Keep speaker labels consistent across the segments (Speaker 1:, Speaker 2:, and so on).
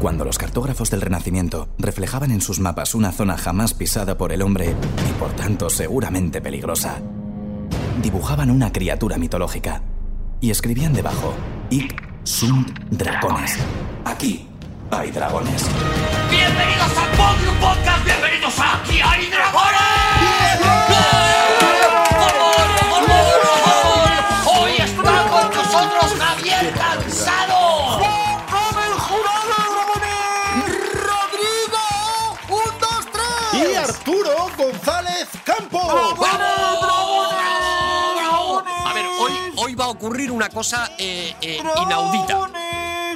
Speaker 1: Cuando los cartógrafos del Renacimiento reflejaban en sus mapas una zona jamás pisada por el hombre y por tanto seguramente peligrosa, dibujaban una criatura mitológica y escribían debajo: Ic sunt dragones. Aquí hay dragones.
Speaker 2: Bienvenidos a Podium Podcast, bienvenidos a Aquí hay dragones. Hoy está con nosotros Javier Cansado.
Speaker 3: Robert Jurado Ramonet Rodrigo 1, 2, 3
Speaker 4: y Arturo González Campos.
Speaker 2: A ver, hoy, hoy va a ocurrir una cosa eh, eh, inaudita.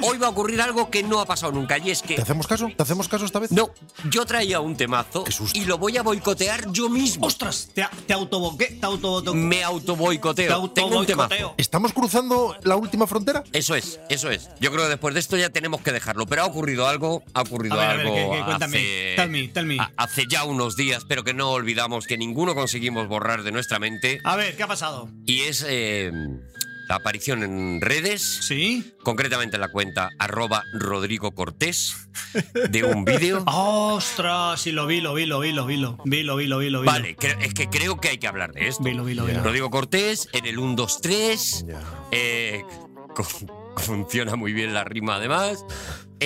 Speaker 2: Hoy va a ocurrir algo que no ha pasado nunca y es que
Speaker 4: ¿Te hacemos caso? ¿Te hacemos caso esta vez?
Speaker 2: no, yo traía un temazo
Speaker 4: Qué susto.
Speaker 2: y lo voy a boicotear yo mismo.
Speaker 3: Ostras, te, te autoboqué, te autoboqué.
Speaker 2: Me autoboicoteo. Tengo un temazo.
Speaker 4: ¿Estamos cruzando la última frontera?
Speaker 2: Eso es, eso es. Yo creo que después de esto ya tenemos que dejarlo. Pero ha ocurrido algo, ha ocurrido
Speaker 3: A ver, a ver,
Speaker 2: algo. Ah,
Speaker 3: que- que cuéntame.
Speaker 2: hace-
Speaker 3: Tell me, tell me.
Speaker 2: a- hace ya unos días, pero que no olvidamos que ninguno conseguimos borrar de nuestra mente.
Speaker 3: A ver, ¿qué ha pasado?
Speaker 2: Y es eh, la aparición en redes,
Speaker 3: ¿Sí?
Speaker 2: concretamente en la cuenta arroba Rodrigo Cortés, de un vídeo.
Speaker 3: Ah, Ostras, sí, lo vi, lo vi, lo vi, lo vi, lo vi, lo vi, lo vi, lo vi.
Speaker 2: Vale, creo- es que creo que hay que hablar de esto.
Speaker 3: Vilo, vilo, vilo.
Speaker 2: Rodrigo Cortés en el 1, 2, 3. eh, con- funciona muy bien la rima, además.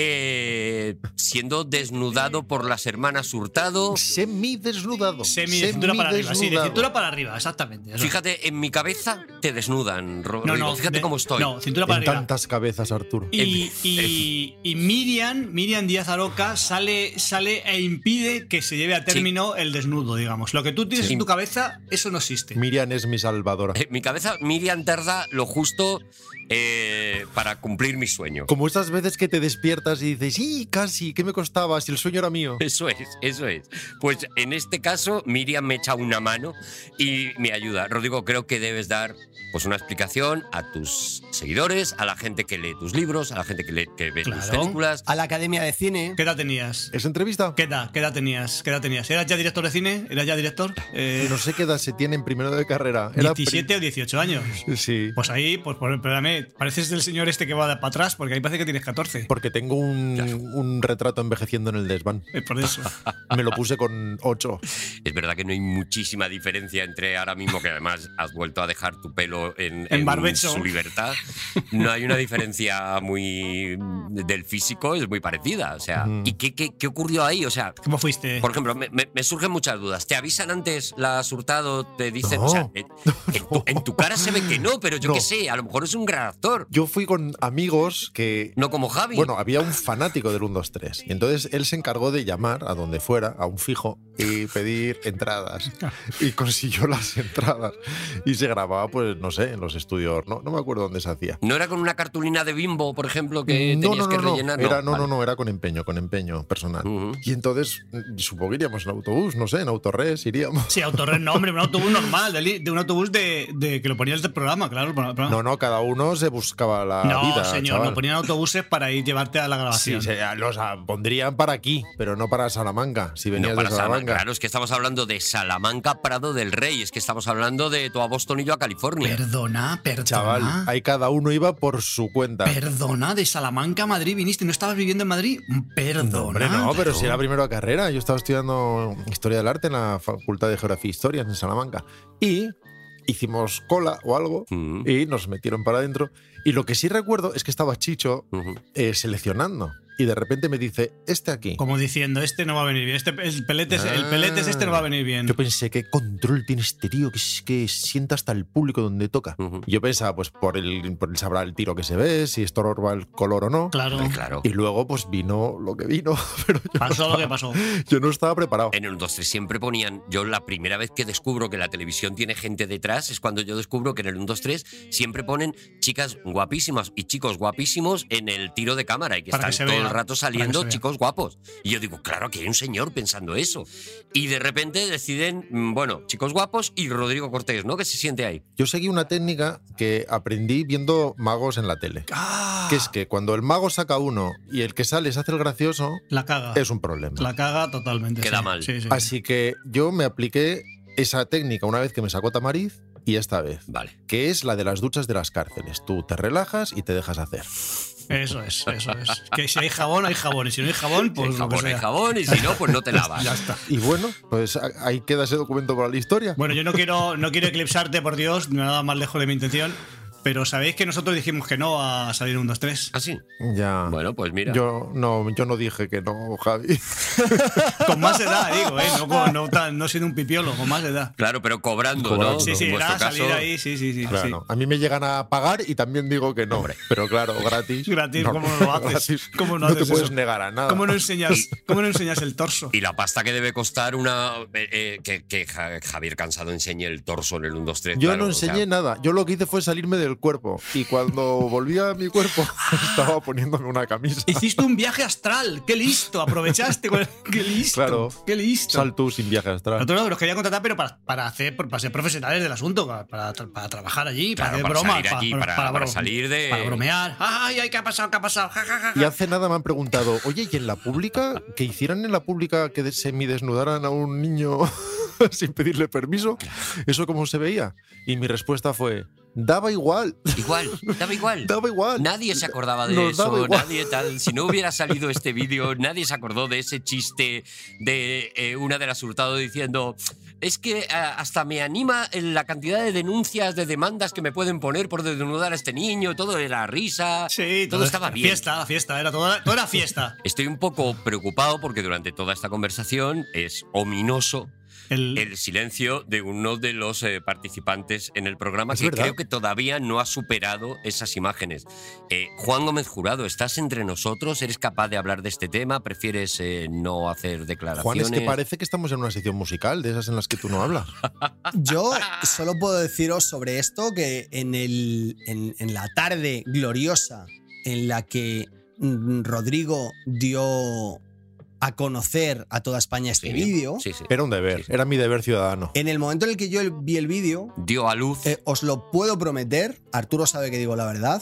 Speaker 2: eh, siendo desnudado por las hermanas Hurtado.
Speaker 4: Semi desnudado.
Speaker 3: Semi de cintura para arriba, sí, de cintura para arriba, exactamente. eso.
Speaker 2: Fíjate, en mi cabeza te desnudan, Ro-
Speaker 3: no,
Speaker 2: Rodrigo.
Speaker 3: no,
Speaker 2: fíjate
Speaker 3: de-
Speaker 2: cómo estoy.
Speaker 3: No, cintura para
Speaker 4: en
Speaker 3: arriba.
Speaker 4: tantas cabezas, Arturo.
Speaker 3: Y, y- y Miriam, Miriam Díaz Aroca sale, sale e impide que se lleve a término el desnudo, digamos. Lo que tú tienes
Speaker 2: Sí.
Speaker 3: en tu cabeza, eso no existe.
Speaker 4: Miriam es mi salvadora.
Speaker 2: En mi cabeza, Miriam tarda lo justo eh, para cumplir mi sueño.
Speaker 4: Como esas veces que te despiertas y dices, sí, casi, ¿qué me costaba si el sueño era mío?
Speaker 2: Eso es, eso es. Pues en este caso, Miriam me echa una mano y me ayuda. Rodrigo, creo que debes dar pues, una explicación a tus seguidores, a la gente que lee tus libros, a la gente que, lee, que ve tus
Speaker 3: Claro.
Speaker 2: películas.
Speaker 5: a la Academia de Cine.
Speaker 3: ¿Qué edad tenías?
Speaker 4: ¿Es entrevista?
Speaker 3: ¿Qué edad, qué edad tenías? ¿Qué edad tenías? ¿Eras ya director de cine? ¿Eras ya director? Eh,
Speaker 4: No sé qué edad se tiene en primero de carrera. Era pri-
Speaker 3: 17 o 18 años.
Speaker 4: Sí.
Speaker 3: Pues ahí, pues por- espérame, pareces el señor este que va para atrás, porque ahí parece que tienes 14.
Speaker 4: Porque tengo un, un retrato envejeciendo en el desván.
Speaker 3: Eh, por eso.
Speaker 4: Me lo puse con 8.
Speaker 2: Es verdad que no hay muchísima diferencia entre ahora mismo, que además has vuelto a dejar tu pelo en,
Speaker 3: En barbecho.
Speaker 2: su libertad. No hay una diferencia muy del físico, es muy parecida. O sea, ¿y qué, qué, qué ocurrió ahí? O sea,
Speaker 3: ¿Cómo fuiste?
Speaker 2: Por ejemplo, me, me- me surgen muchas dudas. ¿Te avisan antes la Hurtado? ¿Te dicen?
Speaker 4: No.
Speaker 2: O sea, en, en tu, en tu cara se ve que no, pero yo
Speaker 4: No.
Speaker 2: qué sé, a lo mejor es un gran actor.
Speaker 4: Yo fui con amigos que
Speaker 2: No como Javi.
Speaker 4: Bueno, había un fanático del 1-2-3. Y entonces él se encargó de llamar a donde fuera, a un fijo, y pedir entradas. Y consiguió las entradas. Y se grababa, pues, no sé, en los estudios. No, no me acuerdo dónde se hacía.
Speaker 2: ¿No era con una cartulina de bimbo, por ejemplo, que
Speaker 4: no,
Speaker 2: tenías
Speaker 4: no, no,
Speaker 2: que
Speaker 4: no.
Speaker 2: rellenar?
Speaker 4: Era, no,
Speaker 2: vale.
Speaker 4: no, no, era con empeño, con empeño personal.
Speaker 2: Ujú.
Speaker 4: Y entonces, mm, supongo que iríamos en autobús, no sé, en autorres iríamos.
Speaker 3: Sí, autorren, no, hombre, un autobús normal, de, li- de un autobús de, de- que lo ponía el del programa, claro. el programa.
Speaker 4: No, no, cada uno se buscaba la
Speaker 3: No,
Speaker 4: vida.
Speaker 3: señor,
Speaker 4: chaval.
Speaker 3: no ponían autobuses para ir llevarte a la
Speaker 4: Sí,
Speaker 3: grabación.
Speaker 4: se- los ah, pondrían para aquí, pero no para Salamanca, si
Speaker 2: No,
Speaker 4: venías
Speaker 2: para
Speaker 4: de
Speaker 2: Salamanca.
Speaker 4: Salamanca.
Speaker 2: Claro, es que estamos hablando de Salamanca Prado del Rey. Es que estamos hablando de tu a Boston y yo a California.
Speaker 3: Perdona, perdona.
Speaker 4: Chaval,
Speaker 3: Ah.
Speaker 4: ahí cada uno iba por su cuenta.
Speaker 3: Perdona, de Salamanca a Madrid viniste, ¿no estabas viviendo en Madrid? Perdona.
Speaker 4: No, hombre, no, pero si era primero de carrera. Yo estaba estudiando Historia del Arte en la Facultad de Geografía e Historias en Salamanca. Y hicimos cola o algo
Speaker 2: Mm.
Speaker 4: y nos metieron para adentro. Y lo que sí recuerdo es que estaba Chicho
Speaker 2: Ujú.
Speaker 4: eh, seleccionando. Y de repente me dice, este aquí.
Speaker 3: Como diciendo, este no va a venir bien, este, el, pelete, es- el
Speaker 4: Ah.
Speaker 3: pelete es este no va a venir bien.
Speaker 4: Yo pensé, ¿qué control tiene este tío que, es- que sienta hasta el público donde toca?
Speaker 2: Ujú.
Speaker 4: Yo pensaba, pues por el, por el sabrá el tiro que se ve, si estorba el color o no.
Speaker 3: Claro,
Speaker 2: Eh, Claro.
Speaker 4: Y luego, pues vino lo que vino, pero yo,
Speaker 3: pasó lo que pasó.
Speaker 4: yo no estaba preparado.
Speaker 2: En el 1-2-3 siempre ponían. Yo la primera vez que descubro que la televisión tiene gente detrás es cuando yo descubro que en el 1-2-3 siempre ponen chicas guapísimas y chicos guapísimos en el tiro de cámara y que
Speaker 3: Para que se
Speaker 2: están todo el
Speaker 3: vea,
Speaker 2: rato
Speaker 3: para que se
Speaker 2: saliendo
Speaker 3: vea.
Speaker 2: chicos guapos. Y yo digo, claro que hay un señor pensando eso. Y de repente deciden, mm, bueno, chicos guapos y Rodrigo Cortés, ¿no? Que se siente ahí.
Speaker 4: Yo seguí una técnica que aprendí viendo magos en la tele. Que es que cuando el mago saca uno y el que sale se hace el gracioso,
Speaker 3: La caga.
Speaker 4: es un problema.
Speaker 3: La caga totalmente.
Speaker 2: Queda
Speaker 3: sí.
Speaker 2: mal.
Speaker 3: Sí, sí.
Speaker 4: Así que yo me apliqué esa técnica una vez que me sacó Tamariz y esta vez,
Speaker 2: Vale.
Speaker 4: que es la de las duchas de las cárceles. Tú te relajas y te dejas hacer.
Speaker 3: Eso es, eso es. Que si hay jabón, hay jabón. Y si no hay jabón,
Speaker 2: Si hay
Speaker 3: pues lo que
Speaker 2: jabón, hay
Speaker 3: sea.
Speaker 2: jabón, y si no, pues no te lavas.
Speaker 4: Y bueno, pues a- ahí queda ese documento para la historia.
Speaker 3: Bueno, yo no quiero, no quiero eclipsarte, por Dios, nada más lejos de mi intención. Pero sabéis que nosotros dijimos que no a salir un 2-3.
Speaker 2: Así.
Speaker 4: ya.
Speaker 2: Ah, Bueno, pues mira.
Speaker 4: Yo no, yo no dije que no, Javi.
Speaker 3: Con más edad, digo, ¿eh? No, con- no, tan- no siendo un pipiolo, con más edad.
Speaker 2: Claro, pero cobrando, ¿no?
Speaker 4: Cobrando.
Speaker 3: Sí,
Speaker 2: En
Speaker 3: sí,
Speaker 2: vuestro
Speaker 3: era salir
Speaker 2: caso,
Speaker 3: ahí, sí, sí, sí.
Speaker 4: Claro,
Speaker 3: sí.
Speaker 4: no. A mí me llegan a pagar y también digo que no. Pero claro, gratis.
Speaker 3: Gratis, ¿cómo lo haces?
Speaker 4: gratis.
Speaker 3: ¿Cómo no
Speaker 4: no,
Speaker 3: haces
Speaker 4: te puedes
Speaker 3: eso?
Speaker 4: negar a nada.
Speaker 3: ¿Cómo no enseñas, cómo no enseñas el torso?
Speaker 2: Y la pasta que debe costar una. eh, eh, que, que Ja- Javier Cansado enseñe el torso en el 1, 2, 3.
Speaker 4: Yo no enseñé nada. Yo lo que hice fue salirme del cuerpo. Y cuando volví a mi cuerpo, estaba poniéndome una camisa.
Speaker 3: Hiciste un viaje astral, qué listo, aprovechaste, güey, qué listo,
Speaker 4: Claro.
Speaker 3: qué listo.
Speaker 4: Sal tú sin viaje astral.
Speaker 3: Nosotros los quería contratar, pero para, para hacer, para ser profesionales del asunto, para, tra- para trabajar allí,
Speaker 2: Claro,
Speaker 4: eh,
Speaker 3: para hacer
Speaker 2: para
Speaker 3: bromas,
Speaker 2: salir allí, para- para
Speaker 3: bro-
Speaker 2: salir de-
Speaker 3: para bromear. Ay, ay, qué ha pasado, qué ha pasado. Ja, ja, ja, ja.
Speaker 4: Y hace nada me han preguntado, oye, ¿y en la pública? ¿Que hicieran en la pública que semidesnudaran a un niño sin pedirle permiso? ¿Eso cómo se veía? Y mi respuesta fue, daba igual,
Speaker 2: Igual, daba igual.
Speaker 4: daba igual.
Speaker 2: Nadie se acordaba de
Speaker 4: Nos daba
Speaker 2: eso,
Speaker 4: igual.
Speaker 2: nadie tal. Si no hubiera salido este vídeo, nadie se acordó de ese chiste de eh, una de las Hurtado diciendo. Es que ah, hasta me anima en la cantidad de denuncias, de demandas que me pueden poner por desnudar a este niño, todo era risa,
Speaker 3: Sí,
Speaker 2: todo estaba bien.
Speaker 3: Fiesta, fiesta, era toda, toda era fiesta.
Speaker 2: Estoy un poco preocupado porque durante toda esta conversación es ominoso
Speaker 3: El-
Speaker 2: el silencio de uno de los eh, participantes en el programa
Speaker 4: Es
Speaker 2: que
Speaker 4: verdad.
Speaker 2: creo que todavía no ha superado esas imágenes. Eh, Juan Gómez Jurado, ¿estás entre nosotros? ¿Eres capaz de hablar de este tema? ¿Prefieres eh, no hacer declaraciones?
Speaker 4: Juan, es que parece que estamos en una sección musical, de esas en las que tú no hablas.
Speaker 5: Yo solo puedo deciros sobre esto que en, el, en, en la tarde gloriosa en la que mm, Rodrigo dio a conocer a toda España este
Speaker 2: Sí,
Speaker 5: vídeo,
Speaker 2: Sí, sí.
Speaker 4: Era un deber, era mi deber ciudadano.
Speaker 5: en el momento en el que yo el- vi el vídeo,
Speaker 2: Dio a luz.
Speaker 5: eh, os lo puedo prometer, Arturo sabe que digo la verdad,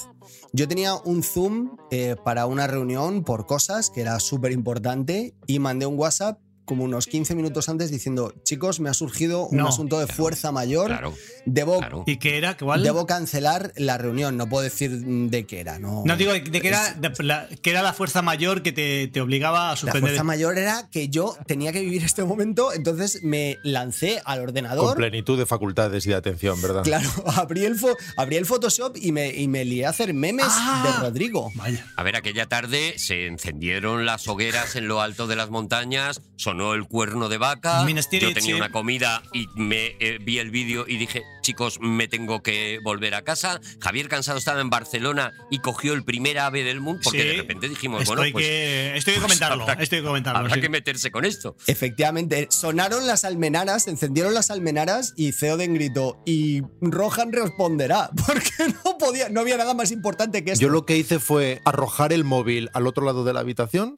Speaker 5: yo tenía un Zoom eh, para una reunión por cosas que era súper importante y mandé un WhatsApp como unos 15 minutos antes diciendo, chicos, me ha surgido un
Speaker 3: No.
Speaker 5: asunto de fuerza mayor,
Speaker 2: claro,
Speaker 5: debo
Speaker 2: claro.
Speaker 3: ¿Y qué era? ¿Qué ¿Cuál?
Speaker 5: Debo cancelar la reunión, no puedo decir mm, de qué era. No,
Speaker 3: no digo de, de que, era, de la, que era la fuerza mayor que te, te obligaba a
Speaker 5: La
Speaker 3: suspender.
Speaker 5: fuerza mayor era que yo tenía que vivir este momento, entonces me lancé al
Speaker 4: Con
Speaker 5: ordenador.
Speaker 4: plenitud de facultades y de atención, ¿verdad?
Speaker 5: Claro, abrí el, fo- abrí el Photoshop y me, y me lié a hacer memes
Speaker 3: Ah.
Speaker 5: de Rodrigo.
Speaker 3: Vaya.
Speaker 2: A ver, aquella tarde se encendieron las hogueras en lo alto de las montañas, sonó el cuerno de vaca.
Speaker 3: Minas
Speaker 2: Yo
Speaker 3: Tirith,
Speaker 2: tenía
Speaker 3: sí.
Speaker 2: una comida y me eh, vi el vídeo y dije, chicos, me tengo que volver a casa. Javier Cansado estaba en Barcelona y cogió el primer ave del mundo porque
Speaker 3: Sí.
Speaker 2: de repente dijimos,
Speaker 3: estoy,
Speaker 2: bueno, pues
Speaker 3: que, estoy que
Speaker 2: pues
Speaker 3: comentarlo,
Speaker 2: habrá-
Speaker 3: estoy que comentarlo.
Speaker 2: habrá
Speaker 3: sí.
Speaker 2: que meterse con esto.
Speaker 5: Efectivamente, sonaron las almenaras, encendieron las almenaras y Theoden gritó y Rohan responderá, porque no podía, no había nada más importante que esto.
Speaker 4: Yo lo que hice fue arrojar el móvil al otro lado de la habitación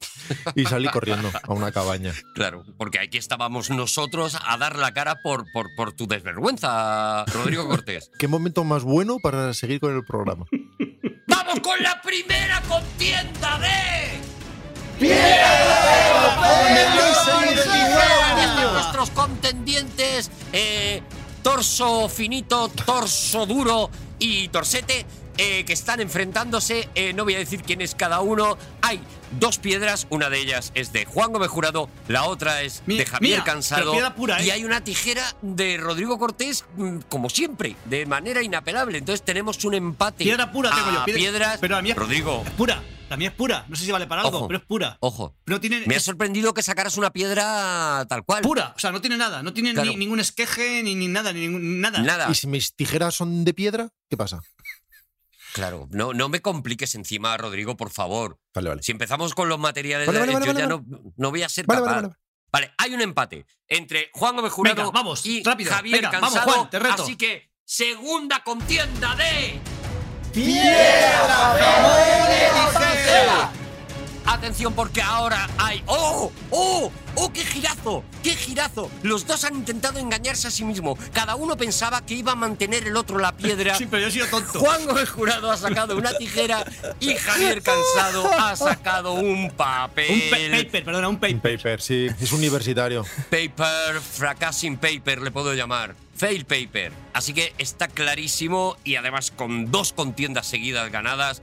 Speaker 4: y salí corriendo a una cabaña.
Speaker 2: Claro, porque aquí estábamos nosotros a dar la cara por, por, por tu desvergüenza, Rodrigo Cortés.
Speaker 4: ¿Qué momento más bueno para seguir con el programa?
Speaker 2: ¡Vamos con la primera contienda de... Y están nuestros contendientes eh, torso finito, torso duro y torsete eh, que están enfrentándose. Eh, no voy a decir quién es cada uno. Hay dos piedras, una de ellas es de Juan Gómez Jurado, la otra es
Speaker 3: Mi-
Speaker 2: de Javier
Speaker 3: mira,
Speaker 2: Cansado.
Speaker 3: pero piedra pura, ¿eh?
Speaker 2: Y hay una tijera de Rodrigo Cortés, mm, como siempre, de manera inapelable. Entonces tenemos un empate.
Speaker 3: Piedra pura tengo
Speaker 2: a
Speaker 3: yo. piedra-
Speaker 2: piedras.
Speaker 3: pero la mía es-
Speaker 2: Rodrigo,
Speaker 3: es pura. La mía es pura. No sé si vale para algo,
Speaker 2: Ojo.
Speaker 3: pero es pura.
Speaker 2: ojo.
Speaker 3: No tiene,
Speaker 2: Me ha
Speaker 3: es
Speaker 2: sorprendido que sacaras una piedra tal cual.
Speaker 3: pura. O sea, no tiene nada. No tiene
Speaker 2: Claro.
Speaker 3: ni, ningún esqueje, ni, ni nada, ni ningún- nada.
Speaker 2: Nada.
Speaker 4: ¿Y si mis tijeras son de piedra? ¿Qué pasa?
Speaker 2: Claro, no, no me compliques encima, Rodrigo, por favor.
Speaker 4: Vale, vale.
Speaker 2: Si empezamos con los materiales,
Speaker 4: Vale,
Speaker 2: de-
Speaker 4: vale, vale,
Speaker 2: yo
Speaker 4: vale,
Speaker 2: ya no, no voy a ser
Speaker 4: Vale,
Speaker 2: capaz.
Speaker 4: vale,
Speaker 2: Vale,
Speaker 4: vale.
Speaker 2: hay un empate entre Juan Gómez Jurado
Speaker 3: Venga, vamos,
Speaker 2: y
Speaker 3: rápido,
Speaker 2: Javier
Speaker 3: venga, vamos,
Speaker 2: Cansado.
Speaker 3: Juan, te reto.
Speaker 2: Así que, segunda contienda de... Atención porque ahora hay... ¡Oh! ¡Oh! ¡Oh! ¡Qué girazo! ¡Qué girazo! Los dos han intentado engañarse a sí mismo. Cada uno pensaba que iba a mantener el otro la piedra.
Speaker 3: Sí, pero yo he sido tonto.
Speaker 2: Juan Gómez Jurado ha sacado una tijera y Javier Cansado ha sacado un papel.
Speaker 3: Un pa- paper, perdona, un
Speaker 4: Un
Speaker 3: paper.
Speaker 4: paper, sí, es universitario.
Speaker 2: Paper, fracassing paper le puedo llamar. Fail paper. Así que está clarísimo y además con dos contiendas seguidas ganadas.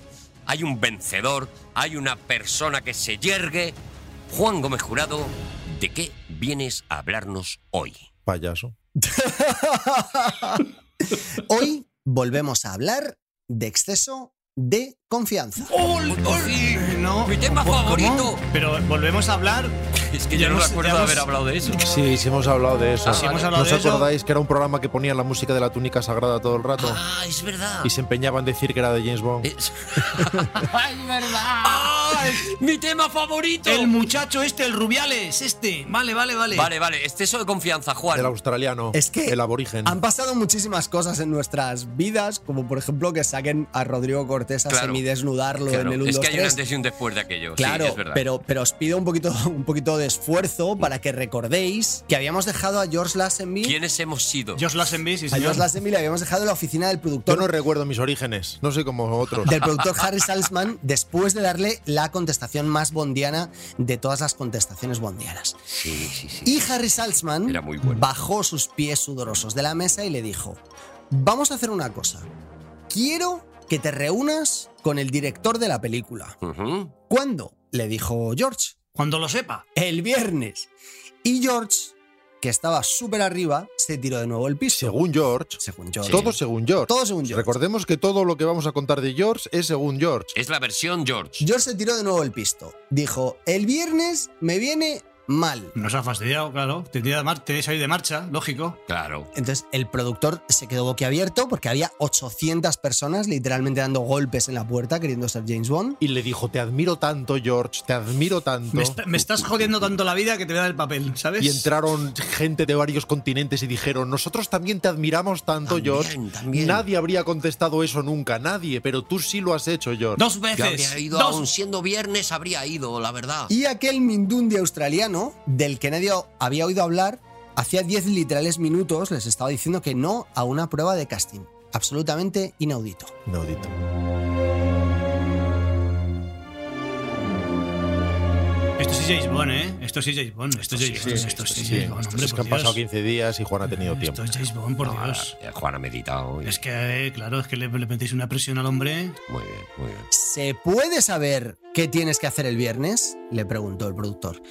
Speaker 2: hay un vencedor, hay una persona que se yergue. Juan Gómez Jurado, ¿de qué vienes a hablarnos hoy?
Speaker 4: Payaso.
Speaker 5: Hoy volvemos a hablar de exceso de confianza.
Speaker 2: sí!
Speaker 3: No,
Speaker 2: ¡Mi tema
Speaker 3: ¿cómo?
Speaker 2: favorito!
Speaker 3: Pero volvemos a hablar.
Speaker 2: Es que
Speaker 3: Ya
Speaker 2: yo no
Speaker 3: hemos-
Speaker 2: recuerdo
Speaker 3: ya hemos-
Speaker 2: haber hablado de eso.
Speaker 4: Sí, sí hemos hablado de eso.
Speaker 2: Ah, sí hemos
Speaker 4: ¿No
Speaker 3: hablado
Speaker 4: os
Speaker 3: de eso.
Speaker 4: acordáis que era un programa que ponía la música de la túnica sagrada todo el rato?
Speaker 2: Ah, es verdad.
Speaker 4: Y se empeñaban en decir que era de James Bond.
Speaker 2: Es, verdad. Ah, mi tema favorito.
Speaker 3: El muchacho este, el Rubiales, este. Vale, vale, vale.
Speaker 2: Vale, vale, exceso de confianza, Juan.
Speaker 4: El australiano.
Speaker 5: Es que
Speaker 4: El aborigen.
Speaker 5: Han pasado muchísimas cosas en nuestras vidas, como por ejemplo que saquen a Rodrigo Cortés a
Speaker 2: Claro.
Speaker 5: semidesnudarlo
Speaker 2: Claro,
Speaker 5: en el 1
Speaker 2: es
Speaker 5: 2,
Speaker 2: que hay un
Speaker 5: 3.
Speaker 2: antes y un después de aquello. sí,
Speaker 5: Claro,
Speaker 2: es verdad. Mm.
Speaker 5: pero, pero os pido un poquito, un poquito de esfuerzo para que recordéis que habíamos dejado a George Lazenby,
Speaker 2: ¿Quiénes hemos sido?
Speaker 3: Josh Lazenby, sí,
Speaker 5: a
Speaker 3: señor.
Speaker 5: George Lazenby le habíamos dejado en la oficina del
Speaker 4: Yo
Speaker 5: productor
Speaker 4: no recuerdo mis orígenes. No soy como otros.
Speaker 5: del productor Harry Salzman después de darle la contestación más bondiana de todas las contestaciones bondianas.
Speaker 2: Sí, sí, sí.
Speaker 5: Y Harry Salzman
Speaker 2: Era muy bueno.
Speaker 5: bajó sus pies sudorosos de la mesa y le dijo, vamos a hacer una cosa. Quiero que te reúnas con el director de la película.
Speaker 2: Ujú.
Speaker 5: ¿Cuándo? Le dijo George.
Speaker 3: Cuando lo sepa.
Speaker 5: El viernes. Y George, que estaba súper arriba, se tiró de nuevo el piso.
Speaker 4: Según George.
Speaker 5: Según George.
Speaker 4: Todo según George.
Speaker 5: Todo según George.
Speaker 4: Recordemos que todo lo que vamos a contar de George es según George.
Speaker 2: Es la versión George.
Speaker 5: George se tiró de nuevo el pisto. Dijo, el viernes me viene mal.
Speaker 3: Nos ha fastidiado, claro. Te tienes mar- te tienes ahí de marcha, lógico.
Speaker 2: Claro.
Speaker 5: Entonces el productor se quedó boquiabierto porque había 800 personas literalmente dando golpes en la puerta queriendo ser James Bond.
Speaker 4: Y le dijo, te admiro tanto, George, te admiro tanto.
Speaker 3: Me, est- me estás jodiendo tanto la vida que te voy a dar el papel, ¿sabes?
Speaker 4: Y entraron gente de varios continentes y dijeron, nosotros también te admiramos tanto,
Speaker 2: También,
Speaker 4: George.
Speaker 2: también.
Speaker 4: Nadie habría contestado eso nunca, nadie, pero tú sí lo has hecho, George.
Speaker 3: Dos
Speaker 2: Yo
Speaker 3: veces.
Speaker 2: habría ido,
Speaker 3: dos-
Speaker 2: aún siendo viernes, habría ido, la verdad.
Speaker 5: Y aquel mindundi australiano, del que nadie había oído hablar, hacía 10 literales minutos les estaba diciendo que no a una prueba de casting. Absolutamente inaudito.
Speaker 4: Inaudito.
Speaker 3: Esto sí es James Bond, ¿eh? Esto sí es James Bond. Esto sí es James Bond. Esto sí es James Bond.
Speaker 4: Estos
Speaker 3: hombre,
Speaker 4: es que
Speaker 3: por
Speaker 4: han pasado
Speaker 3: Dios.
Speaker 4: 15 días y Juan ha tenido tiempo.
Speaker 3: Esto es James Bond, por Dios.
Speaker 2: Ah, Juan ha meditado. y-
Speaker 3: Es que, eh, claro, es que le, le metéis una presión al hombre.
Speaker 2: Muy bien, muy bien.
Speaker 5: ¿Se puede saber qué tienes que hacer el viernes? Le preguntó el productor.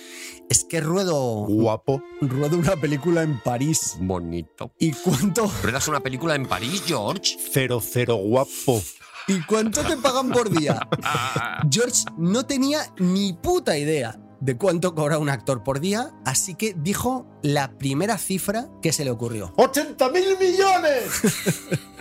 Speaker 5: Es que ruedo,
Speaker 4: Guapo.
Speaker 5: ruedo una película en París.
Speaker 2: Bonito.
Speaker 5: ¿Y cuánto,
Speaker 2: ¿Ruedas una película en París, George?
Speaker 4: Cero, cero, guapo.
Speaker 5: ¿Y cuánto te pagan por día?
Speaker 2: Ah,
Speaker 5: George no tenía ni puta idea de cuánto cobra un actor por día, así que dijo la primera cifra que se le ocurrió.
Speaker 4: ¡80 mil millones!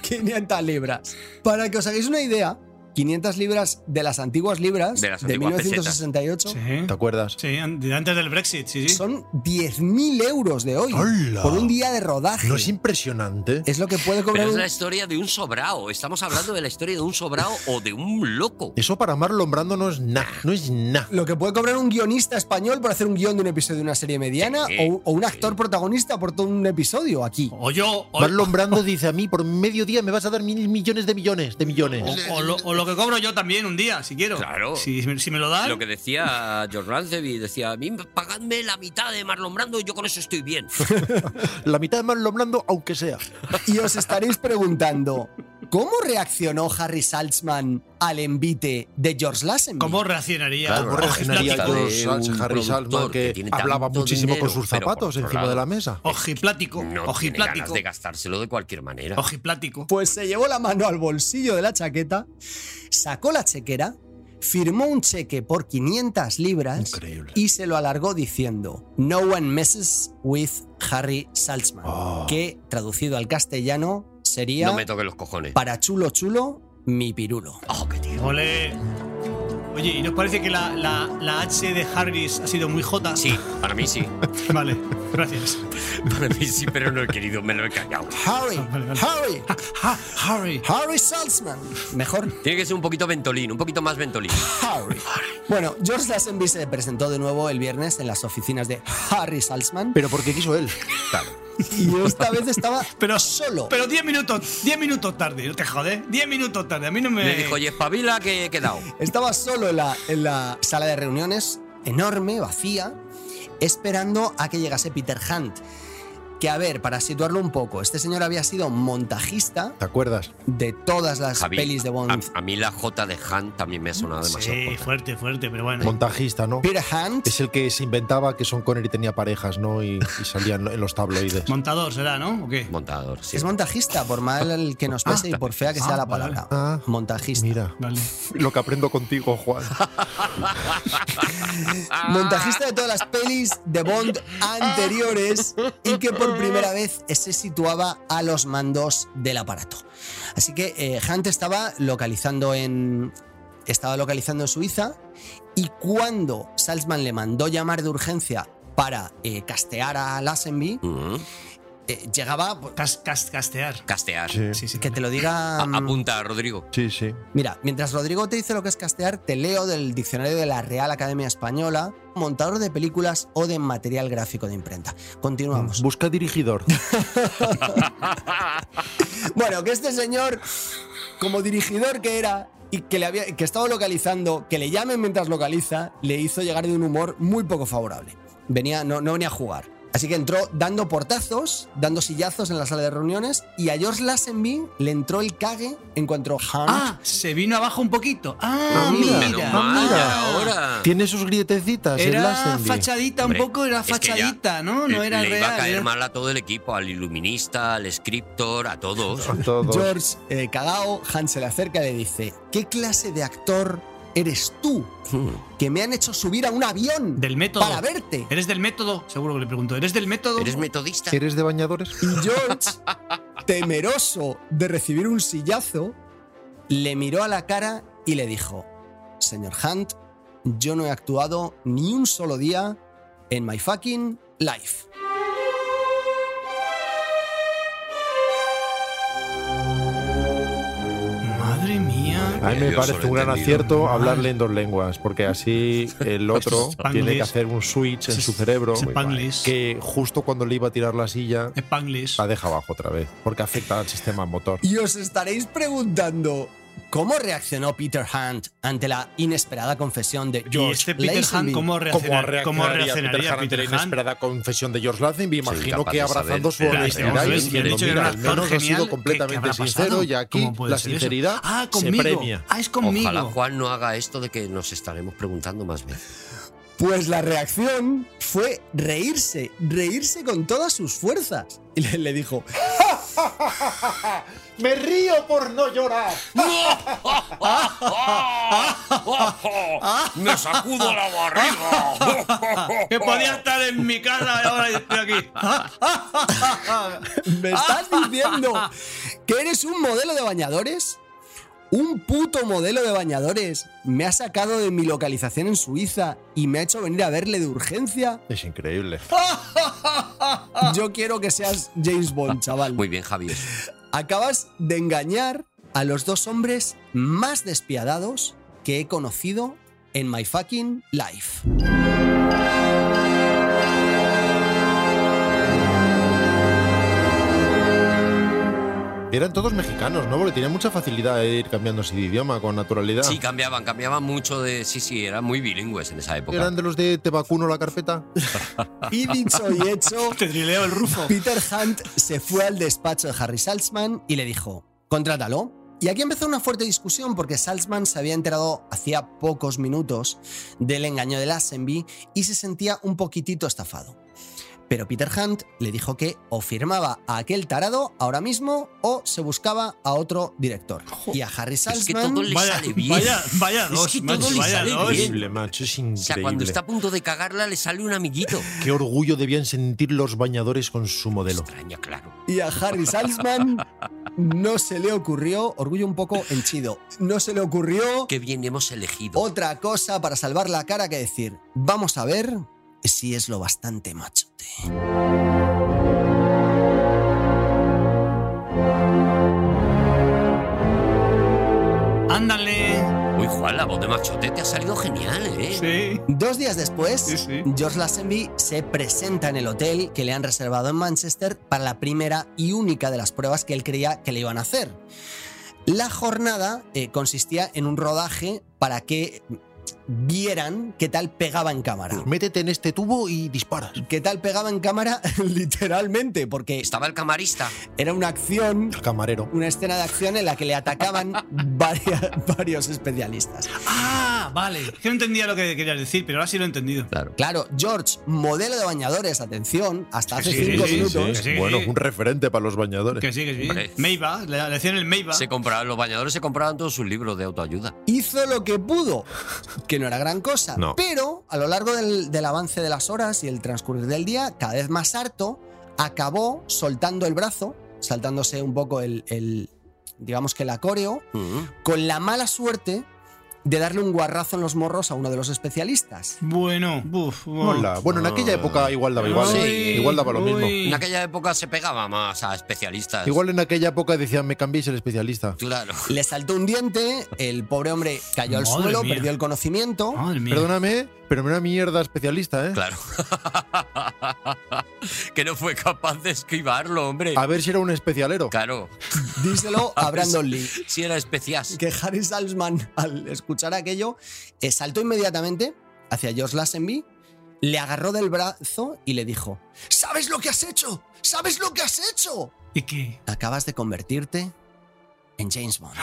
Speaker 5: 500 libras. Para que os hagáis una idea, 500 libras de las antiguas libras
Speaker 2: De
Speaker 5: de,
Speaker 2: las antiguas
Speaker 5: 1968
Speaker 3: Sí.
Speaker 4: ¿Te acuerdas?
Speaker 3: Sí, an- de antes del Brexit, sí, sí.
Speaker 5: son 10.000 euros de hoy
Speaker 4: ¡Hala!
Speaker 5: por un día de rodaje.
Speaker 4: ¿No es impresionante?
Speaker 5: es lo que puede
Speaker 2: Pero
Speaker 5: cobrar
Speaker 2: es
Speaker 5: un...
Speaker 2: la historia de un sobrao. Estamos hablando de la historia de un sobrao o de un loco.
Speaker 4: Eso para Marlon Brando no es nada, no es nada.
Speaker 5: Lo que puede cobrar un guionista español por hacer un guión de un episodio de una serie mediana
Speaker 2: Sí,
Speaker 5: o, o un actor
Speaker 2: sí.
Speaker 5: protagonista por todo un episodio aquí.
Speaker 3: O yo, o,
Speaker 4: Marlon Brando dice a mí, por mediodía me vas a dar mil millones de millones, de millones.
Speaker 3: o- o lo, o lo que cobro yo también un día, si quiero.
Speaker 2: Claro.
Speaker 3: Si, si me lo dan.
Speaker 2: Lo que decía George Lanceby, decía, a mí pagadme la mitad de Marlon Brando y yo con eso estoy bien. Oh.
Speaker 4: La mitad de Marlon Brando, aunque sea.
Speaker 5: Y os estaréis preguntando, ¿cómo reaccionó Harry Saltzman al envite de George Lazenby?
Speaker 3: ¿Cómo reaccionaría?
Speaker 4: Claro,
Speaker 3: Ojo,
Speaker 4: reaccionaría
Speaker 2: plática
Speaker 4: George
Speaker 2: de
Speaker 4: Salz-
Speaker 2: un
Speaker 4: Harry Salman
Speaker 2: productor que
Speaker 4: que,
Speaker 2: tiene
Speaker 4: hablaba
Speaker 2: tanto
Speaker 4: muchísimo
Speaker 2: dinero,
Speaker 4: con sus
Speaker 2: pero por
Speaker 4: zapatos
Speaker 2: otro
Speaker 4: encima
Speaker 2: lado,
Speaker 4: de la mesa.
Speaker 2: No
Speaker 3: Ojiplático,
Speaker 2: tiene ganas
Speaker 3: ojiplático,
Speaker 2: de gastárselo de cualquier manera.
Speaker 3: ojiplático.
Speaker 5: Pues se llevó la mano al bolsillo de la chaqueta, sacó la chequera, firmó un cheque por 500 libras
Speaker 4: Increíble.
Speaker 5: y se lo alargó diciendo No one messes with Harry Saltzman,
Speaker 4: Oh.
Speaker 5: que traducido al castellano sería
Speaker 2: No me toques los cojones.
Speaker 5: para chulo chulo mi pirulo.
Speaker 2: Oh, qué tío.
Speaker 3: Ole. Oye, ¿y nos parece que la, la, la H de Harris ha sido muy J?
Speaker 2: Sí, para mí sí.
Speaker 3: Vale, gracias.
Speaker 2: Para mí sí, pero no he querido, me lo he callado.
Speaker 5: Harry,
Speaker 3: Vale, vale.
Speaker 5: Harry,
Speaker 3: Ha- Harry.
Speaker 5: Harry Saltzman. Mejor
Speaker 2: Tiene que ser un poquito ventolín, un poquito más ventolín.
Speaker 5: Harry. Bueno, George Lazenby se presentó de nuevo el viernes en las oficinas de Harry Saltzman
Speaker 4: Pero porque quiso él.
Speaker 5: y esta vez estaba
Speaker 3: Pero
Speaker 5: solo.
Speaker 3: Pero 10 minutos, 10 minutos tarde, no te jodes. 10 minutos tarde, a mí no me.
Speaker 2: Le dijo, oye, espabila que he quedado.
Speaker 5: Estaba solo en la, en la sala de reuniones, enorme, vacía, esperando a que llegase Peter Hunt, Que a ver, para situarlo un poco, este señor había sido montajista
Speaker 4: ¿Te acuerdas?
Speaker 5: de todas las
Speaker 2: Javi, Ah,
Speaker 5: pelis de Bond.
Speaker 2: A, a mí la J de Han también me ha sonado demasiado.
Speaker 3: Sí,
Speaker 2: corta.
Speaker 3: fuerte, fuerte, pero bueno.
Speaker 4: Montajista, ¿no?
Speaker 5: Peter Hunt,
Speaker 4: Es el que se inventaba que Son Connery tenía parejas, ¿no? Y, y salían en los tabloides.
Speaker 3: Montador será, ¿no? ¿O qué?
Speaker 2: Montador, sí.
Speaker 5: es montajista, por mal que nos pese y por fea que sea
Speaker 3: Ah,
Speaker 5: la
Speaker 3: vale,
Speaker 5: palabra.
Speaker 4: Ah,
Speaker 5: Montajista.
Speaker 4: Mira,
Speaker 3: Vale.
Speaker 4: lo que aprendo contigo, Juan.
Speaker 5: montajista de todas las pelis de Bond anteriores y que por primera vez se situaba a los mandos del aparato. Así que eh, Hunt estaba localizando en estaba localizando en Suiza y cuando Salzman le mandó llamar de urgencia para eh, castear a Lassenby,
Speaker 2: Mm,
Speaker 5: eh, llegaba pues,
Speaker 3: Cas- cas- castear.
Speaker 2: Castear.
Speaker 4: Sí,
Speaker 3: Sí, sí.
Speaker 5: que te lo
Speaker 2: A-
Speaker 5: diga mm,
Speaker 2: apunta, Rodrigo.
Speaker 4: sí. sí.
Speaker 5: Mira, mientras Rodrigo te dice lo que es castear, te leo del diccionario de la Real Academia Española, montador de películas o de material gráfico de imprenta. Continuamos.
Speaker 4: Busca dirigidor.
Speaker 5: Bueno, que este señor, como dirigidor que era y que, le había, que estaba localizando, que le llamen mientras localiza, le hizo llegar de un humor muy poco favorable. Venía, no, no venía a jugar. Así que entró dando portazos, dando sillazos en la sala de reuniones y a George Lassenby le entró el cague en cuanto Hunt
Speaker 3: Ah, se vino abajo un poquito. Ah,
Speaker 4: Ah,
Speaker 3: mira.
Speaker 4: mira.
Speaker 2: Menos
Speaker 4: Ah,
Speaker 2: mal,
Speaker 4: mira.
Speaker 2: ahora.
Speaker 4: Tiene sus grietecitas el
Speaker 3: Era
Speaker 4: Lazenby.
Speaker 3: fachadita
Speaker 2: Hombre,
Speaker 3: un poco, era
Speaker 2: es que ya
Speaker 3: fachadita, ¿no? No
Speaker 2: Le-
Speaker 3: era
Speaker 2: le
Speaker 3: real.
Speaker 2: iba a caer
Speaker 3: era-
Speaker 2: mal a todo el equipo, al iluminista, al scriptor, a todos.
Speaker 4: Todos.
Speaker 5: George, eh, cagao, Hans se le acerca y le dice: ¿Qué clase de actor eres tú
Speaker 2: Mm,
Speaker 5: que me han hecho subir a un avión
Speaker 3: Del método.
Speaker 5: para verte?
Speaker 3: ¿Eres del método? Seguro que le pregunto. ¿Eres del método?
Speaker 2: ¿Eres metodista?
Speaker 4: ¿Eres de bañadores?
Speaker 5: Y George, temeroso de recibir un sillazo, le miró a la cara y le dijo: Señor Hunt, yo no he actuado ni un solo día en my fucking life.
Speaker 3: Madre mía.
Speaker 4: A mí me
Speaker 2: Yo
Speaker 4: parece
Speaker 2: solo he
Speaker 4: un gran
Speaker 2: entendido.
Speaker 4: acierto hablarle en dos lenguas, porque así el otro
Speaker 3: Pues Spanglish.
Speaker 4: tiene que hacer un switch en
Speaker 3: Es-
Speaker 4: su cerebro
Speaker 3: es Spanglish.
Speaker 4: que justo cuando le iba a tirar la silla
Speaker 3: Eh, Spanglish.
Speaker 4: la deja abajo otra vez, porque afecta al sistema motor.
Speaker 5: Y os estaréis preguntando. ¿Cómo reaccionó Peter Hunt ante la inesperada confesión de
Speaker 3: ¿Y
Speaker 5: George
Speaker 3: este Peter
Speaker 5: Lazenby?
Speaker 3: Hunt cómo reaccionar- cómo
Speaker 4: ante
Speaker 3: reaccionaría
Speaker 4: la
Speaker 3: Peter Hunt?
Speaker 4: inesperada confesión de George Lazenby? Imagino
Speaker 2: capaz
Speaker 4: que
Speaker 2: de
Speaker 4: abrazando su
Speaker 2: saber.
Speaker 3: Claro,
Speaker 4: honestidad
Speaker 3: vamos a
Speaker 4: y
Speaker 3: ver, si han
Speaker 4: diciendo,
Speaker 3: dicho que
Speaker 4: mira,
Speaker 3: era
Speaker 4: al
Speaker 3: un actor
Speaker 4: menos ha
Speaker 3: genial,
Speaker 4: sido
Speaker 3: ¿qué- qué
Speaker 4: completamente
Speaker 3: habrá pasado?
Speaker 4: sincero y aquí
Speaker 3: ¿Cómo puede
Speaker 4: la
Speaker 3: ser eso?
Speaker 4: sinceridad
Speaker 3: Ah,
Speaker 4: se
Speaker 3: conmigo.
Speaker 4: premia.
Speaker 3: Ah, es conmigo.
Speaker 2: Ojalá Juan no haga esto de que nos estaremos preguntando más veces.
Speaker 5: Pues la reacción fue reírse, reírse con todas sus fuerzas. Y le, le dijo,
Speaker 4: ¡Me río por no llorar!
Speaker 2: ¡Ah! ¡Me sacudo la barriga!
Speaker 3: Que podía estar en mi casa y ahora estoy aquí.
Speaker 5: ¿me estás diciendo que eres un modelo de bañadores? Un puto modelo de bañadores. Me ha sacado de mi localización en Suiza y me ha hecho venir a verle de urgencia.
Speaker 4: Es increíble.
Speaker 5: Yo quiero que seas James Bond, chaval.
Speaker 2: Ah. Muy bien, Javier.
Speaker 5: Acabas de engañar a los dos hombres más despiadados que he conocido en my fucking life.
Speaker 4: Eran todos mexicanos, ¿no? Porque tenían mucha facilidad de ir cambiándose de idioma con naturalidad.
Speaker 2: Sí, cambiaban, cambiaban mucho de. Sí, sí, eran muy bilingües en esa época.
Speaker 4: ¿Eran de los de te vacuno la carpeta?
Speaker 5: Y dicho y hecho,
Speaker 3: Te trileo el rufo.
Speaker 5: Peter Hunt se fue al despacho de Harry Salzman y le dijo, contrátalo. Y aquí empezó una fuerte discusión porque Salzman se había enterado hacía pocos minutos del engaño de Lassenby y se sentía un poquitito estafado. Pero Peter Hunt le dijo que o firmaba a aquel tarado ahora mismo o se buscaba a otro director. Y a Harry Salzman...
Speaker 2: Es que todo le
Speaker 3: Vaya,
Speaker 2: sale bien.
Speaker 3: vaya, vaya
Speaker 2: Es
Speaker 3: dos,
Speaker 2: que
Speaker 3: macho,
Speaker 2: todo le
Speaker 3: vaya
Speaker 2: sale
Speaker 3: dos.
Speaker 2: bien.
Speaker 4: Increíble, macho, es
Speaker 2: O
Speaker 4: increíble.
Speaker 2: sea, cuando está a punto de cagarla, le sale un amiguito.
Speaker 4: Qué orgullo debían sentir los bañadores con su modelo.
Speaker 2: Extraña, claro.
Speaker 5: Y a Harry Salzman no se le ocurrió, orgullo un poco henchido, no se le ocurrió
Speaker 2: Qué bien hemos elegido.
Speaker 5: otra cosa para salvar la cara que decir, vamos a ver si es lo bastante machote.
Speaker 3: Ándale.
Speaker 2: Uy, Juan, la voz de machote te ha salido genial, ¿eh?
Speaker 3: Sí.
Speaker 5: Dos días después,
Speaker 3: Sí, sí.
Speaker 5: George Lassenby se presenta en el hotel que le han reservado en Manchester para la primera y única de las pruebas que él creía que le iban a hacer. La jornada eh, consistía en un rodaje para que vieran qué tal pegaba en cámara.
Speaker 4: Métete en este tubo y disparas.
Speaker 5: ¿Qué tal pegaba en cámara? Literalmente, porque
Speaker 2: Estaba el camarista.
Speaker 5: era una acción,
Speaker 4: El camarero.
Speaker 5: una escena de acción en la que le atacaban varia- varios especialistas.
Speaker 3: Ah, vale. Es que no entendía lo que querías decir, pero ahora sí lo he entendido.
Speaker 2: Claro.
Speaker 5: Claro, George, modelo de bañadores, atención, hasta hace
Speaker 3: Sí, sí,
Speaker 5: cinco
Speaker 3: sí,
Speaker 5: minutos.
Speaker 3: sí, sí.
Speaker 4: Bueno, un referente para los bañadores.
Speaker 3: Que sí, que sí.
Speaker 2: Hombre.
Speaker 3: Meiva, le, le hacían el Meiva.
Speaker 2: Se compraban, los bañadores se compraban todos sus libros de autoayuda.
Speaker 5: hizo lo que pudo, que no era gran cosa.
Speaker 4: No.
Speaker 5: Pero a lo largo del, del avance de las horas y el transcurrir del día, cada vez más harto, acabó soltando el brazo, saltándose un poco el, el- digamos que el acoreo,
Speaker 2: Mm.
Speaker 5: con la mala suerte de darle un guarrazo en los morros a uno de los especialistas.
Speaker 3: Bueno, buf, buf.
Speaker 4: Mola. Bueno, en aquella época igual daba igual.
Speaker 2: Sí.
Speaker 4: Igual daba lo
Speaker 3: Uy.
Speaker 4: mismo.
Speaker 2: En aquella época se pegaba más a especialistas.
Speaker 4: Igual en aquella época decían, me cambiéis el especialista.
Speaker 2: Claro.
Speaker 5: Le saltó un diente, el pobre hombre cayó al
Speaker 3: Madre
Speaker 5: suelo,
Speaker 3: mía.
Speaker 5: perdió el conocimiento.
Speaker 2: Ah.
Speaker 3: Madre mía.
Speaker 4: Perdóname, pero me una mierda especialista, ¿eh?
Speaker 2: Claro. que no fue capaz de esquivarlo, hombre.
Speaker 5: Ah.
Speaker 4: A ver si era un especialero.
Speaker 2: Claro.
Speaker 5: Díselo a Brandon Lee.
Speaker 2: Si era especias.
Speaker 5: que Harry Salzman, al escuchar aquello, eh, saltó inmediatamente hacia George Lazenby, le agarró del brazo y le dijo: ¿Sabes lo que has hecho? ¿Sabes lo que has hecho?
Speaker 3: ¿Y qué?
Speaker 5: Acabas de convertirte en James Bond.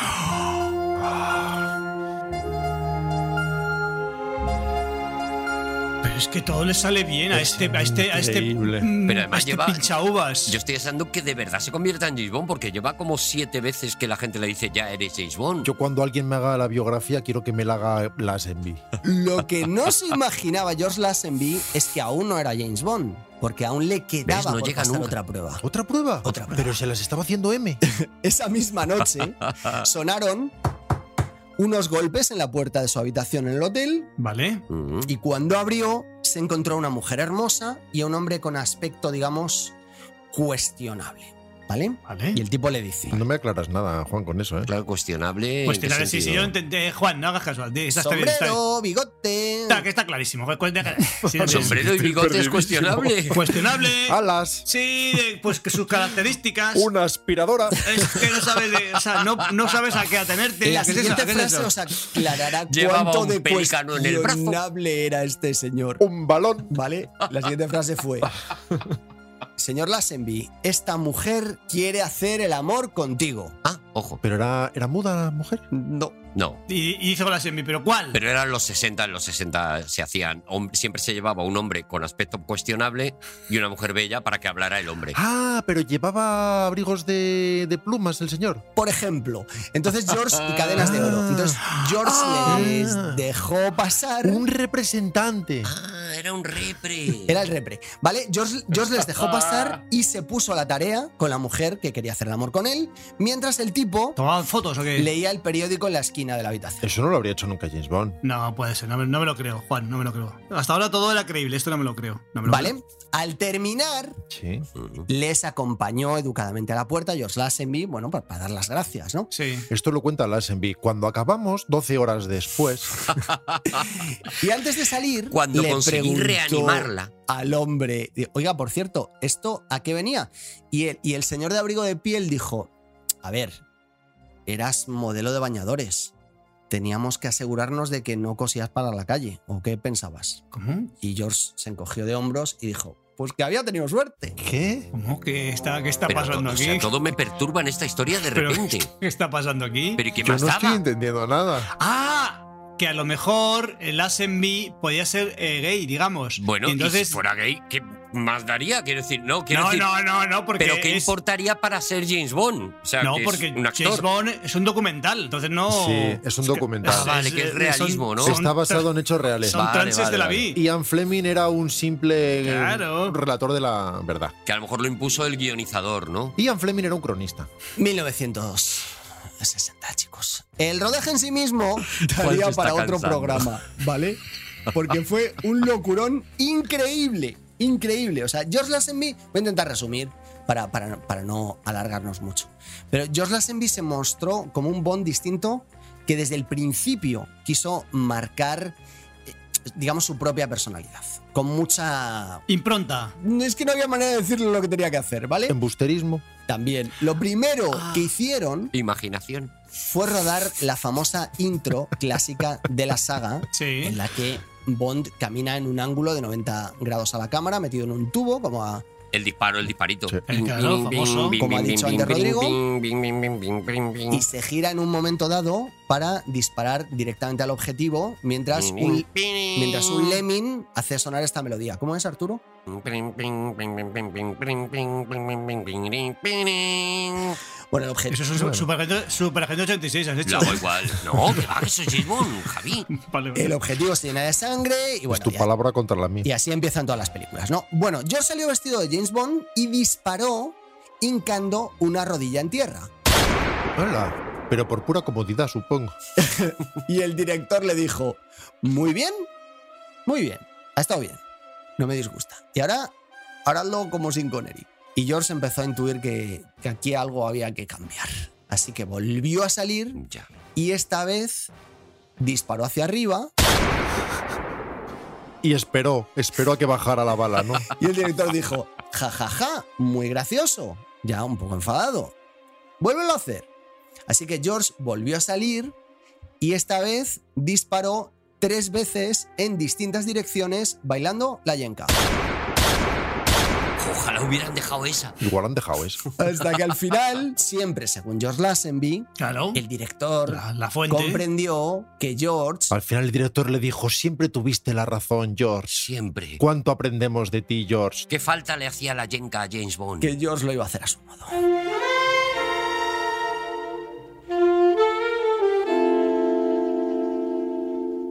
Speaker 3: Pero es que todo le sale bien a
Speaker 4: Es
Speaker 3: este, a este, a este,
Speaker 4: increíble.
Speaker 3: mm,
Speaker 2: Pero además
Speaker 3: a este
Speaker 2: lleva-
Speaker 3: pinchaúvas.
Speaker 2: Yo estoy deseando que de verdad se convierta en James Bond porque lleva como siete veces que la gente le dice ya eres James Bond.
Speaker 4: Yo cuando alguien me haga la biografía quiero que me la haga las envi.
Speaker 5: Lo que no se imaginaba George Lazenby es que aún no era James Bond, porque aún le quedaba
Speaker 2: No
Speaker 5: por
Speaker 2: llega
Speaker 5: pasar
Speaker 2: nunca.
Speaker 5: otra prueba.
Speaker 4: ¿Otra prueba?
Speaker 5: Otra prueba.
Speaker 4: Pero se las estaba haciendo M.
Speaker 5: Esa misma noche sonaron unos golpes en la puerta de su habitación en el hotel
Speaker 3: Vale.
Speaker 2: Mm.
Speaker 5: Y cuando abrió, se encontró una mujer hermosa y a un hombre con aspecto, digamos, cuestionable. ¿Vale?
Speaker 3: Vale.
Speaker 5: Y el tipo le dice:
Speaker 4: No me aclaras nada, Juan, con eso, ¿eh?
Speaker 2: Claro, cuestionable.
Speaker 3: Pues
Speaker 2: ¿en qué
Speaker 3: te la sí, sí,
Speaker 2: sentido?
Speaker 3: yo entendí. Eh, Juan, no hagas casual. Esa está bien, está bien.
Speaker 5: Sombrero, bigote.
Speaker 3: Está, que está clarísimo. Pues, Cu- cuenta- sí,
Speaker 2: El Sombrero y
Speaker 4: Estoy
Speaker 2: bigote es
Speaker 4: perdidísimo.
Speaker 2: cuestionable.
Speaker 3: Cuestionable.
Speaker 4: Alas,
Speaker 3: Sí, de- pues que sus características.
Speaker 4: una aspiradora.
Speaker 3: Es que no sabes, de- o sea, no, no sabes a qué atenerte.
Speaker 5: La
Speaker 3: ¿Qué es eso?
Speaker 5: siguiente
Speaker 3: ¿Qué es
Speaker 5: frase
Speaker 3: eso?
Speaker 5: os aclarará
Speaker 2: Llevaba
Speaker 5: cuánto
Speaker 2: un
Speaker 5: de
Speaker 2: pelícano en el brazo.
Speaker 5: cuestionable era este señor.
Speaker 3: Oh.
Speaker 4: Un balón.
Speaker 5: ¿Vale? La siguiente frase fue: Señor Lassenby, esta mujer quiere hacer el amor contigo.
Speaker 2: Ah, ojo.
Speaker 4: Pero era, era muda la mujer.
Speaker 5: No.
Speaker 2: No.
Speaker 3: Y, y hizo con la semi, pero ¿cuál?
Speaker 2: Pero eran los 60, en los 60 se hacían. hom- Siempre se llevaba un hombre con aspecto cuestionable y una mujer bella para que hablara el hombre.
Speaker 4: Ah, pero llevaba abrigos de, de plumas el señor.
Speaker 5: Por ejemplo, entonces George y cadenas de oro. Entonces George les dejó pasar.
Speaker 4: Un representante.
Speaker 2: Ah, era un repre.
Speaker 5: Era el repre. ¿Vale? George, George les dejó pasar y se puso a la tarea con la mujer que quería hacer el amor con él, mientras el tipo
Speaker 3: ¿Tomaban fotos o qué?
Speaker 5: leía el periódico en la esquina de la habitación.
Speaker 4: Eso no lo habría hecho nunca James Bond.
Speaker 3: No, puede ser, no me, no me lo creo, Juan, no me lo creo. Hasta ahora todo era creíble, esto no me lo creo. no me lo creo.
Speaker 5: ¿Vale? Al terminar,
Speaker 4: Sí.
Speaker 2: Mm.
Speaker 5: les acompañó educadamente a la puerta George Lazenby, bueno, para, para dar las gracias, ¿no?
Speaker 3: Sí.
Speaker 4: Esto lo cuenta Lassenby. Cuando acabamos, 12 horas después,
Speaker 5: Y antes de salir,
Speaker 2: Cuando
Speaker 5: le
Speaker 2: conseguí
Speaker 5: preguntó
Speaker 2: reanimarla.
Speaker 5: al hombre, di- oiga, por cierto, ¿esto a qué venía? Y el, y el señor de abrigo de piel dijo, a ver, eras modelo de bañadores. Teníamos que asegurarnos de que no cosías para la calle. ¿O qué pensabas?
Speaker 3: ¿Cómo?
Speaker 5: Y George se encogió de hombros y dijo, pues que había tenido suerte.
Speaker 4: ¿qué?
Speaker 3: ¿Cómo? ¿Qué está, qué está
Speaker 2: Pero
Speaker 3: pasando
Speaker 2: to- o
Speaker 3: aquí?
Speaker 2: sea, todo me perturba en esta historia de
Speaker 3: Pero-
Speaker 2: repente.
Speaker 3: ¿Qué está pasando aquí?
Speaker 2: Pero ¿y qué
Speaker 4: Yo
Speaker 2: más
Speaker 4: no estoy
Speaker 2: daba?
Speaker 4: entendiendo nada.
Speaker 3: ¡Ah! Que a lo mejor el Asenby podía ser eh, gay, digamos.
Speaker 2: Bueno,
Speaker 3: Y
Speaker 2: y
Speaker 3: entonces.
Speaker 2: si fuera gay, ¿qué más daría? Quiero decir, no, quiero
Speaker 3: no,
Speaker 2: decir.
Speaker 3: no, no, no, porque.
Speaker 2: pero ¿qué
Speaker 3: es-
Speaker 2: importaría para ser James Bond? O sea,
Speaker 3: No,
Speaker 2: que es
Speaker 3: porque
Speaker 2: un actor.
Speaker 3: James Bond es un documental, entonces no.
Speaker 4: Sí, es un
Speaker 3: que-
Speaker 4: documental.
Speaker 2: Ah, vale, que es
Speaker 3: son-
Speaker 2: realismo, ¿no?
Speaker 4: Está basado en hechos reales.
Speaker 3: Son
Speaker 2: Vale,
Speaker 3: trances
Speaker 2: vale,
Speaker 3: de la
Speaker 2: vale.
Speaker 3: vida.
Speaker 4: Ian Fleming era un simple eh,
Speaker 3: Claro.
Speaker 4: relator de la verdad.
Speaker 2: Que a lo mejor lo impuso el guionizador, ¿no?
Speaker 4: Ian Fleming era un cronista.
Speaker 5: 1960, chicos. El rodaje en sí mismo daría
Speaker 2: se está
Speaker 5: para otro
Speaker 2: cansando.
Speaker 5: programa, ¿vale? Porque fue un locurón increíble, increíble. O sea, George Lazenby, voy a intentar resumir para, para, para no alargarnos mucho. Pero George Lazenby se mostró como un Bond distinto que desde el principio quiso marcar, eh, digamos, su propia personalidad. Con mucha...
Speaker 3: Impronta.
Speaker 5: Es que no había manera de decirle
Speaker 2: Em-
Speaker 5: lo que tenía que hacer, ¿vale?
Speaker 4: Embusterismo.
Speaker 2: Ah.
Speaker 5: También. Lo primero que hicieron
Speaker 2: Imaginación.
Speaker 5: fue rodar la famosa intro clásica de la saga,
Speaker 3: Sí.
Speaker 5: en la que Bond camina en un ángulo de 90 grados a la cámara, metido en un tubo, como a,
Speaker 2: El disparo, el disparito.
Speaker 4: Sí.
Speaker 3: El calor famoso.
Speaker 5: Como ha dicho antes Rodrigo.
Speaker 2: Rodrigo.
Speaker 5: y
Speaker 4: Mm.
Speaker 5: se gira en un momento dado para disparar directamente al objetivo, mientras
Speaker 4: Mm.
Speaker 5: un, mientras un lemming hace sonar esta melodía. ¿Cómo es, Arturo? Bueno, el
Speaker 3: Eso
Speaker 5: objetivo...
Speaker 3: es un su- Super Agente- Super Agente 86, has hecho.
Speaker 2: Lo hago igual. No, que va, que eso es James Bond, Javi.
Speaker 3: Vale, vale.
Speaker 5: El objetivo se llena de sangre y bueno,
Speaker 4: es tu
Speaker 5: ya-
Speaker 4: palabra contra la mía.
Speaker 5: Y así empiezan todas las películas, ¿no? Bueno, George salió vestido de James Bond y disparó hincando una rodilla en tierra.
Speaker 4: Hola. Pero por pura comodidad, supongo.
Speaker 5: Y el director le dijo, muy bien, muy bien, ha estado bien, no me disgusta. Y ahora, ahora hazlo como sin Connery. Y George empezó a intuir que, que aquí algo había que cambiar. Así que volvió a salir
Speaker 2: Ya.
Speaker 5: y esta vez disparó hacia arriba
Speaker 4: Y esperó, esperó a que bajara la bala, ¿no?
Speaker 5: Y el director dijo, ja, ja, ja, muy gracioso. Ya un poco enfadado. Vuélvelo a hacer. Así que George volvió a salir y esta vez disparó tres veces en distintas direcciones bailando la yenka.
Speaker 2: Ojalá hubieran dejado esa.
Speaker 4: Igual han dejado eso.
Speaker 5: Hasta que al final, siempre según George Lassenby,
Speaker 3: Claro.
Speaker 5: el director
Speaker 3: La, la fuente.
Speaker 5: comprendió que George...
Speaker 4: Al final el director le dijo, siempre tuviste la razón, George.
Speaker 2: Siempre.
Speaker 4: ¿Cuánto aprendemos de ti, George?
Speaker 2: ¿Qué falta le hacía la yenka a James Bond?
Speaker 5: que George lo iba a hacer a su modo.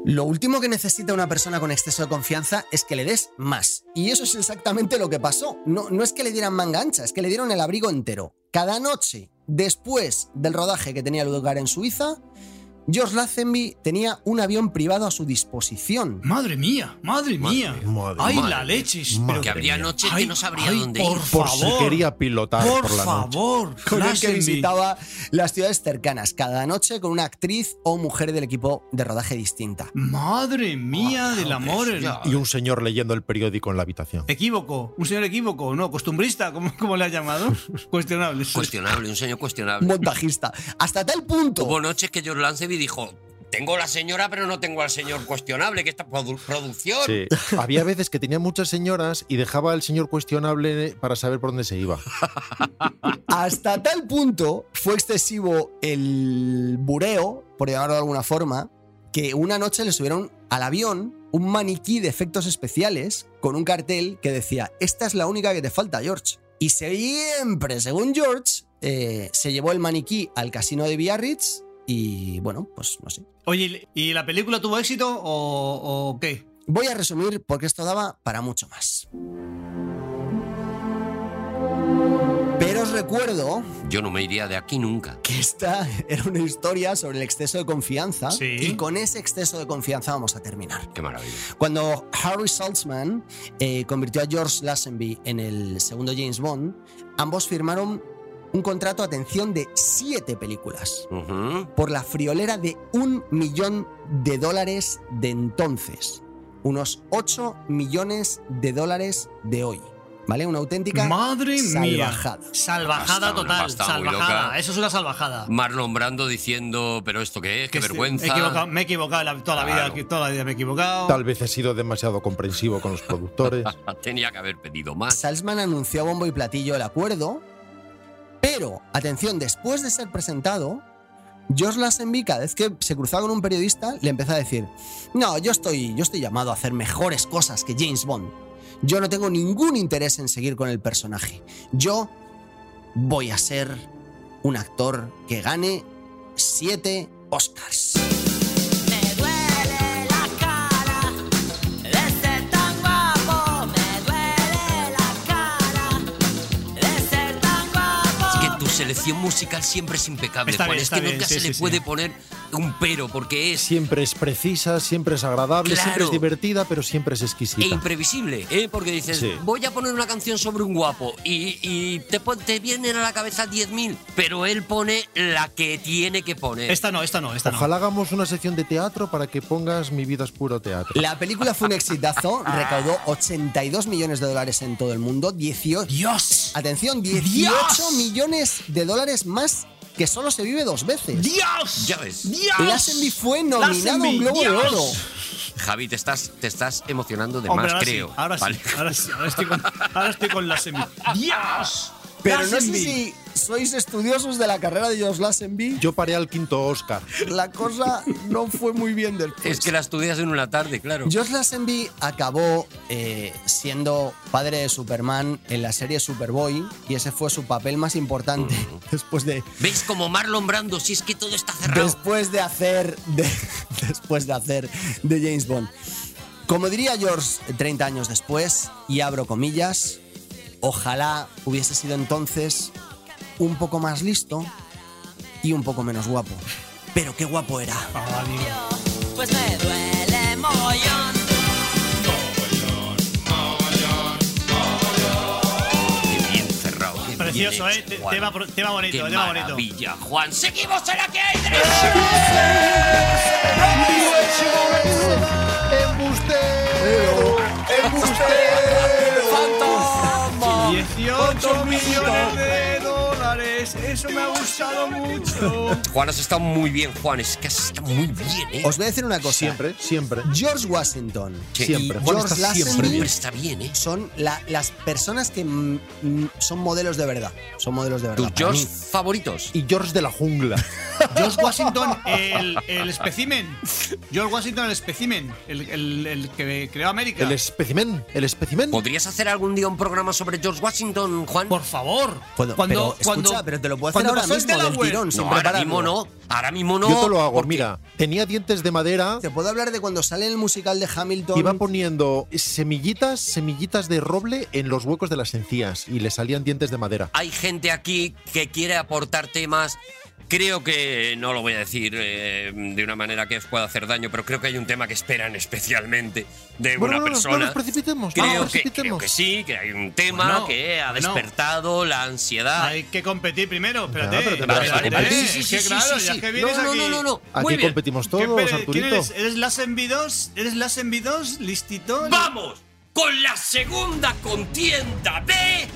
Speaker 5: Lo último que necesita una persona con exceso de confianza es que le des más. Y eso es exactamente lo que pasó. No, no es que le dieran manga ancha, es que le dieron el abrigo entero. Cada noche, después del rodaje que tenía lugar en Suiza, George Lazenby tenía un avión privado a su disposición.
Speaker 3: Madre mía, madre mía.
Speaker 4: madre,
Speaker 3: ay,
Speaker 4: madre.
Speaker 3: la leches.
Speaker 4: Madre
Speaker 3: pero-
Speaker 2: Que habría noches
Speaker 3: Ay,
Speaker 2: que no sabría
Speaker 3: ay,
Speaker 2: dónde
Speaker 3: por
Speaker 2: ir.
Speaker 4: Por
Speaker 3: favor.
Speaker 4: si quería pilotar por,
Speaker 3: por
Speaker 4: la noche.
Speaker 3: favor,
Speaker 5: con el que
Speaker 3: Lazenby.
Speaker 5: visitaba las ciudades cercanas cada noche con una actriz o mujer del equipo de rodaje distinta.
Speaker 3: Madre mía
Speaker 2: Ah,
Speaker 3: del
Speaker 2: hombre,
Speaker 3: amor.
Speaker 2: eso ya-
Speaker 4: Y un señor leyendo el periódico en la habitación.
Speaker 3: Equívoco, un señor equívoco, no, costumbrista, ¿cómo, cómo le has llamado? Cuestionable.
Speaker 2: Cuestionable, un sueño cuestionable.
Speaker 5: Montajista. Hasta tal punto.
Speaker 2: Hubo noches que George Lanceby dijo: Tengo la señora, pero no tengo al señor cuestionable, que esta produ- producción.
Speaker 4: Sí. Había veces que tenía muchas señoras y dejaba al señor cuestionable para saber por dónde se iba.
Speaker 2: Ah.
Speaker 5: Hasta tal punto fue excesivo el bureo, por llamarlo de alguna forma, que una noche le subieron al avión un maniquí de efectos especiales con un cartel que decía, esta es la única que te falta, George. Y siempre, según George, eh, se llevó el maniquí al casino de Biarritz y bueno, pues no sé.
Speaker 3: Oye, ¿y la película tuvo éxito o, o qué?
Speaker 5: Voy a resumir porque esto daba para mucho más. Pero os recuerdo
Speaker 2: Yo no me iría de aquí nunca.
Speaker 5: que esta era una historia sobre el exceso de confianza
Speaker 3: Sí.
Speaker 5: y con ese exceso de confianza vamos a terminar.
Speaker 2: Qué maravilla.
Speaker 5: Cuando Harry Saltzman eh, convirtió a George Lazenby en el segundo James Bond, ambos firmaron un contrato, atención, de siete películas
Speaker 2: Ujú.
Speaker 5: por la friolera de un millón de dólares de entonces. Unos 8 millones de dólares de hoy. ¿Vale? Una auténtica
Speaker 3: Madre
Speaker 5: salvajada.
Speaker 3: mía. Salvajada
Speaker 2: Una pasta,
Speaker 3: total,
Speaker 2: una pasta muy
Speaker 3: salvajada.
Speaker 2: loca.
Speaker 3: Eso es una salvajada.
Speaker 2: Marlon Brando diciendo: ¿Pero esto qué es? ¡Qué
Speaker 3: Que sí,
Speaker 2: vergüenza!
Speaker 3: he equivocado- me he equivocado la- toda la vida,
Speaker 2: Claro.
Speaker 3: que toda la vida me he equivocado.
Speaker 4: Tal vez he sido demasiado comprensivo con los productores.
Speaker 2: Tenía que haber pedido más.
Speaker 5: Salzman anunció a bombo y platillo el acuerdo, pero, atención, después de ser presentado, George Lazenby, cada vez que se cruzaba con un periodista, le empezó a decir, no, yo estoy, yo estoy llamado a hacer mejores cosas que James Bond. Yo no tengo ningún interés en seguir con el personaje. Yo voy a ser un actor que gane siete Oscars.
Speaker 6: Me duele la cara de ser tan guapo. Me duele la cara de ser tan
Speaker 2: Es
Speaker 6: guapo.
Speaker 2: que tu selección musical siempre es impecable,
Speaker 3: Está
Speaker 2: Juan.
Speaker 3: bien,
Speaker 2: es
Speaker 3: está
Speaker 2: que
Speaker 3: bien,
Speaker 2: nunca
Speaker 3: sí,
Speaker 2: se
Speaker 3: sí,
Speaker 2: le
Speaker 3: sí.
Speaker 2: puede poner un pero, porque es
Speaker 4: Siempre es precisa, siempre es agradable, siempre
Speaker 2: Claro.
Speaker 4: es divertida, pero siempre es
Speaker 2: e
Speaker 4: exquisita.
Speaker 2: imprevisible, ¿eh? Porque dices,
Speaker 4: Sí.
Speaker 2: voy a poner una canción sobre un guapo y, y te, pon- te vienen a la cabeza 10.000, pero él pone la que tiene que poner.
Speaker 3: Esta no, esta no, esta
Speaker 4: Ojalá hagamos una sección de teatro para que pongas Mi vida es puro teatro.
Speaker 5: La película fue un exitazo, recaudó 82 millones de dólares en todo el mundo, 18,
Speaker 3: no. ¡Dios!
Speaker 5: Atención, 18 millones de dólares más que solo se vive dos veces.
Speaker 3: ¡Dios!
Speaker 2: Ya ves.
Speaker 3: ¡Dios!
Speaker 5: Lazenby fue nominado a un
Speaker 3: Lazenby,
Speaker 5: Globo de
Speaker 3: ¡Dios!
Speaker 5: Oro.
Speaker 2: Javi, te estás, te estás emocionando de
Speaker 3: Hombre,
Speaker 2: más,
Speaker 3: ahora sí,
Speaker 2: creo.
Speaker 3: ahora sí,
Speaker 2: Vale.
Speaker 3: ahora sí, ahora estoy con, ahora estoy con Lazenby. ¡Dios!
Speaker 5: Pero no sé
Speaker 3: Lazenby.
Speaker 5: si sois estudiosos de la carrera de Josh Lazenby.
Speaker 4: Yo paré al quinto Oscar.
Speaker 5: La cosa no fue muy bien después.
Speaker 2: Es que la estudias en una tarde, claro.
Speaker 5: Josh Lazenby acabó eh, siendo padre de Superman en la serie Superboy y ese fue su papel más importante
Speaker 3: Mm.
Speaker 5: después de
Speaker 2: ¿Veis como Marlon Brando? Si es que todo está cerrado.
Speaker 5: después de hacer de, después de hacer de James Bond. Como diría George 30 años después y abro comillas, ojalá hubiese sido entonces un poco más listo y un poco menos guapo. Pero qué guapo era.
Speaker 3: Ah, digo,
Speaker 6: Pues me duele mollón.
Speaker 2: Qué bien cerrado. qué bien
Speaker 3: Precioso,
Speaker 2: hecho,
Speaker 3: ¿eh? Te-
Speaker 2: Juan.
Speaker 3: Tema, pro- tema bonito,
Speaker 2: Qué
Speaker 3: tema bonito.
Speaker 2: maravilla, Juan. ¡Seguimos en la que hay!
Speaker 4: ¡Embustero!
Speaker 5: ¡Fantasma!
Speaker 3: 18 millones de dólares. Eso me ha gustado mucho.
Speaker 2: Juan, has estado muy bien, Juan. Es que has estado muy bien, ¿eh?
Speaker 5: Os voy a decir una cosa.
Speaker 4: Siempre, siempre.
Speaker 5: George Washington
Speaker 2: Sí.
Speaker 4: Siempre.
Speaker 5: y
Speaker 4: Juan
Speaker 5: George
Speaker 4: está siempre
Speaker 5: Lazenby
Speaker 2: Siempre está bien, ¿eh?
Speaker 5: son la- las personas que mm, mm, son modelos de verdad. Son modelos de verdad.
Speaker 2: Tus
Speaker 5: para
Speaker 2: George
Speaker 5: mí.
Speaker 2: favoritos.
Speaker 4: Y George de la jungla.
Speaker 3: George Washington, el, el especimen. George Washington, el especimen. El, el- el que creó América.
Speaker 4: El especimen. El especimen.
Speaker 2: ¿Podrías hacer algún día un programa sobre George Washington, Juan?
Speaker 3: Por favor.
Speaker 5: Puedo- pero, escucha, pero te lo puedo hacer
Speaker 3: cuando
Speaker 5: ahora
Speaker 3: pasó el
Speaker 5: mismo del
Speaker 3: Delaware.
Speaker 5: tirón, sin
Speaker 2: no, ahora
Speaker 5: prepararlo.
Speaker 2: mismo no. Ahora mismo no.
Speaker 4: Yo te lo hago.
Speaker 2: porque-
Speaker 4: Mira, tenía dientes de madera
Speaker 5: Te puedo hablar de cuando sale el musical de Hamilton.
Speaker 4: Iba poniendo semillitas, semillitas de roble en los huecos de las encías y le salían dientes de madera.
Speaker 2: hay gente aquí que quiere aportar temas. Creo que, no lo voy a decir eh, de una manera que os pueda hacer daño, pero creo que hay un tema que esperan especialmente de
Speaker 4: Bueno,
Speaker 2: una
Speaker 4: no, no,
Speaker 2: persona.
Speaker 4: no nos precipitemos, no
Speaker 2: creo,
Speaker 4: nos
Speaker 2: que, creo
Speaker 4: precipitemos.
Speaker 2: que sí, que hay un tema
Speaker 3: Bueno,
Speaker 2: que ha
Speaker 3: bueno.
Speaker 2: despertado la ansiedad.
Speaker 3: Hay que competir primero. Espérate.
Speaker 4: pero te
Speaker 2: Vale,
Speaker 4: Pero sí,
Speaker 2: vale, vale.
Speaker 4: sí,
Speaker 2: Sí, sí, sí,
Speaker 3: que
Speaker 2: sí,
Speaker 3: claro,
Speaker 2: sí,
Speaker 3: ya
Speaker 2: sí.
Speaker 3: que vienes
Speaker 2: no, no,
Speaker 3: aquí.
Speaker 2: No, no, no. Muy
Speaker 4: Aquí
Speaker 2: bien.
Speaker 4: competimos
Speaker 3: ¿Qué pe-
Speaker 4: todos,
Speaker 3: ¿Quién
Speaker 4: Arturito.
Speaker 3: eres? ¿Eres las envidos? ¿Eres las envidos? ¿Listito?
Speaker 2: ¡Vamos! Con la segunda contienda de.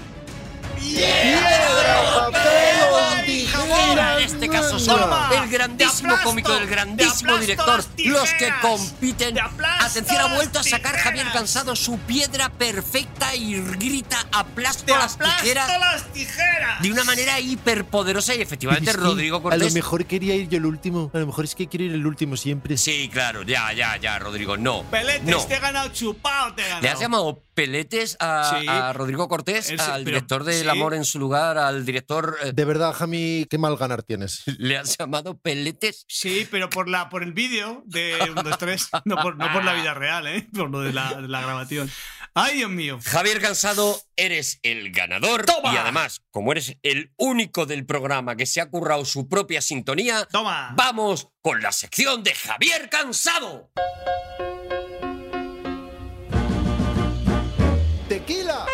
Speaker 2: En este caso son
Speaker 3: Toma,
Speaker 2: el grandísimo
Speaker 3: te aplasto,
Speaker 2: cómico, el
Speaker 3: te
Speaker 2: grandísimo
Speaker 3: aplasto
Speaker 2: director,
Speaker 3: las tijeras,
Speaker 2: los que compiten.
Speaker 3: te aplasto
Speaker 2: Atención, ha vuelto a
Speaker 3: las
Speaker 2: sacar
Speaker 3: tijeras.
Speaker 2: Javier Cansado su piedra perfecta y grita aplasto
Speaker 3: ¡Te
Speaker 2: las
Speaker 3: aplasto
Speaker 2: tijeras
Speaker 3: las tijeras!
Speaker 2: de una manera hiperpoderosa y efectivamente
Speaker 4: Es que
Speaker 2: Rodrigo
Speaker 4: A lo
Speaker 2: Cortés.
Speaker 4: mejor quería ir yo el último. A lo mejor es que quiero ir el último siempre.
Speaker 2: Sí, claro, ya, ya, ya, Rodrigo, no.
Speaker 3: Peletes,
Speaker 2: no.
Speaker 3: te he este ganado chupado, te he ganado.
Speaker 2: ¿Le has llamado peletes a,
Speaker 3: Sí.
Speaker 2: a Rodrigo Cortés,
Speaker 3: Él sí,
Speaker 2: al
Speaker 3: pero-
Speaker 2: director del
Speaker 3: sí.
Speaker 2: amor en su lugar, al director. eh,
Speaker 4: De verdad, Jami, qué mal ganar tienes.
Speaker 2: ¿Le has llamado peletes?
Speaker 3: Sí, pero por, la, por el vídeo de 1, 2, 3, no por, no por la vida real, ¿eh? Por lo de la, de la grabación. ¡Ay, Dios mío!
Speaker 2: Javier Cansado, eres el ganador. Y además, como eres el único del programa que se ha currado su propia sintonía,
Speaker 3: ¡Toma!
Speaker 2: vamos con la sección de Javier Cansado.
Speaker 4: ¡Tequila!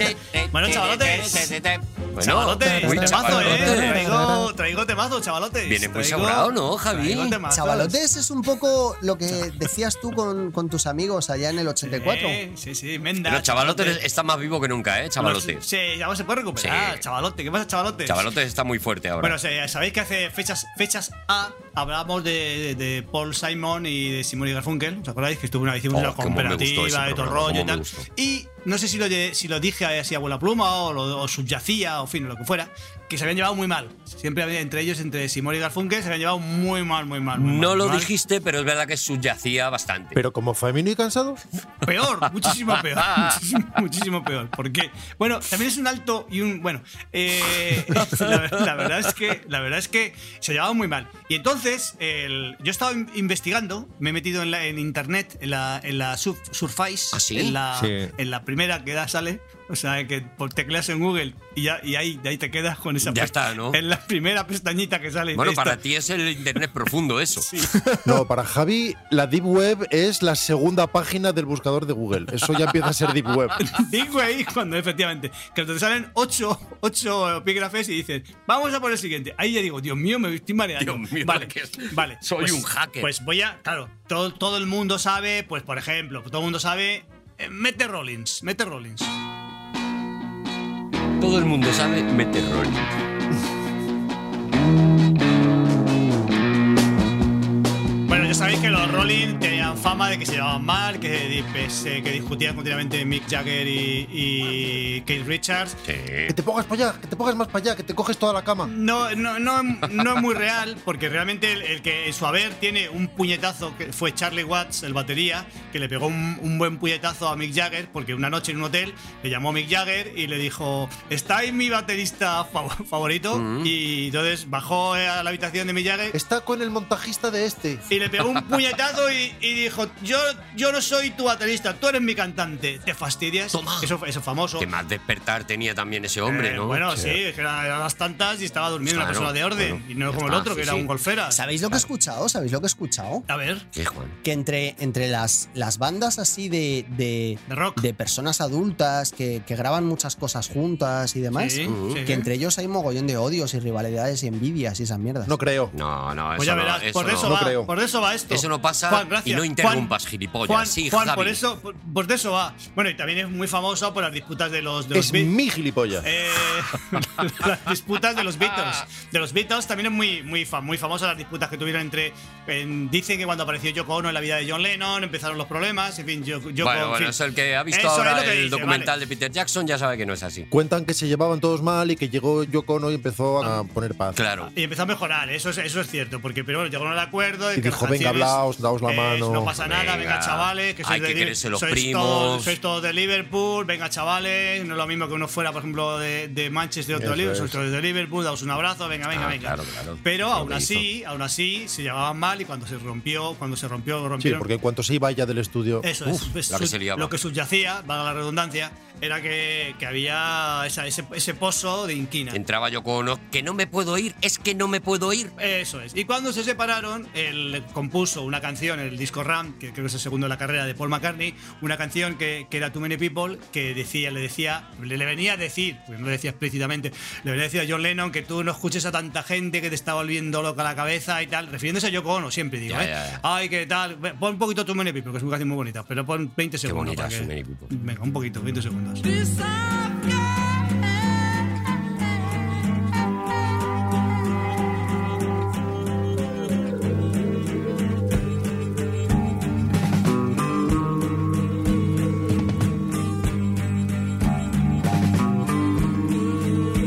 Speaker 3: Eh,
Speaker 2: Eh,
Speaker 3: Bueno, chavalotes.
Speaker 2: Bueno,
Speaker 3: chavalote,
Speaker 2: muy
Speaker 3: temazo, ¿eh?
Speaker 2: chavalote.
Speaker 3: Traigo, traigo temazo, chavalotes.
Speaker 2: Viene muy
Speaker 3: Traigo-
Speaker 2: sobrado, ¿no, Javi?
Speaker 3: traigo temazos.
Speaker 5: Chavalotes es un poco lo que decías tú con, con tus amigos allá en el 84.
Speaker 3: Eh, Sí, sí, menda.
Speaker 2: Pero chavalote está más vivo que nunca, ¿eh? Chavalote.
Speaker 3: Sí, ya no se puede recuperar.
Speaker 2: Sí.
Speaker 3: Chavalote, ¿qué pasa, chavalotes?
Speaker 2: Chavalote está muy fuerte ahora.
Speaker 3: Bueno, o sea, sabéis que hace fechas, fechas A hablábamos de, de- de Paul Simon y de Simon y Garfunkel. ¿Os acordáis? Que estuvo una, hicimos
Speaker 2: Oh,
Speaker 3: una
Speaker 2: cómo me gustó ese
Speaker 3: comparativa de todo el
Speaker 2: programa,
Speaker 3: rollo y
Speaker 2: cómo me
Speaker 3: tal.
Speaker 2: gustó.
Speaker 3: Y no sé si lo, lle- si lo dije así a bola pluma o, lo, o subyacía o fin, lo que fuera, que se habían llevado muy mal. Siempre había entre ellos, entre Simon y Garfunkel, se habían llevado muy mal, muy mal. muy mal,
Speaker 2: no
Speaker 3: muy
Speaker 2: lo
Speaker 3: mal.
Speaker 2: dijiste, pero es verdad que subyacía bastante.
Speaker 4: Pero como femenino y cansado,
Speaker 3: Peor, muchísimo peor. muchísimo, muchísimo peor. Porque, bueno, también es un alto y un. Bueno, eh, la, ver- la verdad es que, la verdad es que se llevaba muy mal. Y entonces, el- yo estaba in- investigando, me he metido en, la, en internet, en la, en la Sur- Surface,
Speaker 2: ¿Ah, sí?
Speaker 3: en, la,
Speaker 4: Sí.
Speaker 3: en la primera que da sale. O sea, que por tecleas en Google y, ya, y ahí, de ahí te quedas con esa
Speaker 2: Ya
Speaker 3: pesta-
Speaker 2: está, ¿no?
Speaker 3: En la primera pestañita que sale.
Speaker 2: bueno,
Speaker 3: Esta-
Speaker 2: para ti es el internet profundo eso.
Speaker 4: No, para Javi, la Deep Web es la segunda página del buscador de Google. Eso ya empieza a ser Deep Web.
Speaker 3: Digo ahí cuando efectivamente, que te salen ocho, ocho epígrafes y dices, vamos a por el siguiente. Ahí ya digo, Dios mío, me estoy mareando.
Speaker 2: Dios mío,
Speaker 3: vale,
Speaker 2: que es-
Speaker 3: vale.
Speaker 2: soy un hacker.
Speaker 3: Pues voy a, claro, todo, todo el mundo sabe, pues por ejemplo, todo el mundo sabe, eh, Mete Rollins, Mete Rollins.
Speaker 2: Todo el mundo sabe meter rol.
Speaker 3: Bueno, ya sabéis que los Rolling tenían fama de que se llevaban mal, que, di- pues, eh, que discutían continuamente Mick Jagger y, y Keith Richards.
Speaker 2: Sí.
Speaker 4: Que te pongas para allá, que te pongas más para allá, que te coges toda la cama.
Speaker 3: No, no, no, no es muy real, porque realmente el, el que en su haber tiene un puñetazo, que fue Charlie Watts, el batería, que le pegó un, un buen puñetazo a Mick Jagger, porque una noche en un hotel le llamó Mick Jagger y le dijo, está ahí mi baterista fav- favorito, y entonces bajó a la habitación de Mick Jagger
Speaker 4: Está con el montajista de este.
Speaker 3: y le pegó un puñetazo y, y dijo, yo, yo no soy tu baterista, tú eres mi cantante, te fastidias.
Speaker 2: Toma.
Speaker 3: Eso, eso es famoso.
Speaker 2: Que más despertar tenía también ese hombre,
Speaker 3: Eh,
Speaker 2: ¿no?
Speaker 3: Bueno, sí, es que era, era las tantas y estaba durmiendo una
Speaker 2: Claro,
Speaker 3: persona de orden.
Speaker 2: bueno,
Speaker 3: y no
Speaker 2: ya
Speaker 3: como el
Speaker 2: está,
Speaker 3: otro, que
Speaker 2: sí,
Speaker 3: era
Speaker 2: sí.
Speaker 3: un golfera.
Speaker 5: ¿Sabéis lo que he escuchado? ¿Sabéis lo que he escuchado?
Speaker 3: A ver,
Speaker 2: Sí, Juan.
Speaker 5: Que entre, entre las, las bandas así de, de,
Speaker 3: de rock.
Speaker 5: de personas adultas que, que graban muchas cosas juntas y demás,
Speaker 3: Sí,
Speaker 2: Ujú.
Speaker 3: sí.
Speaker 5: que entre ellos hay mogollón de odios y rivalidades y envidias y esas mierdas.
Speaker 4: No creo.
Speaker 2: No, no, eso
Speaker 3: Pues ya
Speaker 2: no,
Speaker 3: verás,
Speaker 2: eso
Speaker 3: por,
Speaker 2: no.
Speaker 3: eso
Speaker 4: no
Speaker 3: va,
Speaker 4: creo.
Speaker 3: por eso va esto.
Speaker 2: Eso no pasa
Speaker 3: Juan, gracias.
Speaker 2: y no
Speaker 3: Juan,
Speaker 2: interrumpas, gilipollas.
Speaker 3: Juan,
Speaker 2: Sí,
Speaker 3: Juan,
Speaker 2: Javi.
Speaker 3: por, eso, por, por eso va. Bueno, y también es muy famoso por las disputas de los, de los
Speaker 4: Es
Speaker 3: Beat-
Speaker 4: mi gilipollas.
Speaker 3: Eh, las disputas de los Beatles. De los Beatles también es muy, muy, fa- muy famosas las disputas que tuvieron entre. en- dicen que cuando apareció Yoko Ono en la vida de John Lennon empezaron los problemas. En fin, yo
Speaker 2: bueno, bueno, eso el que ha visto ahora el documental de Peter Jackson ya sabe que no es así.
Speaker 4: Cuentan que se llevaban todos mal y que llegó Yoko Ono y empezó a
Speaker 3: Ah.
Speaker 4: poner paz.
Speaker 2: Claro.
Speaker 3: Y empezó a mejorar, ¿eh? eso es, eso es cierto, porque pero bueno, llegó al acuerdo. de
Speaker 4: Y
Speaker 3: que las
Speaker 4: dijo, venga,
Speaker 3: canciones,
Speaker 4: hablaos, daos la
Speaker 3: eh,
Speaker 4: mano.
Speaker 3: No pasa nada, venga,
Speaker 2: Venga,
Speaker 3: chavales, que sois
Speaker 2: hay
Speaker 3: de
Speaker 2: que
Speaker 3: Li-
Speaker 2: quererse los
Speaker 3: sois
Speaker 2: primos.
Speaker 3: todos- sois todos de Liverpool, venga, chavales, no es lo mismo que uno fuera, por ejemplo, de, de Manchester, otro de
Speaker 4: Eso
Speaker 3: Liverpool,
Speaker 4: es.
Speaker 3: sois de Liverpool, daos un abrazo, venga, venga,
Speaker 2: Ah,
Speaker 3: venga.
Speaker 2: claro, claro.
Speaker 3: Pero
Speaker 2: Lo
Speaker 3: aún
Speaker 2: que hizo.
Speaker 3: así, aún así, se llevaban mal y cuando se rompió, cuando se rompió,
Speaker 4: Sí,
Speaker 3: rompieron.
Speaker 4: porque en cuanto se iba ella del estudio.
Speaker 3: Eso
Speaker 4: uf,
Speaker 3: es, pues,
Speaker 2: la que
Speaker 3: sub-
Speaker 2: se liaba.
Speaker 3: lo que subyacía, valga la redundancia, era que, que había esa- ese, ese pozo de inquina.
Speaker 2: Entraba yo con uno, que no me puedo ir, es que no me puedo ir.
Speaker 3: Eso es. Y cuando se separaron, él compuso una canción, el disco Ram, que creo que es el segundo de la carrera de Paul McCartney, una canción que, que era Too Many People, que decía, le decía, le, le venía a decir, porque no lo decía explícitamente, le venía a decir a John Lennon que tú no escuches a tanta gente que te está volviendo loca la cabeza y tal, refiriéndose a Yoko Ono, siempre digo,
Speaker 2: Ya,
Speaker 3: ¿eh?
Speaker 2: ya, ya.
Speaker 3: Ay, qué tal, Ve, pon un poquito Too Many People, que es una canción muy bonita, pero pon 20 segundos.
Speaker 2: bonita
Speaker 3: para
Speaker 2: es
Speaker 3: que-
Speaker 2: Too Many People.
Speaker 3: Venga, un poquito, 20 segundos.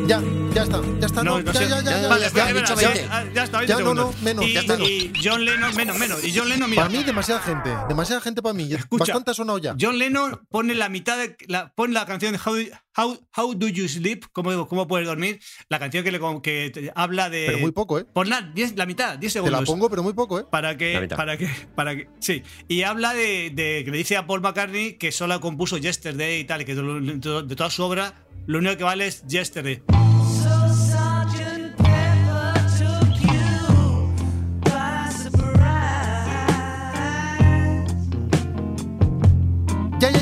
Speaker 4: Ya, ya está, ya está.
Speaker 3: No,
Speaker 4: No,
Speaker 3: no
Speaker 4: ya,
Speaker 3: sé.
Speaker 4: ya, ya, ya,
Speaker 3: Vale,
Speaker 4: ya,
Speaker 3: espera,
Speaker 4: ya,
Speaker 3: espera,
Speaker 4: ya.
Speaker 2: veinte.
Speaker 3: ya, ya está, veinte
Speaker 4: Ya, no, no,
Speaker 3: segundos.
Speaker 4: menos,
Speaker 3: Y,
Speaker 4: ya está.
Speaker 3: y John Lennon, menos, menos. Y John Lennon, mira.
Speaker 4: Para mí, demasiada gente. Demasiada gente para mí. Ya-
Speaker 3: Escucha,
Speaker 4: Bastante ha sonado ya.
Speaker 3: John Lennon pone la mitad de la, pone la canción de How, How, How Do You Sleep, ¿cómo, cómo puedes dormir? La canción que, le, que te- habla de.
Speaker 4: Pero muy poco, ¿eh?
Speaker 3: Ponla diez- la mitad, 10
Speaker 4: Te
Speaker 3: segundos.
Speaker 4: la pongo, pero muy poco, ¿eh?
Speaker 3: Para
Speaker 2: La
Speaker 3: que,
Speaker 2: mitad.
Speaker 3: para que, para que, sí. Y habla de, de que le dice a Paul McCartney que solo compuso Yesterday y tal, y que de, lo- de toda su obra lo único que vale es Yesterday.
Speaker 4: Ya, ya,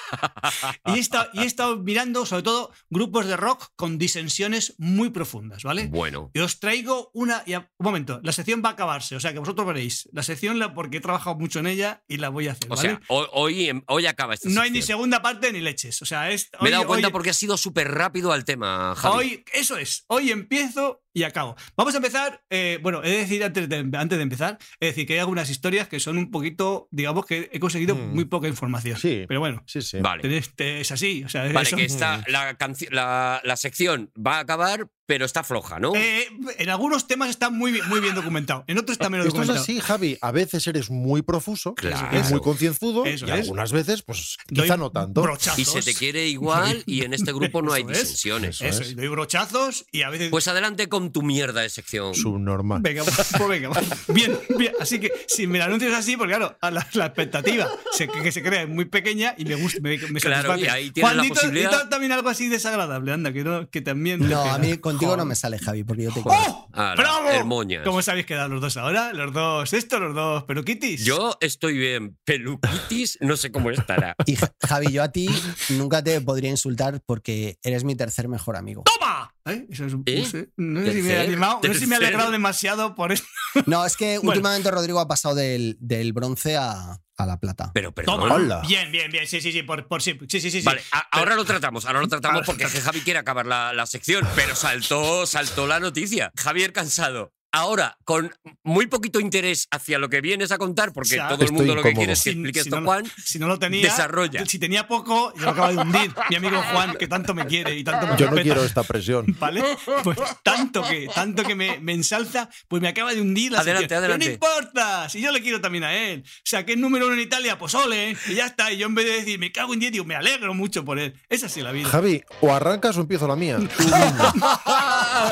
Speaker 2: Ah,
Speaker 3: Y, he estado, y he estado mirando, sobre todo, grupos de rock con disensiones muy profundas, ¿vale?
Speaker 2: Bueno.
Speaker 3: Y os traigo una. y a- un momento, la sección va a acabarse, o sea que vosotros veréis. La sección, la, porque he trabajado mucho en ella y la voy a hacer,
Speaker 2: O
Speaker 3: ¿vale?
Speaker 2: sea, ho- hoy, em- hoy acaba esta
Speaker 3: no hay ni
Speaker 2: sección.
Speaker 3: segunda parte ni leches. O sea, es.
Speaker 2: Me he
Speaker 3: hoy-
Speaker 2: dado cuenta
Speaker 3: hoy-
Speaker 2: porque ha sido súper rápido al tema, Javi.
Speaker 3: Hoy, eso es, hoy empiezo y acabo. Vamos a empezar, eh, bueno, he de decir antes de, antes de empezar, es decir, que hay algunas historias que son un poquito, digamos que he conseguido
Speaker 4: Mm.
Speaker 3: muy poca información.
Speaker 4: Sí.
Speaker 3: Pero bueno,
Speaker 4: Sí, sí.
Speaker 2: Vale.
Speaker 3: tenés- te- es así, o sea,
Speaker 2: Vale,
Speaker 3: eso-
Speaker 2: que está la, canci- la, la sección va a acabar, pero está floja, ¿no?
Speaker 3: Eh, en algunos temas está muy, bien- muy bien documentado, en otros está menos
Speaker 4: Esto es
Speaker 3: documentado.
Speaker 4: así, Javi. A veces eres muy profuso,
Speaker 2: Claro.
Speaker 4: es muy concienzudo,
Speaker 3: Eso
Speaker 4: y
Speaker 3: es.
Speaker 4: algunas veces, pues
Speaker 3: Doy
Speaker 4: quizá no tanto.
Speaker 3: brochazos.
Speaker 2: y se te quiere igual y en este grupo no hay
Speaker 3: Eso es. Eh,
Speaker 2: disensiones.
Speaker 4: Eso
Speaker 3: Eso,
Speaker 4: es.
Speaker 3: y doy brochazos y a veces.
Speaker 2: Pues adelante con tu mierda de sección.
Speaker 4: Subnormal.
Speaker 3: Venga, pues venga. Bien, bien. Así que si me lo anuncias así, porque claro, a la, la expectativa se- que se crea es muy pequeña y me gusta, me, me
Speaker 2: Claro,
Speaker 3: satisface.
Speaker 2: y ahí tienes la
Speaker 3: Juan, di to-
Speaker 2: posibilidad.
Speaker 3: di to- también algo así desagradable, anda, que, no, que también.
Speaker 5: No, a mí Contigo no me sale, Javi, porque yo te quiero.
Speaker 3: ¡Oh!
Speaker 2: Ala,
Speaker 3: ¡Bravo!
Speaker 2: el moñas.
Speaker 3: ¿Cómo os habéis quedado los dos ahora? Los dos, esto, los dos peluquitis.
Speaker 2: Yo estoy bien. Peluquitis, no sé cómo estará.
Speaker 5: Y Ja- Javi, yo a ti nunca te podría insultar porque eres mi tercer mejor amigo.
Speaker 3: ¡Toma! ¿Eh? Eso es un-
Speaker 2: ¿Eh?
Speaker 3: no sé, no sé si me he
Speaker 2: Tercer,
Speaker 3: animado, no sé si me he
Speaker 2: tercer.
Speaker 3: alegrado demasiado por esto.
Speaker 5: No, es que
Speaker 3: Bueno.
Speaker 5: últimamente Rodrigo ha pasado del, del bronce a, a la plata.
Speaker 2: Pero perdón.
Speaker 3: Toma.
Speaker 4: Hola.
Speaker 3: Bien, bien, bien. Sí, sí, sí. Por, por sí. Sí, sí, sí. sí.
Speaker 2: Vale, a- ahora lo tratamos, ahora lo tratamos
Speaker 3: Ahora-
Speaker 2: porque es que Javi quiere acabar la, la sección, pero saltó, saltó la noticia. Javier cansado. Ahora, con muy poquito interés hacia lo que vienes a contar, porque
Speaker 3: O sea,
Speaker 2: todo el
Speaker 4: Estoy
Speaker 2: mundo lo que
Speaker 4: incómodo.
Speaker 2: quiere es que
Speaker 3: Si-
Speaker 2: explique
Speaker 3: si
Speaker 2: esto,
Speaker 3: no lo-
Speaker 2: Juan.
Speaker 3: Si no lo tenía.
Speaker 2: Desarrolla.
Speaker 3: Si tenía poco, yo lo acabo de hundir. Mi amigo Juan, que tanto me quiere y tanto me
Speaker 4: Yo no
Speaker 3: respeta.
Speaker 4: quiero esta presión.
Speaker 3: ¿Vale? Pues tanto que, tanto que me, me ensalza, pues me acaba de hundir la
Speaker 2: Adelante,
Speaker 3: sección.
Speaker 2: adelante.
Speaker 3: Pero no importa, si yo le quiero también a él. O sea, que es número uno en Italia, pues ole, y ya está. Y yo en vez de decir, me cago en 10, digo, me alegro mucho por él. Esa sí la vida.
Speaker 4: Javi, o arrancas o empiezo la mía.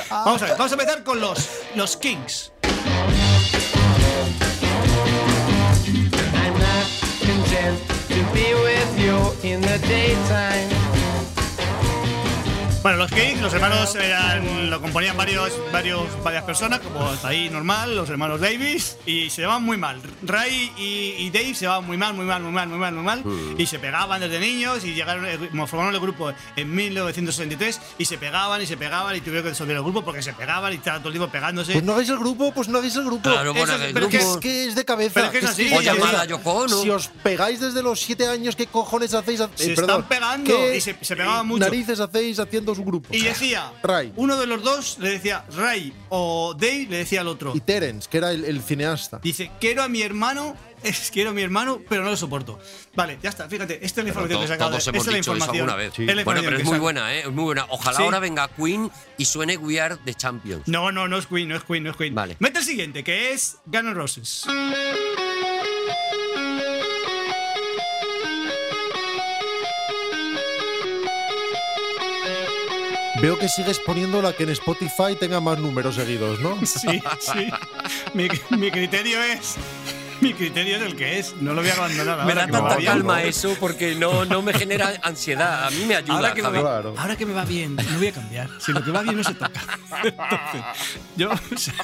Speaker 3: Vamos a ver, vamos a empezar con los, los Kings.
Speaker 7: I'm not content to be with you in the daytime.
Speaker 3: Bueno, los Kings, los hermanos eran, lo componían varios, varios, varias personas, como hasta ahí normal, los hermanos Davis, y se llevaban muy mal. Ray y, y Dave se llevaban muy mal, muy mal, muy mal, muy mal, muy mal,
Speaker 4: Mm.
Speaker 3: y se pegaban desde niños y llegaron, eh, como formaron el grupo en 1963 y se pegaban y se pegaban y tuvieron que disolver el grupo porque se pegaban y estaban todo el tiempo pegándose.
Speaker 4: Pues no hagáis el grupo, pues no hagáis el grupo.
Speaker 2: Claro, bueno,
Speaker 4: Eso-
Speaker 2: el
Speaker 4: pero que
Speaker 2: grupo.
Speaker 4: es que es de cabeza.
Speaker 3: Pero es que es así.
Speaker 4: de
Speaker 3: O llamada
Speaker 4: cabeza.
Speaker 2: a Yoko Ono.
Speaker 4: Si os pegáis desde los siete años, ¿qué cojones hacéis? hac-
Speaker 3: Se
Speaker 4: eh, perdón,
Speaker 3: están pegando
Speaker 4: ¿qué
Speaker 3: y se- se pegaban mucho.
Speaker 4: narices hacéis haciendo un grupo?
Speaker 3: Y decía,
Speaker 4: Ray.
Speaker 3: uno de los dos le decía Ray o Dave le decía al otro,
Speaker 4: Y Terence, que era el, el cineasta.
Speaker 3: Dice, quiero a mi hermano, es, quiero a mi hermano, pero no lo soporto. Vale, ya está, fíjate, esta es la
Speaker 2: Pero
Speaker 3: información
Speaker 2: to-
Speaker 3: que se acaba de
Speaker 2: todos hemos
Speaker 3: esta es la
Speaker 2: dicho eso
Speaker 3: información.
Speaker 2: alguna vez.
Speaker 3: Es la
Speaker 2: Bueno,
Speaker 3: información
Speaker 2: pero es
Speaker 3: que
Speaker 2: muy
Speaker 3: saco.
Speaker 2: buena, ¿eh? Es muy buena. Ojalá
Speaker 3: Sí.
Speaker 2: ahora venga Queen y suene We Are the Champions.
Speaker 3: No, no, no es Queen, no es Queen, no es Queen.
Speaker 2: Vale.
Speaker 3: Mete el siguiente, que es Guns N' Roses.
Speaker 4: Veo que sigues poniendo la que en Spotify tenga más números seguidos, ¿no?
Speaker 3: Sí, sí. Mi, mi criterio es. Mi criterio es el que es. No lo voy a abandonar.
Speaker 2: Me
Speaker 3: ahora
Speaker 2: da
Speaker 3: que
Speaker 2: tanta
Speaker 3: va bien.
Speaker 2: calma eh. eso porque no, no me genera ansiedad. A mí me ayuda,
Speaker 3: Ahora que, me
Speaker 2: Javi.
Speaker 3: va,
Speaker 4: Claro.
Speaker 3: ahora que me va bien, no voy a cambiar. Si lo que va bien no se toca. Entonces, yo,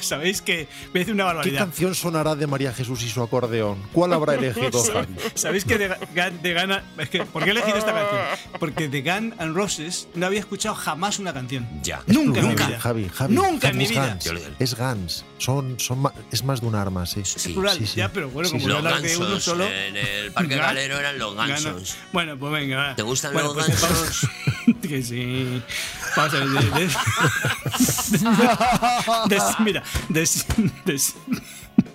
Speaker 3: sabéis que voy a decir una
Speaker 4: ¿Qué
Speaker 3: barbaridad.
Speaker 4: canción sonará de María Jesús y su acordeón? ¿Cuál habrá elegido Javi?
Speaker 3: ¿Sabéis que de, Ga- de Gun- es que, ¿Por qué he elegido esta canción? Porque de Gun and Roses no había escuchado jamás una canción.
Speaker 2: Ya.
Speaker 3: Nunca, en mi
Speaker 4: Javi,
Speaker 3: vida.
Speaker 4: Javi, Javi,
Speaker 3: Nunca en
Speaker 4: Javi,
Speaker 3: mi
Speaker 4: es
Speaker 3: vida.
Speaker 4: Guns,
Speaker 2: Yo le-
Speaker 4: Es Gans. Son, son ma- es más de un arma, sí.
Speaker 2: Sí,
Speaker 3: Es plural,
Speaker 4: sí, sí.
Speaker 3: ya, pero bueno,
Speaker 4: Sí,
Speaker 3: como
Speaker 4: sí.
Speaker 3: yo
Speaker 2: Los
Speaker 3: hablar de uno
Speaker 2: gansos.
Speaker 3: solo.
Speaker 2: En el Parque
Speaker 3: Gan-
Speaker 2: Galero eran los
Speaker 3: Ganas.
Speaker 2: gansos.
Speaker 3: Bueno, pues venga. va.
Speaker 2: ¿Te gustan
Speaker 3: Bueno,
Speaker 2: los
Speaker 3: pues,
Speaker 2: gansos?
Speaker 3: que sí. Vamos a ver. de- de- de- mira, de, de-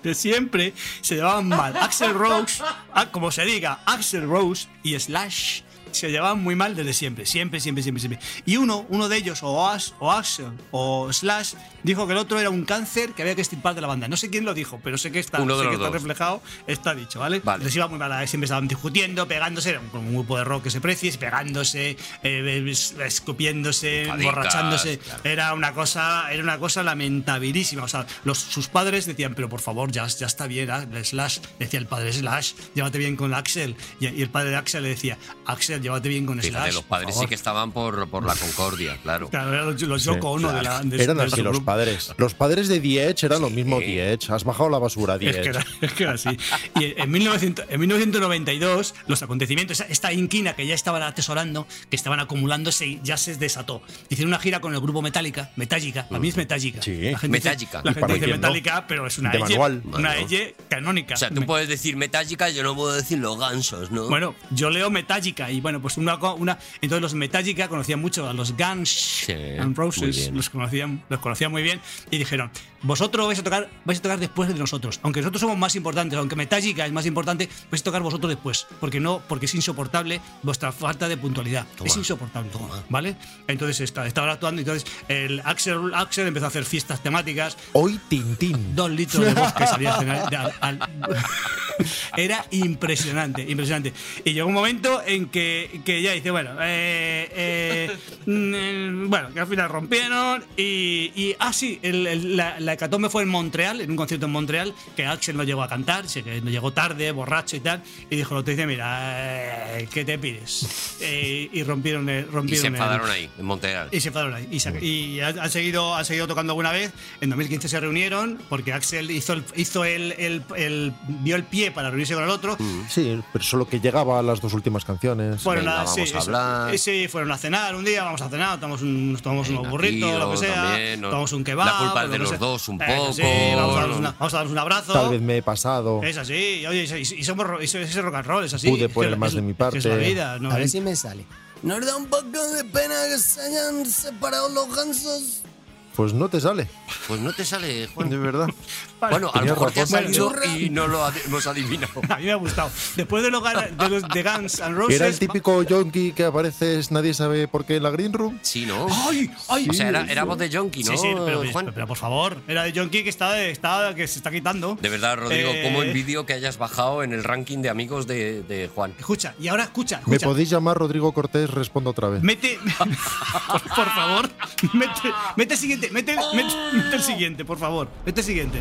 Speaker 3: de siempre se llevaban mal. Axel Rose, ah, como se diga, Axel Rose y Slash se llevaban muy mal desde siempre, siempre, siempre, siempre, siempre. Y uno, uno de ellos, o, As- o Axel o Slash, dijo que el otro era un cáncer que había que extirpar de la banda. No sé quién lo dijo, pero sé que está,
Speaker 2: Uno de
Speaker 3: sé
Speaker 2: los
Speaker 3: que está
Speaker 2: dos.
Speaker 3: reflejado, está dicho, ¿vale?
Speaker 2: Vale.
Speaker 3: Les iba muy mal, siempre estaban discutiendo, pegándose, era un- como un grupo de rock que se precie, pegándose, eh, es- escupiéndose,
Speaker 2: Cadicas,
Speaker 3: emborrachándose.
Speaker 2: claro.
Speaker 3: Era una cosa, era una cosa lamentabilísima. O sea, los, sus padres decían, pero por favor, ya, ya está bien, ah, Slash. Decía el padre Slash, llévate bien con Axel. Y, y el padre de Axel le decía, Axel, llévate bien con
Speaker 2: Fíjate,
Speaker 3: Slash.
Speaker 2: los
Speaker 3: por
Speaker 2: padres sí
Speaker 3: favor".
Speaker 2: que estaban por, por la concordia, claro.
Speaker 3: Claro, eran los, los Yoko Ono de la. de-
Speaker 4: Eran
Speaker 3: de
Speaker 4: así
Speaker 3: su
Speaker 4: los
Speaker 3: grupo.
Speaker 4: padres. Los padres de Diech eran lo mismo Diech. Has bajado la basura,
Speaker 3: Es que,
Speaker 4: Diech.
Speaker 3: era, es que era así. Y en, 1900 en 1992, los acontecimientos, esa- esta inquina que ya estaban atesorando, que estaban acumulándose, ya se desató. Hicieron una gira con el grupo Metallica, Metallica, para mí es Metallica.
Speaker 4: Sí.
Speaker 3: La gente
Speaker 2: Metallica.
Speaker 3: Dice, la
Speaker 4: ¿Y
Speaker 3: gente
Speaker 4: para
Speaker 3: dice
Speaker 4: quién no?
Speaker 3: Metallica, pero es una
Speaker 4: De
Speaker 3: L,
Speaker 4: manual.
Speaker 3: una
Speaker 2: Bueno.
Speaker 3: L canónica.
Speaker 2: O sea, tú
Speaker 3: Me-
Speaker 2: puedes decir metálica, yo no puedo decir los gansos, ¿no?
Speaker 3: Bueno, yo leo Metallica y bueno, pues una, co- una entonces los Metallica conocían mucho a los Guns and
Speaker 2: muy
Speaker 3: Roses,
Speaker 2: bien.
Speaker 3: los conocían, los conocían muy bien y dijeron, "Vosotros vais a tocar, vais a tocar después de nosotros, aunque nosotros somos más importantes, aunque Metallica es más importante, vais a tocar vosotros después, porque no, porque es insoportable vuestra falta de puntualidad. Es insoportable, ¿vale? Entonces está- estaban actuando entonces el Axel Axel empezó a hacer fiestas temáticas
Speaker 4: Hoy Tintín.
Speaker 3: dos litros de voz que salía al- de- al- al- Era impresionante, impresionante. Y llegó un momento en que que, que ya dice, bueno, eh, eh, mm, bueno, que al final rompieron y, y ah, sí, el- el- la, la hecatombe fue en Montreal, en un concierto en Montreal, que Axel no llegó a cantar, sí, que no llegó tarde, borracho y tal, y dijo, lo te dice, mira, eh, ¿qué te pides? Eh, y rompieron el...
Speaker 2: Y
Speaker 3: Rompieron
Speaker 2: se
Speaker 3: el-
Speaker 2: enfadaron ahí, en Montreal.
Speaker 3: y se enfadaron ahí. Y, se- y ha- han, seguido, han seguido tocando alguna vez. En 2015 se reunieron porque Axel hizo el, hizo el, el- el- dio el pie para reunirse con el otro.
Speaker 4: Sí, pero solo que llegaba a las dos últimas canciones.
Speaker 2: Mm.
Speaker 3: Fueron
Speaker 2: Venga,
Speaker 3: a, sí,
Speaker 2: vamos a
Speaker 3: eso.
Speaker 2: hablar.
Speaker 3: Eh, sí, fueron a cenar un día, vamos a cenar, tomamos, un- nos tomamos unos
Speaker 2: Venga,
Speaker 3: burritos, lo que
Speaker 2: tío,
Speaker 3: sea,
Speaker 2: también, no-
Speaker 3: tomamos un kebab.
Speaker 2: la culpa es
Speaker 3: lo
Speaker 2: de
Speaker 3: que
Speaker 2: los
Speaker 3: sea.
Speaker 2: dos un
Speaker 3: Eh,
Speaker 2: poco,
Speaker 3: sí, vamos a darnos,
Speaker 2: no-
Speaker 3: una- vamos a darnos un abrazo.
Speaker 4: Tal vez me he pasado.
Speaker 3: Es así, y oye, y, y somos, ro- y ese rock and roll, es así.
Speaker 4: Pude
Speaker 3: Es que-
Speaker 4: poner más
Speaker 3: es-
Speaker 4: de mi
Speaker 3: es que es la
Speaker 4: parte.
Speaker 3: vida, Ah, ¿no? eh.
Speaker 5: A ver si me sale. Nos da un poco de pena que se hayan separado los gansos.
Speaker 4: Pues no te sale,
Speaker 2: Pues no te sale, Juan.
Speaker 4: de verdad.
Speaker 2: Bueno, a lo
Speaker 4: Tenía
Speaker 2: mejor te ha
Speaker 4: razón.
Speaker 2: salido y no lo ad- hemos adivinado.
Speaker 3: A mí me ha gustado. Después de los, gan- de los de Guns N' Roses.
Speaker 4: Era el típico yonki que apareces, nadie sabe por qué en la Green Room.
Speaker 2: Sí, ¿no?
Speaker 3: ¡Ay! ¡Ay!
Speaker 2: o sea, era, era voz de Jonky, ¿no?
Speaker 3: Sí, sí, pero,
Speaker 2: Juan?
Speaker 3: pero por favor, era de John Key que, está, está- que se está quitando.
Speaker 2: De verdad, Rodrigo,
Speaker 3: Eh,
Speaker 2: cómo envidio que hayas bajado en el ranking de amigos de, de Juan.
Speaker 3: Escucha, y ahora escucha.
Speaker 4: Me
Speaker 3: escucha.
Speaker 4: podéis llamar Rodrigo Cortés, respondo otra vez.
Speaker 3: Mete. por, por favor, mete, mete el siguiente, mete, mete, mete el siguiente, por favor. Mete el siguiente.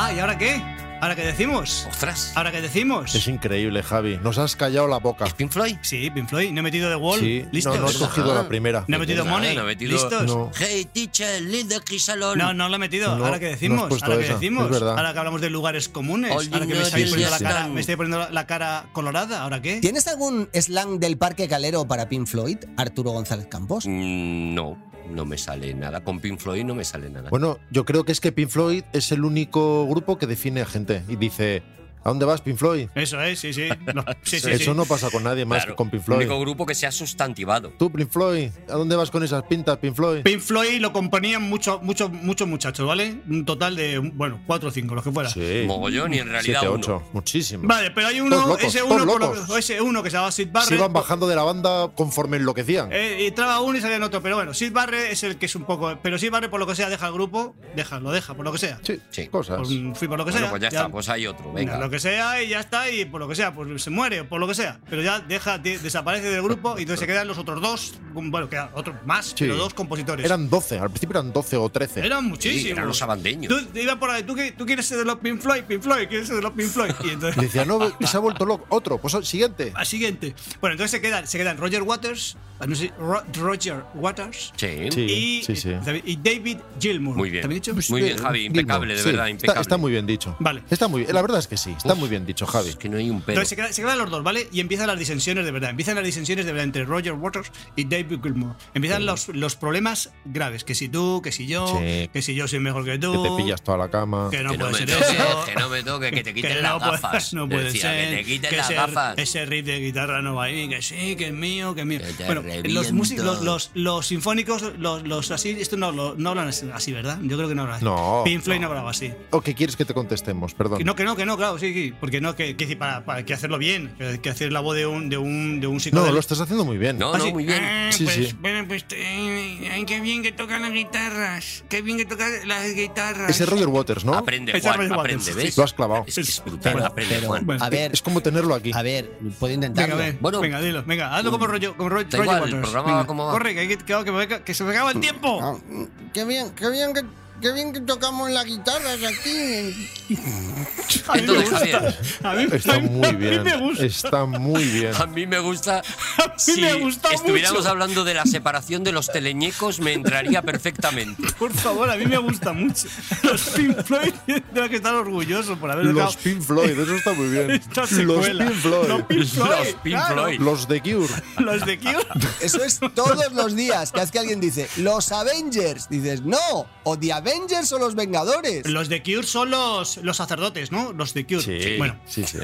Speaker 3: Ah, ¿y ahora qué? ¿Ahora qué decimos?
Speaker 2: ¡Ostras!
Speaker 3: ¿Ahora qué decimos?
Speaker 4: Es increíble, Javi. Nos has callado la boca.
Speaker 2: ¿Es Pink Floyd?
Speaker 3: Sí, Pink Floyd, no he metido The Wall.
Speaker 4: Sí,
Speaker 3: ¿Listo?
Speaker 4: no, no has cogido la primera.
Speaker 3: No he metido
Speaker 2: Nada,
Speaker 3: Money.
Speaker 2: no he metido-
Speaker 3: ¿Listos?
Speaker 4: No.
Speaker 2: Hey, teacher, lead the Crisalon.
Speaker 3: No, no lo he metido.
Speaker 4: No,
Speaker 3: ahora que
Speaker 4: no has
Speaker 3: decimos,
Speaker 4: puesto
Speaker 3: ahora que
Speaker 4: esa,
Speaker 3: decimos,
Speaker 4: es verdad.
Speaker 3: ahora que hablamos de lugares comunes,
Speaker 2: All
Speaker 3: ahora que me
Speaker 2: you
Speaker 3: estáis
Speaker 4: know
Speaker 3: poniendo la
Speaker 4: is
Speaker 3: cara,
Speaker 2: you
Speaker 3: me estáis poniendo la- la cara colorada, ¿ahora qué?
Speaker 5: ¿Tienes algún slang del Parque Calero para Pink Floyd, Arturo González Campos?
Speaker 2: Mm, No, no me sale nada. Con Pink Floyd no me sale nada.
Speaker 4: Bueno, yo creo que es que Pink Floyd es el único grupo que define a gente y dice, ¿a dónde vas, Pink Floyd?
Speaker 3: Eso es, sí, sí. No, sí, sí,
Speaker 4: Eso
Speaker 3: sí.
Speaker 4: no pasa con nadie más
Speaker 2: Claro,
Speaker 4: que con Pink
Speaker 2: El
Speaker 4: Floyd.
Speaker 2: único grupo que se ha sustantivado.
Speaker 4: Tú, Pink Floyd, ¿a dónde vas con esas pintas, Pink Floyd?
Speaker 3: Pink Floyd lo componían muchos muchos muchos muchachos, ¿vale? Un total de, bueno, cuatro o cinco, los que fuera.
Speaker 4: Sí,
Speaker 2: Mogollón y en realidad
Speaker 4: 7,
Speaker 2: uno.
Speaker 4: 8, muchísimo.
Speaker 3: Vale, pero hay uno,
Speaker 4: Todos locos,
Speaker 3: ese,
Speaker 4: todos
Speaker 3: uno por lo-
Speaker 4: locos.
Speaker 3: ese uno que se llama Sid Barrett.
Speaker 4: Se iban bajando de la banda conforme enloquecían.
Speaker 3: Eh, entraba uno y salía en otro, pero bueno, Sid Barrett es el que es un poco. Pero Sid Barrett, por lo que sea, deja el grupo, deja, lo deja, por lo que sea.
Speaker 4: sí,
Speaker 2: sí.
Speaker 4: cosas.
Speaker 3: Por un- fui por lo que
Speaker 2: Bueno,
Speaker 3: sea.
Speaker 2: pues ya está, pues hay otro. Venga.
Speaker 3: Lo que sea y ya está, y por lo que sea, pues se muere, por lo que sea. Pero ya deja, de- desaparece del grupo y entonces se quedan los otros dos, bueno, quedan otros más, pero dos compositores.
Speaker 4: Eran 12, al principio eran 12 o 13.
Speaker 3: Eran
Speaker 2: Sí,
Speaker 3: muchísimos.
Speaker 2: eran los abandeños.
Speaker 3: Tú, te iba por ahí, ¿tú, qué- tú quieres ser de los Pink Floyd, Pink Floyd, quieres ser de los Pink Floyd. Y
Speaker 4: Y
Speaker 3: entonces,
Speaker 4: decía, no, se ha vuelto loco. Otro, pues siguiente.
Speaker 3: al siguiente. Bueno, entonces se quedan, se quedan Roger Waters, ah, no sé, Ro- Roger Waters
Speaker 2: Sí.
Speaker 4: Sí.
Speaker 3: y,
Speaker 4: sí.
Speaker 3: y David Gilmour.
Speaker 2: Muy bien.
Speaker 3: ¿También dicho?
Speaker 2: Muy bien, Javi. Impecable, de
Speaker 4: Sí,
Speaker 2: verdad,
Speaker 4: está-
Speaker 2: impecable.
Speaker 4: Está, muy bien dicho.
Speaker 3: Vale.
Speaker 4: Está muy bien. La verdad es que sí, está muy bien dicho, Javi.
Speaker 2: Es que no hay un pelo.
Speaker 3: Entonces se quedan, se quedan los dos, ¿vale? Y empiezan las disensiones de verdad. Empiezan las disensiones de verdad entre Roger Waters y David Gilmour. Empiezan los, los problemas graves. Que si tú, que si yo,
Speaker 4: Sí.
Speaker 3: que si yo soy mejor que
Speaker 4: Que
Speaker 3: tú.
Speaker 4: te pillas toda la cama.
Speaker 3: Que no
Speaker 2: que no
Speaker 3: puede
Speaker 2: me
Speaker 3: ser
Speaker 2: toques,
Speaker 3: eso.
Speaker 2: que no me toques, que te quiten
Speaker 3: que
Speaker 2: las
Speaker 3: no puede-
Speaker 2: gafas.
Speaker 3: no puede
Speaker 2: Decía,
Speaker 3: ser.
Speaker 2: que te quiten las
Speaker 3: ese,
Speaker 2: gafas.
Speaker 3: Ese riff de guitarra no va ahí. Que sí, que es mío, que es mío.
Speaker 2: Que te
Speaker 3: Bueno, los,
Speaker 2: reviento.
Speaker 3: músicos, los, los, los sinfónicos, los, los así, esto no, lo- no hablan así, así, ¿verdad? Yo creo que no hablan así.
Speaker 4: No,
Speaker 3: Pink Floyd no,
Speaker 4: no.
Speaker 3: hablaba así.
Speaker 4: ¿O qué quieres que te contestemos? Perdón.
Speaker 3: Que no, que no, que no, claro, sí, sí. Porque no, que, que decir, para, para que hacerlo bien. Que, que hacer la voz de un, de un, de un
Speaker 4: No,
Speaker 3: psicodélico.
Speaker 4: lo estás haciendo muy bien.
Speaker 2: No,
Speaker 3: Ah,
Speaker 2: no,
Speaker 3: sí.
Speaker 2: muy bien.
Speaker 8: Ah,
Speaker 4: Sí,
Speaker 8: pues,
Speaker 4: sí.
Speaker 8: Bueno, pues eh, ay, qué bien que tocan las guitarras. Qué bien que tocan las guitarras.
Speaker 4: Ese Roger Waters, ¿no?
Speaker 2: Aprende,
Speaker 3: Ese
Speaker 2: Juan,
Speaker 3: Roger Waters.
Speaker 2: aprende, ¿ves?
Speaker 4: Lo has clavado.
Speaker 2: Es que es brutal, aprende,
Speaker 5: Pero,
Speaker 2: Juan.
Speaker 3: Bueno,
Speaker 5: a ver,
Speaker 4: Es como tenerlo aquí.
Speaker 5: a ver, puedo
Speaker 3: Venga,
Speaker 5: intentarlo.
Speaker 3: a ver,
Speaker 2: Bueno.
Speaker 3: venga, dilo, venga, hazlo como rollo, como rollo,
Speaker 2: Da igual, el programa va
Speaker 3: venga.
Speaker 2: como va.
Speaker 3: Corre, que, hay que, que, que, me- que se me acaba el tiempo.
Speaker 5: Ah, qué bien, qué bien que, qué bien que tocamos las guitarras aquí.
Speaker 3: A mí me
Speaker 2: Entonces,
Speaker 3: gusta.
Speaker 2: Javier,
Speaker 3: A mí, a
Speaker 4: Está
Speaker 3: mí-
Speaker 4: muy
Speaker 3: A
Speaker 4: bien.
Speaker 3: mí me gusta.
Speaker 4: Está muy bien.
Speaker 2: a mí me gusta. Si
Speaker 3: me gusta
Speaker 2: estuviéramos
Speaker 3: mucho.
Speaker 2: hablando de la separación de los teleñecos, me entraría perfectamente.
Speaker 3: Por favor, a mí me gusta mucho. Los Pink Floyd, de los que están orgullosos por haber
Speaker 4: Los
Speaker 3: dejado
Speaker 4: Pink Floyd, eso está muy bien.
Speaker 3: esta
Speaker 4: Los
Speaker 3: secuela.
Speaker 4: Pink Floyd.
Speaker 3: Los Pink Floyd.
Speaker 2: Los Pink
Speaker 3: claro.
Speaker 2: Floyd.
Speaker 4: Los The Cure.
Speaker 3: Los de Cure.
Speaker 5: Eso es todos los días. Cada vez que alguien dice, los Avengers, dices, no, o The Avengers o los Vengadores.
Speaker 3: Los de Cure son los, los sacerdotes, ¿no? Los de Cure. Bueno,
Speaker 4: sí, sí.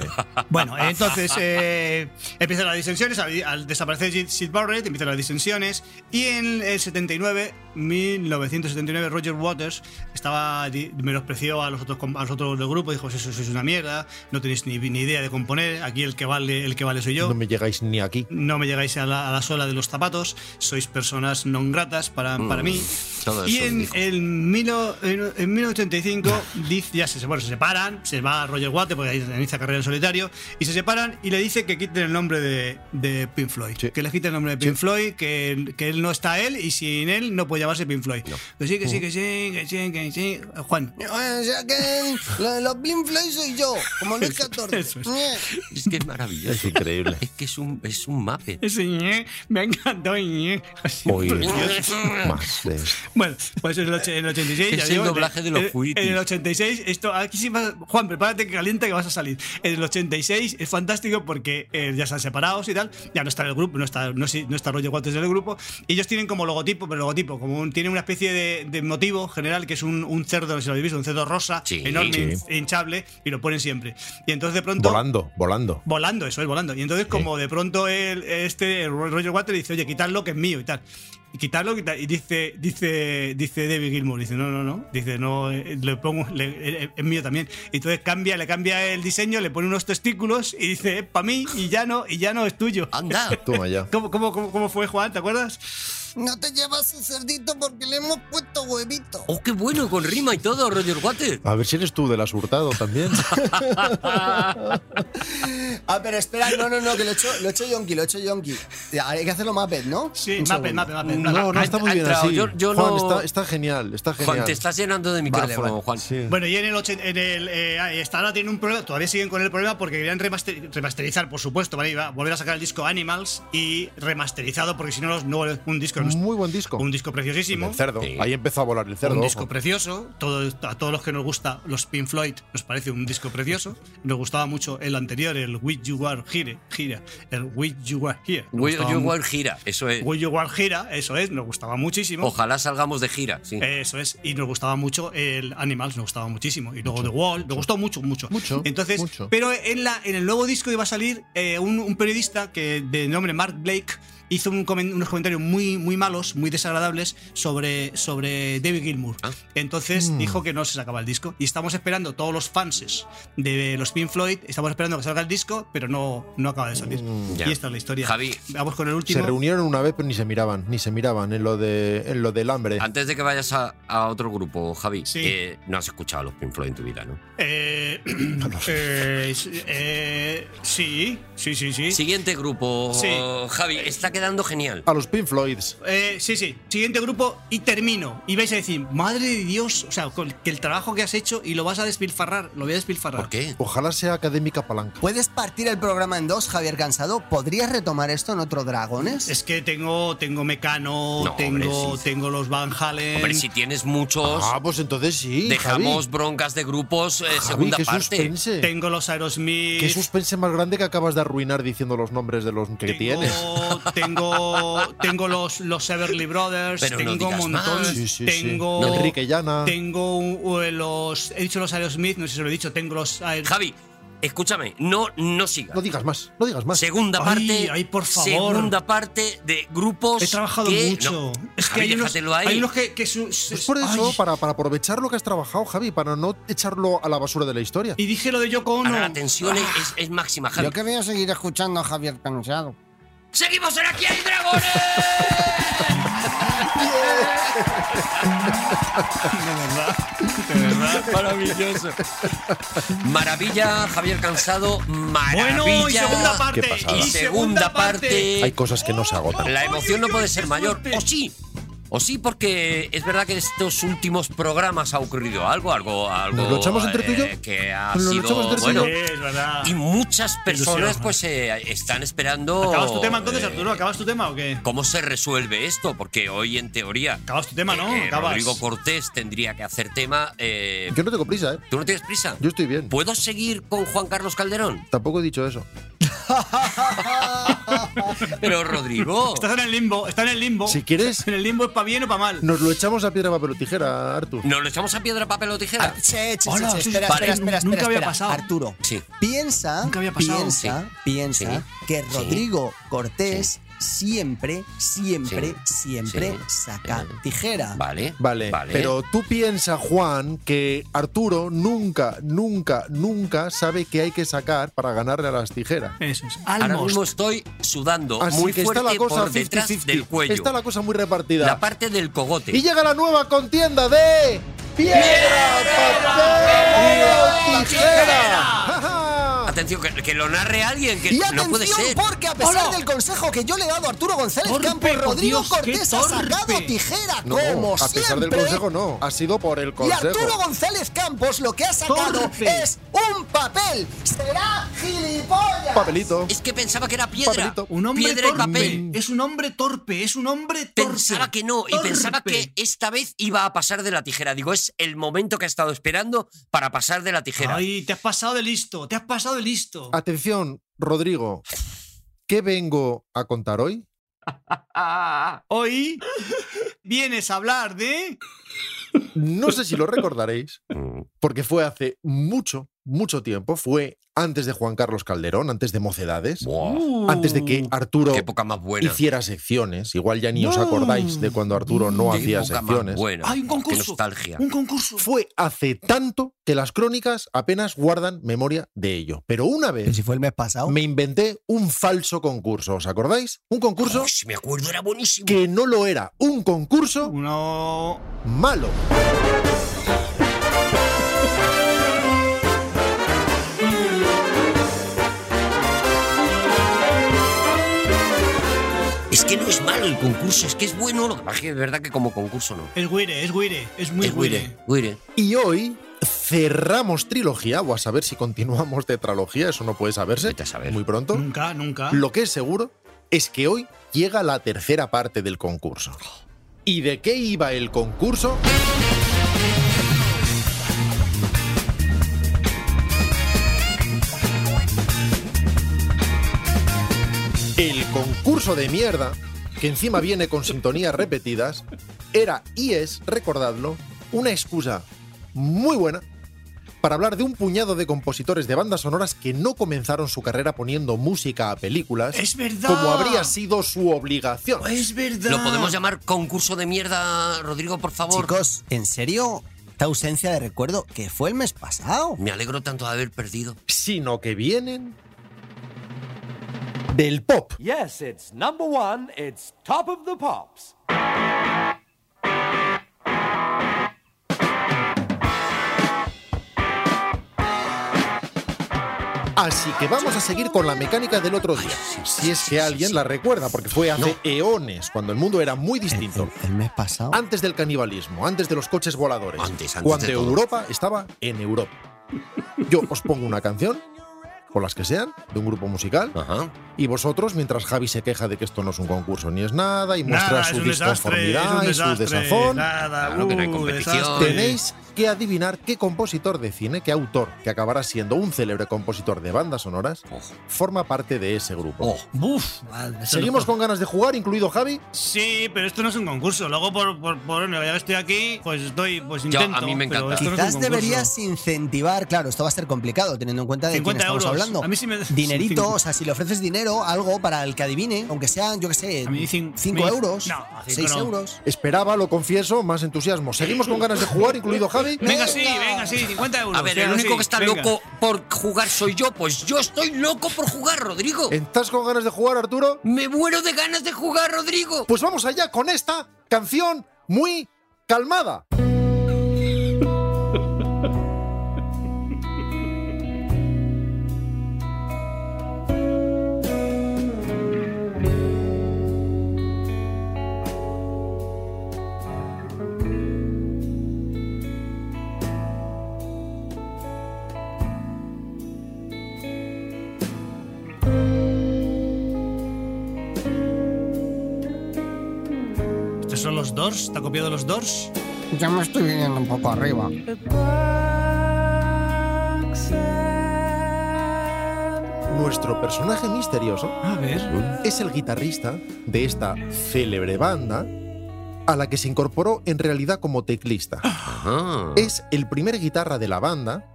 Speaker 3: Bueno, entonces eh, empiezan las disensiones, al, al desaparecer Sid- Sid Barrett empiezan las disensiones y en el 79, 1979, Roger Waters estaba di- menospreció a los otros com- a los otros del grupo, dijo, eso es una mierda, no tenéis ni, ni idea de componer, aquí el que vale el que vale soy yo.
Speaker 4: No me llegáis ni aquí.
Speaker 3: No me llegáis a la, a la suela de los zapatos, sois personas non gratas para, para mí.
Speaker 2: Todo
Speaker 3: Y
Speaker 2: eso
Speaker 3: en,
Speaker 2: dijo.
Speaker 3: en, milo- en- en 1985 dice- ya se, bueno, se separan, se va Roger Watt porque ahí realiza carrera en solitario, y se separan y le dice que quiten el nombre de, de Pink Floyd.
Speaker 4: Sí.
Speaker 3: Que le quiten el nombre de Pink Floyd, que, que él no está él y sin él no puede llamarse Pink Floyd. Que sí, que sí, que sí, que sí, que sí. Juan.
Speaker 5: O sea que lo de los Blink Floyd soy yo, como Luis XIV.
Speaker 3: eso es.
Speaker 5: Eh.
Speaker 2: Es que es maravilloso.
Speaker 4: Es increíble.
Speaker 2: Es que es un, es un mape.
Speaker 3: Ese ñe, me ha encantado ñe. Así,
Speaker 4: Hoy
Speaker 3: precioso.
Speaker 4: más de esto.
Speaker 3: Bueno, pues en el, och- en el 86 ya
Speaker 2: Es el
Speaker 3: digo,
Speaker 2: doblaje de los
Speaker 3: en-
Speaker 2: juguetes.
Speaker 3: En el 86, esto aquí sí va- Juan, prepárate que calienta que vas a salir. En el 86 es fantástico porque eh, ya están separados y tal, ya no está en el grupo, no está, no, sé- no está Roger Waters en el grupo. Y ellos tienen como logotipo, pero logotipo, como un- tienen una especie de, de motivo general que es un, un cerdo, no sé si lo habéis visto, un cerdo rosa,
Speaker 2: Sí.
Speaker 3: enorme,
Speaker 4: Sí.
Speaker 3: hinchable, y lo ponen siempre. Y entonces de pronto.
Speaker 4: Volando, volando.
Speaker 3: Volando, eso es volando. Y entonces, como de pronto el, este el Roger Waters dice, oye, quitarlo que es mío y tal. Y quitarlo, quitar- y dice, dice, dice David Gilmour, dice, no, no, no, dice, no, eh, le pongo, le- eh, eh, es mío también. Y entonces cambia, le cambia el diseño, le pone unos testículos y dice, es para mí y ya no, y ya no es tuyo.
Speaker 2: Anda.
Speaker 4: Toma ya.
Speaker 3: ¿Cómo, cómo, cómo, cómo fue, Juan? ¿Te acuerdas?
Speaker 5: No te llevas el cerdito porque le hemos puesto huevito.
Speaker 2: Oh, qué bueno, con rima y todo, Roger Waters.
Speaker 4: A ver si eres tú de las Hurtado también.
Speaker 5: Ah, pero espera, no, no, no, que lo he hecho, lo he hecho yonki, lo he hecho yonki. Hay que hacerlo Muppet, ¿no?
Speaker 3: Sí,
Speaker 5: Un
Speaker 3: mape,
Speaker 5: segundo.
Speaker 3: mape, mape.
Speaker 4: No, no
Speaker 2: Ha-
Speaker 4: está muy
Speaker 2: ha
Speaker 4: bien
Speaker 2: entrado.
Speaker 4: así.
Speaker 2: Yo- yo
Speaker 4: Juan,
Speaker 2: no-
Speaker 4: está, está genial, está genial.
Speaker 2: Juan, te estás llenando de micrófono,
Speaker 5: Vale,
Speaker 2: Juan.
Speaker 4: Sí.
Speaker 3: Bueno, y en el, ochen- en el eh, ahí está, ahora tienen un problema, todavía siguen con el problema porque querían remaster- remasterizar, por supuesto, ¿vale? Iba a volver a sacar el disco Animals y remasterizado porque si no, los- no un disco no es-
Speaker 4: Muy buen disco.
Speaker 3: un disco preciosísimo.
Speaker 4: El cerdo.
Speaker 2: Sí.
Speaker 4: Ahí empezó a volar el cerdo.
Speaker 3: Un
Speaker 4: ojo.
Speaker 3: disco precioso, todo, a todos los que nos gusta los Pink Floyd nos parece un disco precioso. Nos gustaba mucho el anterior, el With You Are Here, Gira, el With You Are Here. Nos
Speaker 2: Will
Speaker 3: gustaba
Speaker 2: you
Speaker 3: mu-
Speaker 2: want gira, eso es.
Speaker 3: With You Are Gira, eso es, nos gustaba muchísimo.
Speaker 2: Ojalá salgamos de gira, sí.
Speaker 3: Eso es, y nos gustaba mucho el Animals, nos gustaba muchísimo. Y luego The Wall, nos gustó mucho, mucho.
Speaker 4: Mucho,
Speaker 3: Entonces,
Speaker 4: mucho.
Speaker 3: pero en, la, en el nuevo disco iba a salir eh, un, un periodista que de nombre Mark Blake hizo un comen- unos comentarios muy, muy malos, muy desagradables sobre, sobre David Gilmour.
Speaker 2: Ah.
Speaker 3: Entonces dijo que no se sacaba el disco. Y estamos esperando, todos los fans de los Pink Floyd, estamos esperando que salga el disco, pero no, no acaba de salir.
Speaker 2: ya.
Speaker 3: Y esta es la historia.
Speaker 2: Javi.
Speaker 3: Vamos con el último.
Speaker 4: Se reunieron una vez, pero ni se miraban, ni se miraban en lo, de, en lo del hambre.
Speaker 2: Antes de que vayas a, a otro grupo, Javi,
Speaker 3: Sí.
Speaker 2: eh, no has escuchado a los Pink Floyd en tu vida, ¿no?
Speaker 3: Eh, eh, sí, eh, sí, sí, sí, sí.
Speaker 2: Siguiente grupo,
Speaker 3: Sí. Ah.
Speaker 2: Javi, está quedando genial.
Speaker 4: A los Pink Floyds.
Speaker 3: Eh, sí, sí. Siguiente grupo y termino. Y vais a decir, madre de Dios, o sea, con- que el trabajo que has hecho y lo vas a despilfarrar, lo voy a despilfarrar.
Speaker 2: ¿Por qué?
Speaker 4: Ojalá sea académica palanca.
Speaker 5: ¿Puedes partir el programa en dos, Javier Cansado? ¿Podrías retomar esto en otro Dragones?
Speaker 3: Es que tengo, tengo Mecano,
Speaker 2: No,
Speaker 3: tengo,
Speaker 2: hombre, sí.
Speaker 3: tengo los Van Halen.
Speaker 2: Hombre, si tienes muchos,
Speaker 4: Ah, pues entonces sí.
Speaker 2: dejamos
Speaker 4: Javi.
Speaker 2: broncas de grupos, eh,
Speaker 4: Javi,
Speaker 2: segunda
Speaker 4: qué
Speaker 2: parte.
Speaker 4: Suspense.
Speaker 3: Tengo los Aerosmith.
Speaker 4: Qué suspense más grande que acabas de arruinar diciendo los nombres de los que
Speaker 3: tengo,
Speaker 4: tienes.
Speaker 3: tengo tengo los los Everly Brothers
Speaker 2: Pero no
Speaker 3: tengo
Speaker 2: digas
Speaker 3: un
Speaker 2: más.
Speaker 3: montón
Speaker 4: Sí, sí, sí.
Speaker 3: tengo
Speaker 4: Enrique Llana.
Speaker 3: tengo uh, los he dicho los Aerosmith no sé si lo he dicho tengo los Aer-
Speaker 2: Javi, escúchame, no, no sigas.
Speaker 4: No digas más, no digas más.
Speaker 2: Segunda
Speaker 3: Ay,
Speaker 2: parte.
Speaker 3: ay, por favor.
Speaker 2: Segunda parte de grupos.
Speaker 3: he trabajado
Speaker 2: que-
Speaker 3: mucho
Speaker 2: No,
Speaker 3: es que
Speaker 2: Javi,
Speaker 3: hay unos,
Speaker 2: déjatelo ahí.
Speaker 3: hay unos que, que su- su-
Speaker 4: Pues por eso,
Speaker 3: ay.
Speaker 4: para, para aprovechar lo que has trabajado, Javi, para no echarlo a la basura de la historia.
Speaker 3: y dije lo de Yoko Ono
Speaker 2: Ahora la tensión
Speaker 3: Ah.
Speaker 2: es, es máxima, Javi.
Speaker 5: Yo que voy a seguir escuchando a Javier Cansado.
Speaker 2: ¡Seguimos en Aquí hay Dragones!
Speaker 3: de verdad.
Speaker 2: Maravilloso. Maravilla, Javier Cansado. Maravilla.
Speaker 3: bueno y segunda parte
Speaker 4: Qué pasada.
Speaker 3: y
Speaker 2: Y segunda parte.
Speaker 4: Hay cosas que no se agotan.
Speaker 2: La emoción no puede ser mayor. O sí. O sí, porque es verdad que estos últimos programas ha ocurrido algo, algo, algo.
Speaker 4: ¿Nos lo echamos entre tú y yo?
Speaker 2: eh, Que ha
Speaker 4: ¿Nos lo
Speaker 2: sido,
Speaker 4: echamos entre tú y yo?
Speaker 2: bueno,
Speaker 3: Sí, es verdad
Speaker 2: y muchas personas
Speaker 3: Ilusión.
Speaker 2: pues eh, están esperando.
Speaker 3: acabas tu tema entonces
Speaker 2: eh,
Speaker 3: Arturo acabas tu tema o qué
Speaker 2: ¿Cómo se resuelve esto? Porque hoy, en teoría,
Speaker 3: acabas tu tema no
Speaker 2: eh,
Speaker 3: acabas
Speaker 2: Rodrigo Cortés tendría que hacer tema. eh,
Speaker 4: Yo no tengo prisa, ¿eh?
Speaker 2: ¿Tú no tienes prisa?
Speaker 4: Yo estoy bien.
Speaker 2: ¿Puedo seguir con Juan Carlos Calderón?
Speaker 4: Tampoco he dicho eso.
Speaker 2: Pero Rodrigo.
Speaker 3: Estás en el limbo, está en el limbo.
Speaker 4: Si quieres-
Speaker 3: En el limbo es para bien o para mal.
Speaker 4: Nos lo echamos a piedra, papel o tijera, Artur.
Speaker 2: ¿Nos lo echamos a piedra, papel o tijera?
Speaker 4: Ah,
Speaker 5: Che, che, che,
Speaker 3: Hola,
Speaker 5: che,
Speaker 3: sí,
Speaker 5: espera,
Speaker 2: vale,
Speaker 5: espera, espera, espera,
Speaker 3: nunca había
Speaker 5: espera.
Speaker 3: pasado.
Speaker 5: Arturo,
Speaker 2: Sí.
Speaker 5: piensa,
Speaker 3: Nunca había pasado.
Speaker 5: piensa,
Speaker 2: Sí.
Speaker 5: piensa
Speaker 2: Sí.
Speaker 5: que
Speaker 2: Sí.
Speaker 5: Rodrigo Cortés siempre, siempre,
Speaker 2: Sí,
Speaker 5: siempre
Speaker 2: sí.
Speaker 5: saca
Speaker 2: Eh.
Speaker 5: tijera.
Speaker 2: Vale.
Speaker 4: Vale, pero tú piensas, Juan, que Arturo nunca, nunca, nunca sabe qué hay que sacar para ganarle a las tijeras.
Speaker 3: Eso es. Ah,
Speaker 2: Ahora
Speaker 3: Almost.
Speaker 2: mismo estoy sudando
Speaker 4: Así
Speaker 2: muy
Speaker 4: que
Speaker 2: fuerte
Speaker 4: está la cosa
Speaker 2: por detrás
Speaker 4: 50-50.
Speaker 2: del cuello.
Speaker 4: Está la cosa muy repartida.
Speaker 2: La parte del cogote.
Speaker 4: Y llega la nueva contienda de piedra, papel o tijera. Ja, ja.
Speaker 2: Atención, que, que lo narre alguien, que
Speaker 5: Y
Speaker 2: no puede
Speaker 5: atención,
Speaker 2: ser.
Speaker 5: porque a pesar
Speaker 3: Hola.
Speaker 5: del consejo que yo le he dado a Arturo González
Speaker 3: Torpe,
Speaker 5: Campos,
Speaker 3: por
Speaker 5: Rodrigo
Speaker 3: Dios, qué
Speaker 5: Cortés ha sacado
Speaker 3: torpe.
Speaker 5: tijera,
Speaker 4: No,
Speaker 5: como
Speaker 4: a pesar
Speaker 5: siempre.
Speaker 4: del consejo no, ha sido por el
Speaker 5: Y
Speaker 4: consejo.
Speaker 5: Arturo González Campos lo que ha sacado
Speaker 3: Torpe.
Speaker 5: es un papel. ¡Será gilipollas!
Speaker 4: Papelito.
Speaker 2: Es que pensaba que era piedra.
Speaker 4: Papelito.
Speaker 3: Un hombre
Speaker 2: piedra
Speaker 3: torpe.
Speaker 2: y papel.
Speaker 3: Es un hombre torpe, es un hombre torpe.
Speaker 2: Pensaba que no, y
Speaker 3: Torpe.
Speaker 2: pensaba que esta vez iba a pasar de la tijera. Digo, es el momento que ha estado esperando para pasar de la tijera.
Speaker 3: Ay, te has pasado de listo, te has pasado de listo.
Speaker 2: Ah,
Speaker 4: Atención, Rodrigo. ¿Qué vengo a contar hoy?
Speaker 2: ah,
Speaker 3: Hoy vienes a hablar de.
Speaker 4: No sé si lo recordaréis,
Speaker 2: Mm.
Speaker 4: porque fue hace mucho, mucho tiempo. Fue antes de Juan Carlos Calderón, antes de Mocedades,
Speaker 2: Buah,
Speaker 4: antes de que Arturo
Speaker 2: qué época más buena.
Speaker 4: hiciera secciones. Igual ya ni os acordáis de cuando Arturo no
Speaker 2: Qué
Speaker 4: hacía
Speaker 2: época más
Speaker 4: secciones.
Speaker 2: buena.
Speaker 3: Hay un concurso.
Speaker 2: Qué nostalgia.
Speaker 3: Un concurso.
Speaker 4: Fue hace tanto que las crónicas apenas guardan memoria de ello. Pero una
Speaker 5: Pero
Speaker 4: vez
Speaker 5: si fue el mes pasado.
Speaker 4: me inventé un falso concurso, ¿os acordáis? Un concurso
Speaker 2: Oh, si me acuerdo, era buenísimo.
Speaker 4: que no lo era, un concurso
Speaker 3: Uno.
Speaker 4: malo.
Speaker 2: Es que no es malo el concurso, es que es bueno. Lo que pasa es que es verdad que como concurso no. Eh,
Speaker 3: Es guire, es guire, es muy
Speaker 2: es
Speaker 3: guire.
Speaker 2: Guire, Guire.
Speaker 4: Y hoy cerramos trilogía, o a saber si continuamos tetralogía, eso no puede saberse
Speaker 2: Vete a saber. Mm. Ah.
Speaker 4: muy pronto.
Speaker 3: Nunca, nunca.
Speaker 4: Lo que es seguro es que hoy llega la tercera parte del concurso.
Speaker 2: Oh.
Speaker 4: ¿Y de qué iba el concurso? El concurso de mierda, que encima viene con sintonías repetidas, era y es, recordadlo, una excusa muy buena para hablar de un puñado de compositores de bandas sonoras que no comenzaron su carrera poniendo música a películas,
Speaker 3: Es verdad.
Speaker 4: como habría sido su obligación.
Speaker 3: Es verdad.
Speaker 2: ¿Lo podemos llamar concurso de mierda, Rodrigo, por favor?
Speaker 5: Chicos, ¿en serio? Esta ausencia de recuerdo que fue el mes pasado.
Speaker 2: Me alegro tanto de haber perdido.
Speaker 4: Sino que vienen del pop.
Speaker 9: Yes, it's number one, it's top of the pops.
Speaker 4: Así que vamos a seguir con la mecánica del otro día. Si es que alguien la recuerda, porque fue hace eones, cuando el mundo era muy
Speaker 5: El,
Speaker 4: distinto.
Speaker 5: el mes pasado.
Speaker 4: Antes del canibalismo, antes de los coches voladores.
Speaker 2: Antes, antes
Speaker 4: cuando
Speaker 2: de todo.
Speaker 4: Europa estaba en Europa. Yo os pongo una canción, o las que sean, de un grupo musical,
Speaker 2: Ajá.
Speaker 4: y vosotros, mientras Javi se queja de que esto no es un concurso ni es nada, y muestra
Speaker 3: Nada, es
Speaker 4: su
Speaker 3: un desastre, es
Speaker 4: disconformidad
Speaker 3: un
Speaker 4: y su
Speaker 3: desastre.
Speaker 4: desazón,
Speaker 3: Nada,
Speaker 2: Claro que no hay
Speaker 3: uh,
Speaker 2: competición.
Speaker 3: desastre.
Speaker 4: Tenéis que adivinar qué compositor de cine, qué autor, que acabará siendo un célebre compositor de bandas sonoras, forma parte de ese grupo.
Speaker 2: Oh,
Speaker 3: Uf, madre, eso
Speaker 4: Seguimos
Speaker 3: no-
Speaker 4: con ganas de jugar, incluido Javi.
Speaker 3: Sí, pero esto no es un concurso. Luego, por, por, por bueno, ya que estoy aquí, pues estoy, pues
Speaker 2: Yo, a
Speaker 3: intento.
Speaker 2: mí me
Speaker 3: pero
Speaker 2: encanta.
Speaker 3: esto no es un
Speaker 5: Quizás
Speaker 3: concurso.
Speaker 5: deberías incentivar, claro, esto va a ser complicado teniendo en cuenta de quién
Speaker 3: 50
Speaker 5: estamos
Speaker 3: euros.
Speaker 5: hablando.
Speaker 3: A mí sí me-
Speaker 5: Dinerito, o sea, si le ofreces dinero, algo para el que adivine, aunque sea, yo qué sé,
Speaker 3: A mí cin-
Speaker 5: 5
Speaker 3: me-
Speaker 5: euros,
Speaker 3: no, a cinco
Speaker 5: 6
Speaker 3: no.
Speaker 5: euros.
Speaker 4: Esperaba, lo confieso, más entusiasmo. Seguimos con ganas de jugar, incluido Javi.
Speaker 3: Venga, sí, venga, sí, 50 euros.
Speaker 2: A ver,
Speaker 3: sí,
Speaker 2: el
Speaker 3: ahora
Speaker 2: único
Speaker 3: sí,
Speaker 2: que está
Speaker 3: venga.
Speaker 2: loco por jugar soy yo. Pues yo estoy loco por jugar, Rodrigo.
Speaker 4: ¿Estás con ganas de jugar, Arturo?
Speaker 2: Me muero de ganas de jugar, Rodrigo.
Speaker 4: Pues vamos allá con esta canción muy calmada.
Speaker 3: ¿Estos son los Doors? ¿Está copiado de los Doors?
Speaker 5: Ya me estoy viniendo un poco arriba.
Speaker 4: Nuestro personaje misterioso
Speaker 3: A ver.
Speaker 4: es el guitarrista de esta célebre banda a la que se incorporó en realidad como teclista.
Speaker 2: Ajá.
Speaker 4: Es el primer guitarra de la banda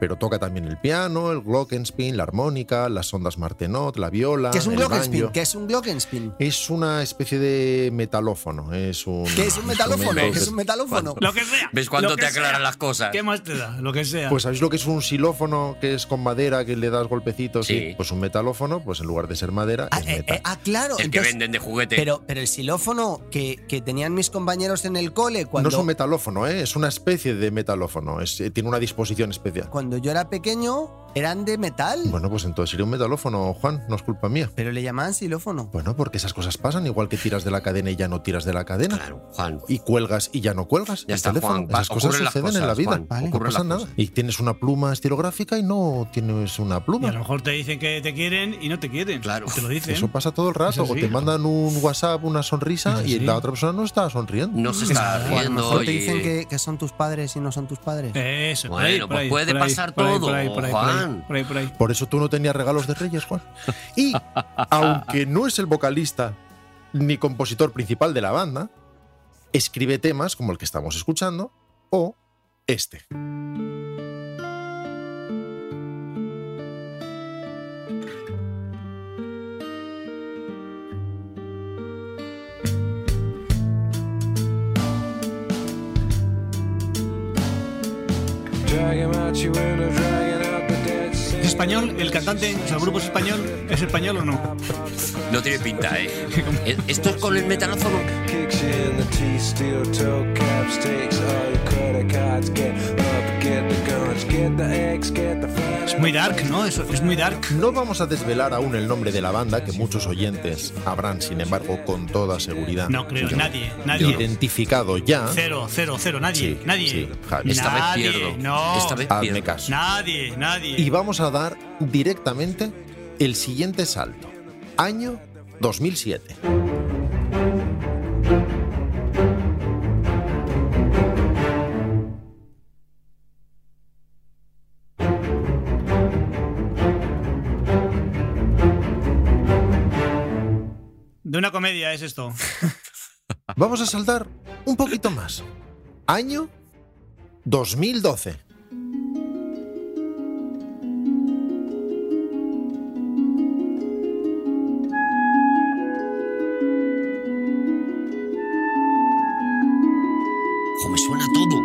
Speaker 4: Pero toca también el piano, el glockenspiel, la armónica, las ondas martenot, la viola.
Speaker 5: ¿Qué es un
Speaker 4: el
Speaker 5: Glockenspin?
Speaker 4: banjo.
Speaker 5: ¿Qué es un Glockenspin?
Speaker 4: Es una especie de metalófono. Es un,
Speaker 5: ¿Qué es un metalófono?
Speaker 2: ¿Ves?
Speaker 5: ¿Qué es un metalófono?
Speaker 3: Lo que sea.
Speaker 2: ¿Ves cuando
Speaker 3: lo que
Speaker 2: te aclaran
Speaker 3: sea.
Speaker 2: las cosas?
Speaker 3: ¿Qué más te da? Lo que sea.
Speaker 4: Pues ¿sabéis lo que es un xilófono que es con madera que le das golpecitos?
Speaker 2: Sí.
Speaker 4: Y, pues un metalófono, pues en lugar de ser madera,
Speaker 5: Ah,
Speaker 4: es
Speaker 5: eh,
Speaker 4: metal.
Speaker 5: eh, ah, claro.
Speaker 2: El que
Speaker 5: entonces-
Speaker 2: venden de juguete.
Speaker 5: pero, pero el xilófono que, que tenían mis compañeros en el cole cuando,
Speaker 4: No es un metalófono, ¿eh? es una especie de metalófono. Es, eh, tiene una disposición especial.
Speaker 5: cuando yo era pequeño eran de metal,
Speaker 4: Bueno, pues entonces sería un metalófono, Juan, no es culpa mía.
Speaker 5: pero le llamaban xilófono.
Speaker 4: Bueno, porque esas cosas pasan, igual que tiras de la cadena y ya no tiras de la cadena.
Speaker 2: Claro, Juan.
Speaker 4: Y cuelgas y ya no cuelgas. el
Speaker 2: Ya está,
Speaker 4: teléfono.
Speaker 2: Juan, va,
Speaker 4: Esas cosas
Speaker 2: ocurren las
Speaker 4: suceden en la
Speaker 2: cosas,
Speaker 4: vida.
Speaker 2: Juan,
Speaker 4: no
Speaker 2: ocurren
Speaker 4: pasa
Speaker 2: las
Speaker 4: nada.
Speaker 2: cosas.
Speaker 4: Y tienes una pluma estilográfica y no tienes una
Speaker 3: Y a lo
Speaker 4: pluma.
Speaker 3: mejor te dicen que te quieren y no te quieren.
Speaker 2: Claro.
Speaker 3: Te lo dicen.
Speaker 4: Eso pasa todo el
Speaker 3: Eso
Speaker 4: rato. O
Speaker 3: sí.
Speaker 4: te mandan un WhatsApp, una sonrisa
Speaker 3: Eso
Speaker 4: y
Speaker 3: sí.
Speaker 4: la otra persona no está sonriendo.
Speaker 2: No se está
Speaker 5: O a lo
Speaker 2: riendo
Speaker 5: mejor
Speaker 2: hoy.
Speaker 5: te dicen que, que son tus padres y no son tus padres.
Speaker 3: Eh. Eso, por
Speaker 2: Bueno,
Speaker 3: ahí,
Speaker 2: pues
Speaker 3: por ahí,
Speaker 2: puede
Speaker 3: por ahí,
Speaker 2: pasar
Speaker 3: por ahí,
Speaker 2: todo,
Speaker 3: por ahí, por ahí, por ahí,
Speaker 2: Juan.
Speaker 3: por ahí, por ahí.
Speaker 4: Por eso tú no tenías regalos de Reyes, Juan. Y aunque no es el vocalista ni compositor principal de la banda, escribe temas como el que estamos escuchando o este.
Speaker 3: ¿Es español? ¿El cantante? O sea, ¿el grupo es español? ¿Es español o no?
Speaker 2: No tiene pinta, ¿eh? Eh, Esto es con el metalófono.
Speaker 3: Es muy dark, ¿no? Eso es muy dark.
Speaker 4: No vamos a desvelar aún el nombre de la banda que muchos oyentes habrán, sin embargo, con toda seguridad.
Speaker 3: No creo,
Speaker 4: yo-
Speaker 3: nadie, nadie.
Speaker 4: Identificado ya.
Speaker 3: Cero, cero, cero, nadie,
Speaker 4: Sí,
Speaker 3: nadie.
Speaker 4: sí, Javi.
Speaker 2: Esta vez
Speaker 3: Nadie,
Speaker 2: pierdo.
Speaker 3: No,
Speaker 2: Esta vez
Speaker 4: Hazme
Speaker 2: pierdo.
Speaker 4: caso.
Speaker 3: nadie, nadie.
Speaker 4: Y vamos a dar directamente el siguiente salto. Año 2007.
Speaker 3: De una comedia es esto.
Speaker 4: Vamos a saltar un poquito más. Año 2012.
Speaker 2: Ojo, me suena todo.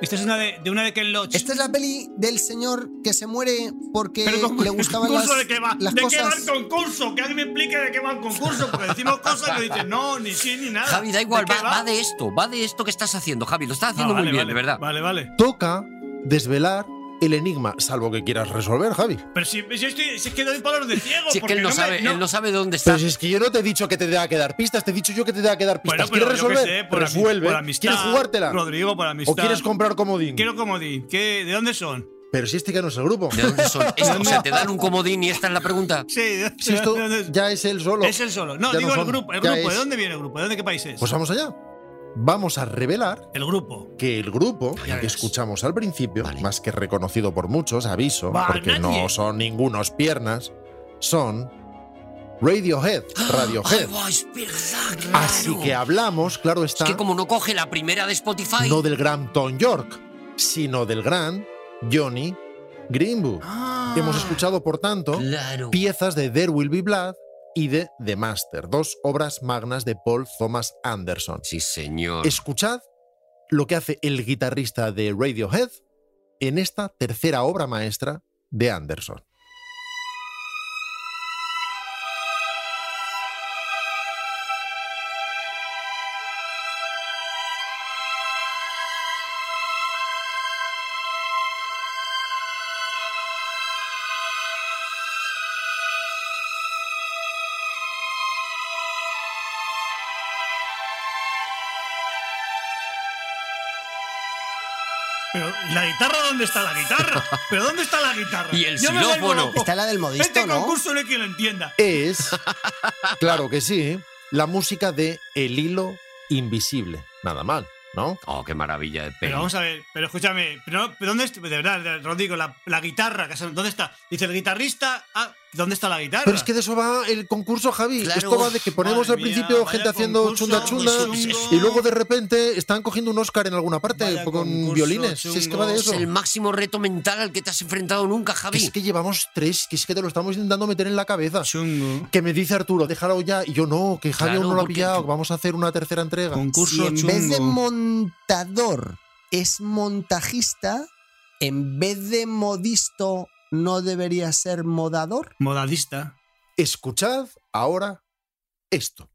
Speaker 3: Esta es una de, de una de Ken Loach.
Speaker 5: Esta es la peli del señor que se muere porque
Speaker 3: Pero con-
Speaker 5: le gustaban las,
Speaker 3: concurso de qué va,
Speaker 5: las
Speaker 3: ¿de qué va
Speaker 5: cosas.
Speaker 3: el concurso? Que alguien me explique de qué va el concurso, porque decimos cosas y lo dicen no, ni sí, ni nada.
Speaker 2: Javi, da igual,
Speaker 3: qué
Speaker 2: va, va de esto, va de esto que estás haciendo, Javi. Lo estás
Speaker 3: Ah,
Speaker 2: haciendo
Speaker 3: vale,
Speaker 2: muy bien,
Speaker 3: vale,
Speaker 2: de verdad.
Speaker 3: Vale, vale.
Speaker 4: Toca desvelar el enigma, salvo que quieras resolver, Javi.
Speaker 3: Pero si, si, estoy, si es que doy palos de ciego.
Speaker 2: Si es que
Speaker 3: porque
Speaker 2: él no,
Speaker 3: me-
Speaker 2: sabe, él no sabe dónde está.
Speaker 4: Pero si es que yo no te he dicho que te deba que dar pistas, te he dicho yo que te deba que dar
Speaker 3: Bueno,
Speaker 4: pistas.
Speaker 3: pero
Speaker 4: ¿Quieres
Speaker 3: yo qué
Speaker 4: resolver?
Speaker 3: sé, por, ami-
Speaker 4: Resuelve.
Speaker 3: por amistad.
Speaker 4: ¿Quieres jugártela?
Speaker 3: Rodrigo, por amistad.
Speaker 4: ¿O quieres comprar comodín?
Speaker 3: Quiero comodín. ¿Qué, ¿De dónde son?
Speaker 4: Pero si este ya no es el grupo.
Speaker 2: ¿De dónde son? Es- o sea, te dan un comodín y esta es la pregunta.
Speaker 3: Sí, de-
Speaker 4: Si esto
Speaker 3: de dónde-
Speaker 4: ya es él solo.
Speaker 3: Es el solo. No,
Speaker 4: Ya
Speaker 3: digo el
Speaker 4: son.
Speaker 3: grupo. El
Speaker 4: Ya
Speaker 3: grupo. ¿De
Speaker 4: es.
Speaker 3: dónde viene el grupo? ¿De dónde qué país es?
Speaker 4: Pues vamos allá. Vamos a revelar
Speaker 3: el grupo.
Speaker 4: que el grupo
Speaker 2: Ya
Speaker 4: que
Speaker 2: verás.
Speaker 4: escuchamos al principio,
Speaker 2: Vale.
Speaker 4: más que reconocido por muchos, aviso,
Speaker 3: Va,
Speaker 4: porque
Speaker 3: nadie.
Speaker 4: no son ningunos piernas, son Radiohead, Radiohead.
Speaker 2: Ay, guau, es verdad, claro.
Speaker 4: Así que hablamos, claro
Speaker 2: Es
Speaker 4: está,
Speaker 2: que como no coge la primera de Spotify.
Speaker 4: no del gran Tom York, sino del gran Johnny Greenwood.
Speaker 2: Ah,
Speaker 4: Hemos escuchado, por tanto,
Speaker 2: Claro.
Speaker 4: piezas de There Will Be Blood y de The Master, dos obras magnas de Paul Thomas Anderson.
Speaker 2: Sí, señor.
Speaker 4: Escuchad lo que hace el guitarrista de Radiohead en esta tercera obra maestra de Anderson.
Speaker 3: Pero, ¿y ¿la guitarra dónde está la guitarra? ¿Pero dónde está la guitarra?
Speaker 2: Y el
Speaker 3: Yo me vuelvo
Speaker 2: xilófono.
Speaker 3: loco.
Speaker 5: Está la del modisto,
Speaker 3: Este
Speaker 5: ¿no?
Speaker 3: concurso no hay quien lo entienda.
Speaker 4: Es, claro que sí, la música de El hilo invisible. Nada mal, ¿no?
Speaker 2: Oh, qué maravilla de
Speaker 3: Pero
Speaker 2: peli.
Speaker 3: vamos a ver, pero escúchame, pero, pero ¿dónde est- De verdad, Rodrigo, la, la guitarra, que son- ¿dónde está? Dice el guitarrista, ah, ¿Dónde está la guitarra?
Speaker 4: Pero es que de eso va el concurso, Javi.
Speaker 2: Claro.
Speaker 4: Esto va de que ponemos
Speaker 3: Madre
Speaker 4: al
Speaker 3: mía,
Speaker 4: principio
Speaker 3: vaya
Speaker 4: gente haciendo
Speaker 3: concurso
Speaker 4: chunda chunda
Speaker 3: chungo.
Speaker 4: y luego de repente están cogiendo un Oscar en alguna parte
Speaker 3: Vaya
Speaker 4: con
Speaker 3: concurso
Speaker 4: violines. Si es que va de
Speaker 2: Es
Speaker 4: eso.
Speaker 2: el máximo reto mental al que te has enfrentado nunca, Javi.
Speaker 4: Es que llevamos tres, que es que te lo estamos intentando meter en la cabeza.
Speaker 3: Chungo.
Speaker 4: Que me dice Arturo, déjalo ya. Y yo no, que Javi
Speaker 2: Claro,
Speaker 4: aún no lo ha
Speaker 2: porque-
Speaker 4: pillado, que vamos a hacer una tercera entrega.
Speaker 5: Si
Speaker 3: Concurso
Speaker 5: en
Speaker 3: chungo.
Speaker 5: vez de montador es montajista, en vez de modisto no debería ser modador.
Speaker 3: Modalista.
Speaker 4: Escuchad ahora esto.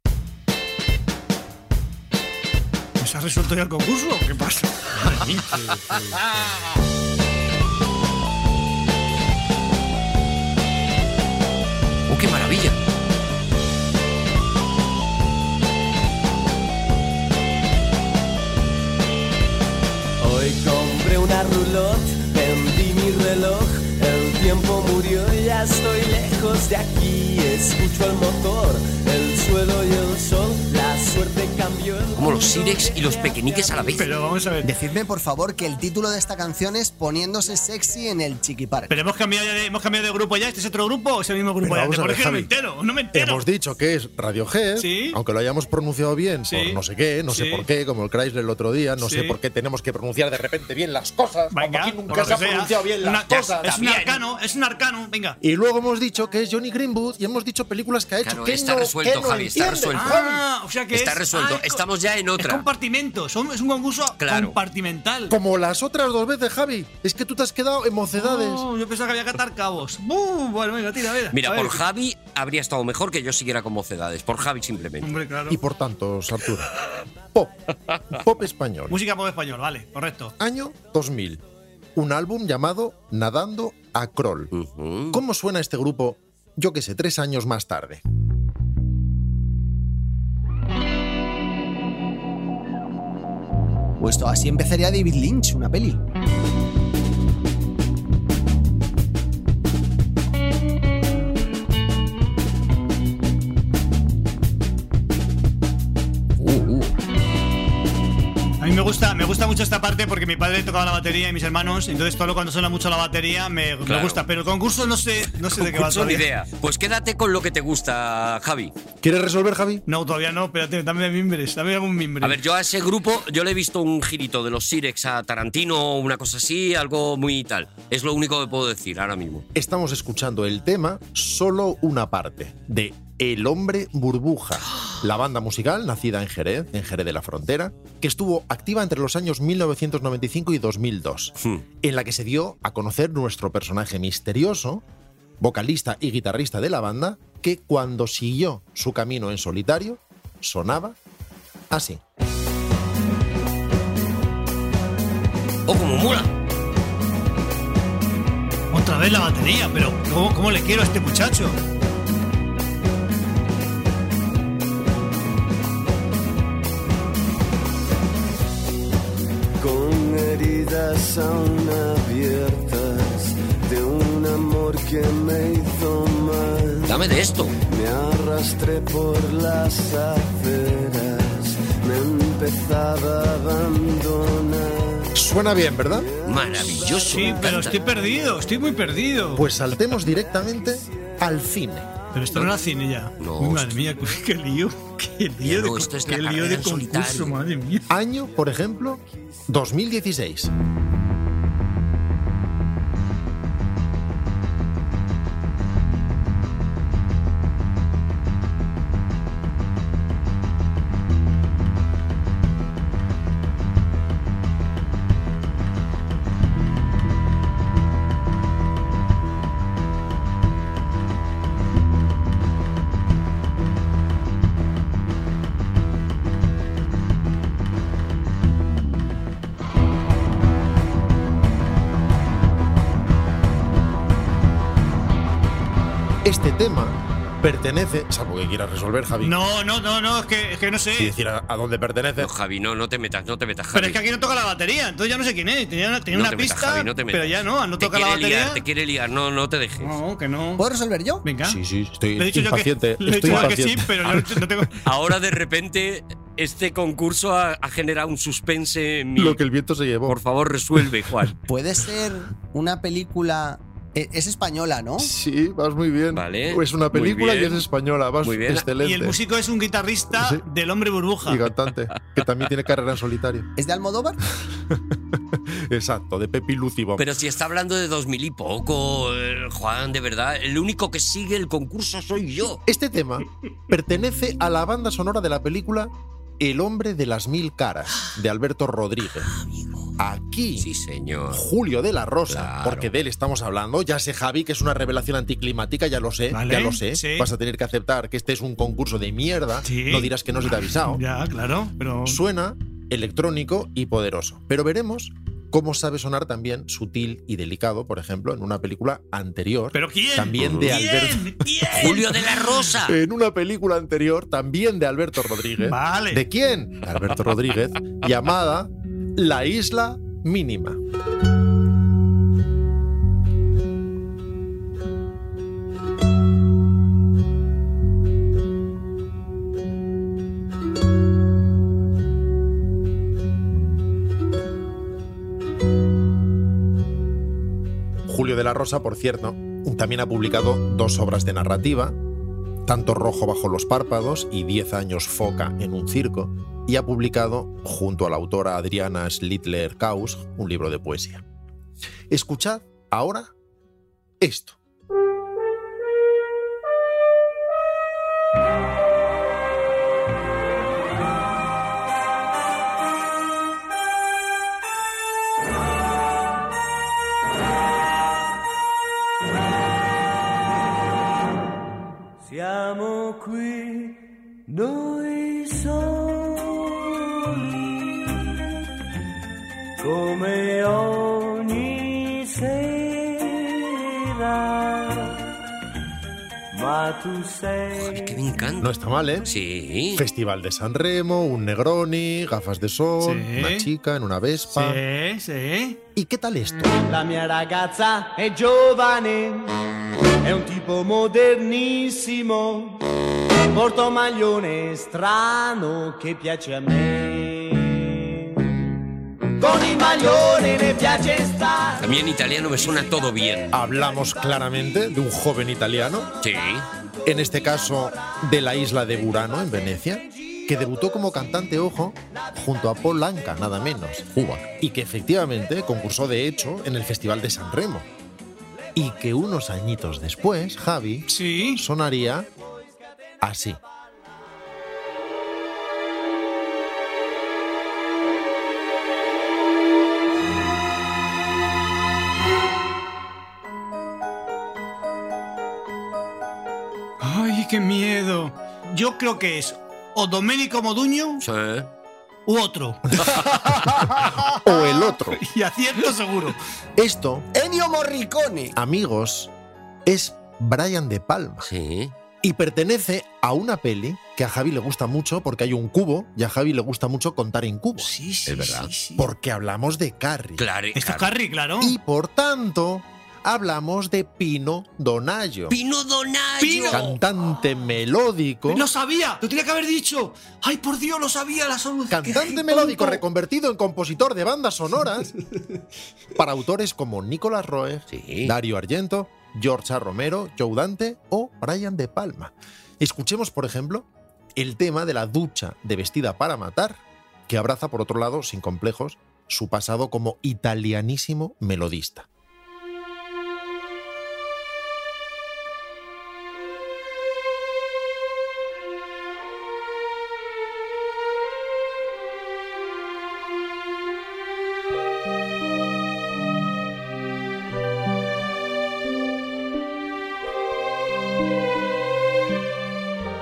Speaker 3: ¿Pues has resuelto ya el concurso? ¿Qué pasa?
Speaker 2: ¡Oh, qué maravilla!
Speaker 10: Hoy compré una roulotte, vendí mi reloj, el tiempo murió y ya estoy lejos de aquí. Escucho el motor, el suelo y el sol, la suerte cambió. el
Speaker 2: Como los
Speaker 10: mundo
Speaker 2: sírex y los
Speaker 10: de
Speaker 2: pequeñiques a la vez.
Speaker 3: Pero vamos a ver.
Speaker 5: Decidme, por favor, que el título de esta canción es Poniéndose sexy en el Chiqui Park.
Speaker 3: Pero hemos cambiado, ya de, hemos cambiado de grupo ya. ¿Este es otro grupo o es el mismo grupo
Speaker 4: Pero
Speaker 3: de
Speaker 4: vamos
Speaker 3: antes?
Speaker 4: a
Speaker 3: Porque
Speaker 4: ver,
Speaker 3: no me
Speaker 4: Javi.
Speaker 3: entero, no me entero.
Speaker 4: Hemos dicho que es Radiohead,
Speaker 3: Sí.
Speaker 4: aunque lo hayamos pronunciado bien
Speaker 3: Sí.
Speaker 4: por no sé qué, no
Speaker 3: Sí.
Speaker 4: sé por qué, como el Chrysler el otro día, no
Speaker 3: Sí.
Speaker 4: sé por qué tenemos que pronunciar de repente bien las cosas.
Speaker 3: Venga,
Speaker 4: Aquí
Speaker 3: por
Speaker 4: nunca
Speaker 3: lo
Speaker 4: se ha
Speaker 3: que sea.
Speaker 4: pronunciado bien las
Speaker 3: Una-
Speaker 4: cosas.
Speaker 3: Es un arcano, es un arcano, venga.
Speaker 4: Y luego hemos dicho que es Johnny Greenwood y hemos dicho películas que ha hecho.
Speaker 2: Claro,
Speaker 4: que
Speaker 2: está
Speaker 4: no-
Speaker 2: resuelto,
Speaker 4: que no
Speaker 2: Javi, está
Speaker 4: entiendes,
Speaker 2: resuelto.
Speaker 4: Javi.
Speaker 3: Ah, o sea que
Speaker 2: Está
Speaker 3: es-
Speaker 2: resuelto.
Speaker 3: ah, es co-
Speaker 2: Estamos ya en
Speaker 3: Es
Speaker 2: otra.
Speaker 3: compartimento, son- es un concurso
Speaker 2: Claro.
Speaker 3: compartimental.
Speaker 4: Como las otras dos veces, Javi. Es que tú te has quedado en mocedades.
Speaker 3: Oh, yo pensaba que había que atar cabos. Uh, bueno, venga, tira, a ver.
Speaker 2: Mira,
Speaker 3: A ver.
Speaker 2: por Javi habría estado mejor que yo siguiera con mocedades. Por Javi simplemente.
Speaker 3: Hombre, claro.
Speaker 4: Y por tanto, Arturo. Pop. Pop español.
Speaker 3: Música pop español, vale, correcto.
Speaker 4: Año 2000. Un álbum llamado Nadando a Kroll.
Speaker 3: Mm.
Speaker 2: Ujú.
Speaker 4: ¿Cómo suena este grupo, yo que sé, tres años más tarde?
Speaker 5: Pues esto, así empezaría David Lynch, una peli.
Speaker 2: Uh, uh.
Speaker 3: A mí me gusta, me gusta mucho esta parte porque mi padre tocaba la batería y mis hermanos, entonces todo lo cuando suena mucho la batería me, me
Speaker 2: Claro.
Speaker 3: gusta, pero el concurso no sé, no sé de qué va
Speaker 2: Concurso, ni
Speaker 3: todavía.
Speaker 2: idea. Pues quédate con lo que te gusta, Javi.
Speaker 4: ¿Quieres resolver, Javi?
Speaker 3: No, todavía no, espérate, dame mimbres, dame algún mimbre.
Speaker 2: A ver, yo a ese grupo, yo le he visto un girito de los Sirex a Tarantino o una cosa así, algo muy tal. Es lo único que puedo decir ahora mismo.
Speaker 4: Estamos escuchando el tema, solo una parte, de El Hombre Burbuja, la banda musical nacida en Jerez, en Jerez de la Frontera, que estuvo activa entre los años 1995 y 2002,
Speaker 2: Hmm.
Speaker 4: en la que se dio a conocer nuestro personaje misterioso, vocalista y guitarrista de la banda, que cuando siguió su camino en solitario, sonaba así.
Speaker 2: ¡Oh, como mola!
Speaker 3: Otra vez la batería, pero ¿cómo, cómo le quiero a este muchacho?
Speaker 10: con heridas aún abiertas de un amor que me hizo mal.
Speaker 2: Dame de esto.
Speaker 10: Me arrastré por las aceras, me empezaba a abandonar.
Speaker 4: Suena bien, ¿verdad?
Speaker 2: Maravilloso.
Speaker 3: Sí,
Speaker 2: me encanta.
Speaker 3: pero estoy perdido, estoy muy perdido.
Speaker 4: Pues saltemos directamente al cine.
Speaker 3: pero esto no era cine ya.
Speaker 2: No,
Speaker 3: Uy, madre
Speaker 2: hostia.
Speaker 3: mía, qué lío, qué lío
Speaker 2: Ya
Speaker 3: de,
Speaker 2: no,
Speaker 3: con-
Speaker 2: esto es la
Speaker 3: qué lío
Speaker 2: carrera
Speaker 3: de
Speaker 2: en
Speaker 3: concurso,
Speaker 2: solitario.
Speaker 3: madre mía.
Speaker 4: Año, por ejemplo, 2016. Este tema pertenece, salvo que quieras resolver, Javi,
Speaker 3: No, no, no, no, es que, es que no sé.
Speaker 4: y decir a, a dónde pertenece.
Speaker 2: No, Javi, no, no te metas, no te metas, Javi.
Speaker 3: Pero es que aquí no toca la batería, entonces ya no sé quién es. Tenía una, tenía
Speaker 2: No
Speaker 3: una
Speaker 2: te metas,
Speaker 3: pista,
Speaker 2: Javi, no te metas.
Speaker 3: pero ya no, al no
Speaker 2: Te
Speaker 3: toca la
Speaker 2: quiere
Speaker 3: batería.
Speaker 2: liar, te Pues, quiere liar, no, no te dejes.
Speaker 3: No, que no.
Speaker 5: ¿Puedo resolver yo?
Speaker 3: Venga.
Speaker 4: Sí, sí, estoy
Speaker 3: Le he dicho yo que,
Speaker 4: impaciente.
Speaker 3: le he
Speaker 4: estoy
Speaker 3: dicho yo que sí,
Speaker 4: impaciente.
Speaker 3: pero yo no tengo.
Speaker 2: Ahora de repente este concurso ha, ha generado un suspense en mí.
Speaker 4: Lo que el viento se llevó.
Speaker 2: Por favor, resuelve, Juan.
Speaker 5: ¿Puede ser una película E- Es española, ¿no?
Speaker 4: Sí, vas muy bien.
Speaker 2: Vale,
Speaker 4: Es una
Speaker 2: muy
Speaker 4: película y
Speaker 2: bien.
Speaker 4: es española, vas
Speaker 2: Muy bien.
Speaker 4: excelente.
Speaker 3: Y el músico es un guitarrista
Speaker 4: Sí.
Speaker 3: del hombre burbuja.
Speaker 4: Y cantante, que también tiene carrera en solitario.
Speaker 5: ¿Es de Almodóvar?
Speaker 4: Exacto, de Pepi Lucibom.
Speaker 2: Pero si está hablando de 2000 y poco, eh, Juan, de verdad, el único que sigue el concurso soy yo.
Speaker 4: Este tema pertenece a la banda sonora de la película El hombre de las mil caras, de Alberto Rodríguez. Aquí
Speaker 2: Sí, señor.
Speaker 4: Julio de la Rosa,
Speaker 2: Claro.
Speaker 4: porque de él estamos hablando. Ya sé, Javi, que es una revelación anticlimática, ya lo sé,
Speaker 3: Vale,
Speaker 4: ya lo sé.
Speaker 3: sí.
Speaker 4: Vas a tener que aceptar que este es un concurso de mierda.
Speaker 3: Sí.
Speaker 4: No dirás que no se te ha avisado.
Speaker 3: Ya, claro, pero.
Speaker 4: Suena electrónico y poderoso, pero veremos cómo sabe sonar también sutil y delicado, por ejemplo, en una película anterior.
Speaker 3: ¿Pero quién?
Speaker 4: También de Alberto.
Speaker 3: ¿Quién? ¿Quién?
Speaker 2: Julio de la Rosa.
Speaker 4: En una película anterior, también de Alberto Rodríguez.
Speaker 3: Vale.
Speaker 4: ¿De quién? De Alberto Rodríguez, llamada La Isla Mínima. Julio de la Rosa, por cierto, también ha publicado dos obras de narrativa, tanto Rojo bajo los párpados y 10 años foca en un circo, y ha publicado, junto a la autora Adriana Schlittler Kaus, un libro de poesía. Escuchad ahora esto.
Speaker 10: Siamo qui noi soli, come ogni sera, ma tu sei...
Speaker 2: Que me encanta.
Speaker 4: No está mal, ¿eh?
Speaker 2: Sí.
Speaker 4: Festival de San Remo, un Negroni, gafas de sol,
Speaker 3: Sí.
Speaker 4: una chica en una Vespa.
Speaker 3: Sí, sí.
Speaker 4: ¿Y qué tal esto?
Speaker 10: La mia ragazza è giovane, è un tipo modernissimo, porta un maglione strano che piace a me. Con il maglione ne piace stare.
Speaker 2: A mí en italiano me suena todo bien.
Speaker 4: Hablamos claramente de un joven italiano
Speaker 2: Sí.
Speaker 4: en este caso de la isla de Burano, en Venecia, que debutó como cantante, ojo, junto a Paul Anka, nada menos, Cuba, y que efectivamente concursó de hecho en el Festival de San Remo. Y que unos añitos después, Javi,
Speaker 3: Sí.
Speaker 4: sonaría así.
Speaker 3: Ay, qué miedo. Yo creo que es o Domenico Moduño
Speaker 2: Sí.
Speaker 3: u otro.
Speaker 4: O el otro.
Speaker 3: Y acierto seguro.
Speaker 4: Esto,
Speaker 5: Ennio Morricone.
Speaker 4: amigos, es Brian de Palma.
Speaker 2: Sí.
Speaker 4: Y pertenece a una peli que a Javi le gusta mucho porque hay un cubo y a Javi le gusta mucho contar en cubos.
Speaker 3: Sí, sí.
Speaker 2: Es verdad.
Speaker 3: sí, sí.
Speaker 4: Porque hablamos de Carrie.
Speaker 2: Claro.
Speaker 3: Esto es
Speaker 2: claro.
Speaker 3: Carrie, claro.
Speaker 4: Y por tanto, hablamos de Pino Donaggio.
Speaker 2: Pino Donaggio.
Speaker 3: Pino.
Speaker 4: Cantante melódico.
Speaker 3: Lo sabía, lo tenía que haber dicho. Ay, por Dios, lo sabía la solución.
Speaker 4: Cantante melódico reconvertido en compositor de bandas sonoras para autores como Nicolas Roeg,
Speaker 2: Sí.
Speaker 4: Dario Argento, George A. Romero, Joe Dante o Brian De Palma. Escuchemos, por ejemplo, el tema de la ducha de vestida para matar, que abraza, por otro lado, sin complejos, su pasado como italianísimo melodista.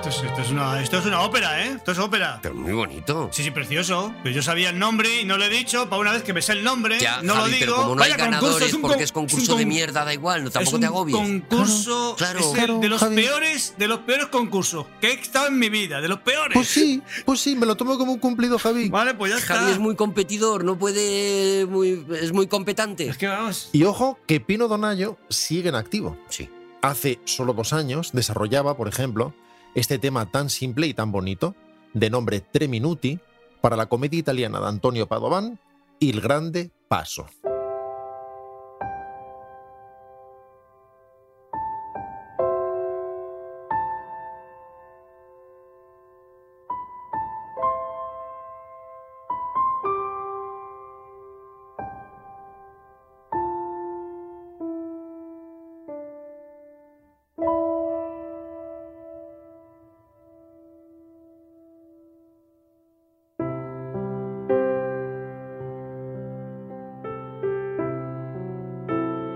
Speaker 3: Esto es, esto es una, esto es una ópera, ¿eh? Esto es ópera.
Speaker 2: Pero muy bonito.
Speaker 3: Sí, sí, precioso. Pero yo sabía el nombre y no lo he dicho. Para una vez que me sé el nombre,
Speaker 2: Ya,
Speaker 3: no
Speaker 2: Javi,
Speaker 3: lo digo.
Speaker 2: pero como no
Speaker 3: Vaya
Speaker 2: hay ganadores
Speaker 3: un
Speaker 2: porque
Speaker 3: con-
Speaker 2: es concurso
Speaker 3: un
Speaker 2: de
Speaker 3: con-
Speaker 2: mierda, da igual, no, tampoco
Speaker 3: es un
Speaker 2: te agobies.
Speaker 3: concurso
Speaker 2: Claro,
Speaker 3: es el
Speaker 4: claro,
Speaker 3: de los
Speaker 4: Javi.
Speaker 3: peores, de los peores concursos que he estado en mi vida, de los peores.
Speaker 4: Pues sí, pues sí, me lo tomo como un cumplido, Javi.
Speaker 3: Vale, pues ya
Speaker 2: Javi
Speaker 3: está.
Speaker 2: es muy competidor, no puede. muy- es muy competente.
Speaker 3: Es que vamos.
Speaker 4: Y ojo que Pino Donaggio sigue en activo.
Speaker 2: Sí.
Speaker 4: Hace solo dos años desarrollaba, por ejemplo, este tema tan simple y tan bonito, de nombre Tre Minuti, para la comedia italiana de Antonio Padovan, Il Grande Paso.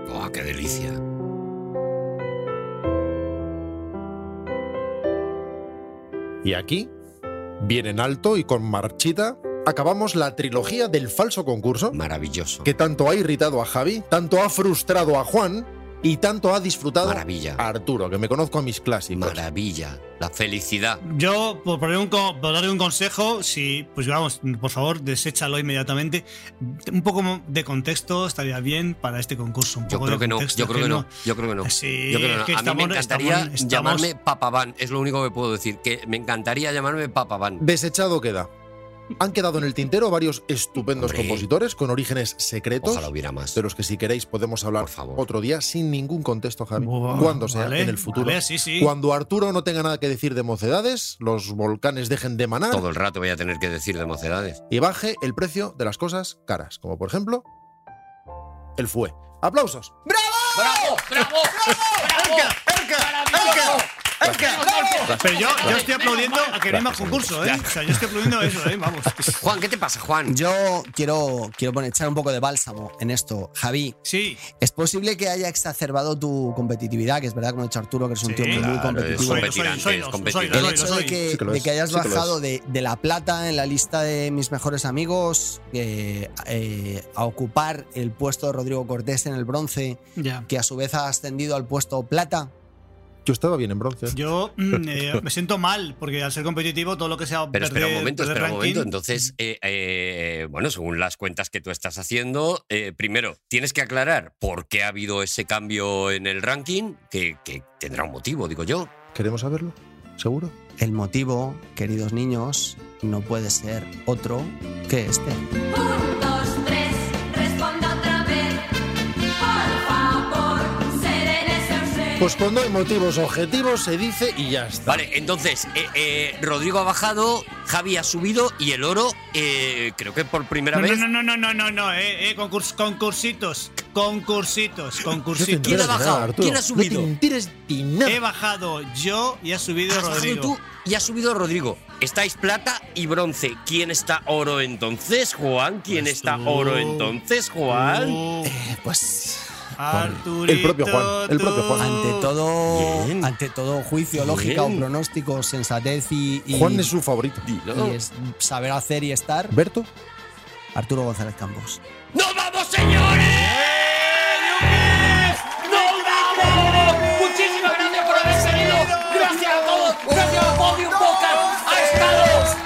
Speaker 2: pero qué delicia.
Speaker 4: Y aquí, bien en alto y con marchita, acabamos la trilogía del falso concurso
Speaker 2: Maravilloso.
Speaker 4: que tanto ha irritado a Javi, tanto ha frustrado a Juan y tanto ha disfrutado
Speaker 2: Maravilla.
Speaker 3: Ah,
Speaker 4: a Arturo, que me conozco a mis
Speaker 3: pues.
Speaker 4: clásicos.
Speaker 2: Maravilla. La felicidad.
Speaker 3: Yo, por, darle un, co- por darle un consejo, si, pues vamos, por favor, deséchalo inmediatamente. Un poco de contexto estaría bien para este concurso. Un
Speaker 2: Yo
Speaker 3: poco
Speaker 2: creo
Speaker 3: de
Speaker 2: que no,
Speaker 3: contexto,
Speaker 2: yo creo que no, yo creo que no.
Speaker 3: Sí,
Speaker 2: Yo creo que no.
Speaker 3: es que
Speaker 2: a mí me
Speaker 3: estamos-
Speaker 2: encantaría
Speaker 3: estamos- estamos-
Speaker 2: llamarme Papavan, es lo único que puedo decir, que me encantaría llamarme Papavan.
Speaker 4: Desechado queda. Han quedado en el tintero varios estupendos
Speaker 2: Hombre.
Speaker 4: compositores con orígenes secretos,
Speaker 2: Ojalá hubiera más.
Speaker 4: de los que si queréis podemos hablar
Speaker 2: Por favor.
Speaker 4: otro día sin ningún contexto, Javi.
Speaker 3: Buah,
Speaker 4: Cuando sea,
Speaker 3: vale,
Speaker 4: en el futuro.
Speaker 3: vale, sí, sí.
Speaker 4: Cuando Arturo no tenga nada que decir de mocedades, los volcanes dejen de manar
Speaker 2: Todo el rato voy a tener que decir de mocedades.
Speaker 4: y baje el precio de las cosas caras, como por ejemplo el fue. ¡Aplausos!
Speaker 2: ¡Bravo! ¡Bravo!
Speaker 3: Pero yo, yo estoy aplaudiendo a que no hay más concurso, ¿eh? O sea, yo estoy aplaudiendo eso, ¿eh? Vamos.
Speaker 2: Juan, ¿qué te pasa, Juan?
Speaker 5: Yo quiero, quiero poner, echar un poco de bálsamo en esto. Javi,
Speaker 3: Sí,
Speaker 5: es posible que haya exacerbado tu competitividad, que es verdad, como ha dicho Arturo, que eres un
Speaker 3: Sí,
Speaker 5: tío muy, muy
Speaker 2: Claro, es
Speaker 3: soy,
Speaker 5: competitivo.
Speaker 3: lo soy,
Speaker 2: competirante,
Speaker 3: soy,
Speaker 2: es
Speaker 3: lo
Speaker 2: competirante.
Speaker 5: El
Speaker 3: soy, lo
Speaker 5: hecho
Speaker 3: soy.
Speaker 5: de que,
Speaker 4: Sí que lo
Speaker 5: de
Speaker 4: es,
Speaker 5: que hayas
Speaker 4: sí que lo
Speaker 5: bajado
Speaker 4: es.
Speaker 5: de, de la plata en la lista de mis mejores amigos eh, eh, a ocupar el puesto de Rodrigo Cortés en el bronce,
Speaker 3: Ya.
Speaker 5: que a su vez ha ascendido al puesto plata.
Speaker 4: Yo estaba bien en bronce.
Speaker 3: Yo mm, eh, me siento mal, porque al ser competitivo, todo lo que sea.
Speaker 2: Pero espera un
Speaker 3: perder-
Speaker 2: momento,
Speaker 3: perder
Speaker 2: espera un
Speaker 3: ranking-
Speaker 2: momento. Entonces, eh, eh, bueno, según las cuentas que tú estás haciendo, eh, primero tienes que aclarar por qué ha habido ese cambio en el ranking, que, que tendrá un motivo, digo yo.
Speaker 4: ¿Queremos saberlo? ¿Seguro?
Speaker 5: El motivo, queridos niños, no puede ser otro que este.
Speaker 6: Un, dos, tres, responda otra vez. Por favor, serenese usted.
Speaker 4: Pues cuando hay motivos objetivos se dice y ya está.
Speaker 2: Vale, entonces, eh, eh, Rodrigo ha bajado, Javi ha subido y el oro, eh, creo que por primera
Speaker 3: No,
Speaker 2: vez.
Speaker 3: no, no, no, no, no, no, eh, eh, concurs- concursitos, concursitos,
Speaker 4: No te enteras
Speaker 2: ¿Quién ha
Speaker 4: de
Speaker 3: concursitos.
Speaker 4: nada,
Speaker 2: bajado?
Speaker 4: Arturo.
Speaker 2: ¿Quién ha
Speaker 4: No
Speaker 2: subido?
Speaker 4: te enteres de nada.
Speaker 3: He bajado yo y ha subido
Speaker 2: Has bajado
Speaker 3: Rodrigo.
Speaker 2: tú y ha subido Rodrigo. Estáis plata y bronce. ¿Quién está oro entonces, Juan? ¿Quién
Speaker 3: Pues
Speaker 2: está
Speaker 3: tú.
Speaker 2: oro entonces, Juan?
Speaker 3: Oh,
Speaker 5: Pues
Speaker 3: Arturito,
Speaker 4: el propio Juan, el propio Juan.
Speaker 3: tú.
Speaker 5: ante todo,
Speaker 2: Bien.
Speaker 5: ante todo juicio, lógica
Speaker 2: Bien.
Speaker 5: o pronóstico, sensatez y, y-
Speaker 4: Juan es su favorito.
Speaker 5: y es saber hacer y estar,
Speaker 4: ¿Berto?
Speaker 5: Arturo González Campos.
Speaker 2: ¡Nos vamos, señores! ¡Nos vamos! Muchísimas gracias por haber venido. Gracias a todos. Gracias a Podium Podcast. Ha estado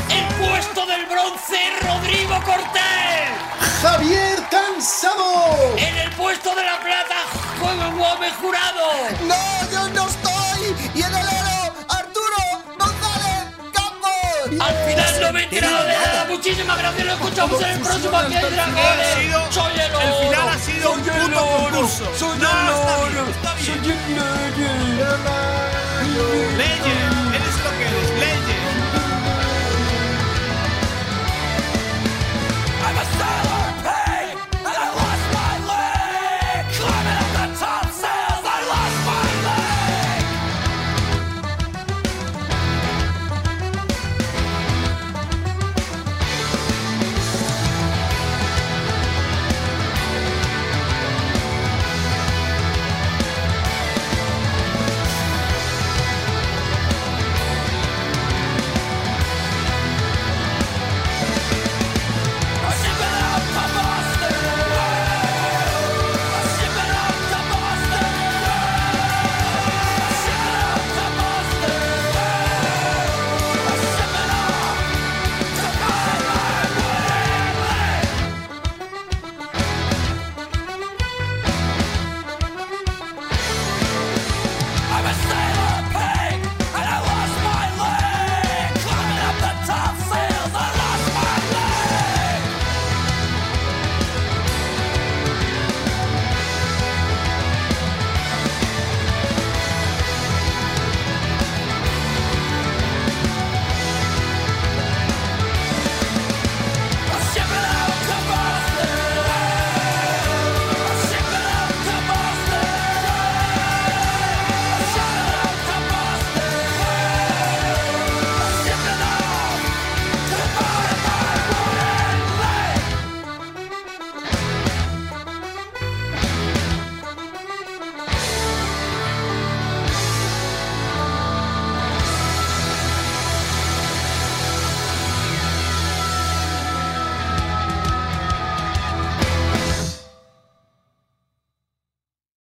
Speaker 2: en el puesto del bronce Rodrigo Cortés.
Speaker 10: Javier Cansado.
Speaker 2: En el puesto de la plata, Juan Gómez Jurado.
Speaker 10: No, yo no estoy. Y en el oro, Arturo González Campos.
Speaker 2: Al final no me he enterado de nada. Muchísimas gracias. Lo escuchamos en el próximo Aquí hay
Speaker 3: Ha
Speaker 2: Dragones.
Speaker 3: sido-
Speaker 2: Soy el oro.
Speaker 3: El final ha sido
Speaker 2: Soy
Speaker 3: un
Speaker 2: el
Speaker 3: puto
Speaker 2: oro.
Speaker 3: concurso.
Speaker 2: Soy el
Speaker 3: No, está
Speaker 2: oro.
Speaker 3: bien, está bien.
Speaker 10: Soy un
Speaker 3: Legend.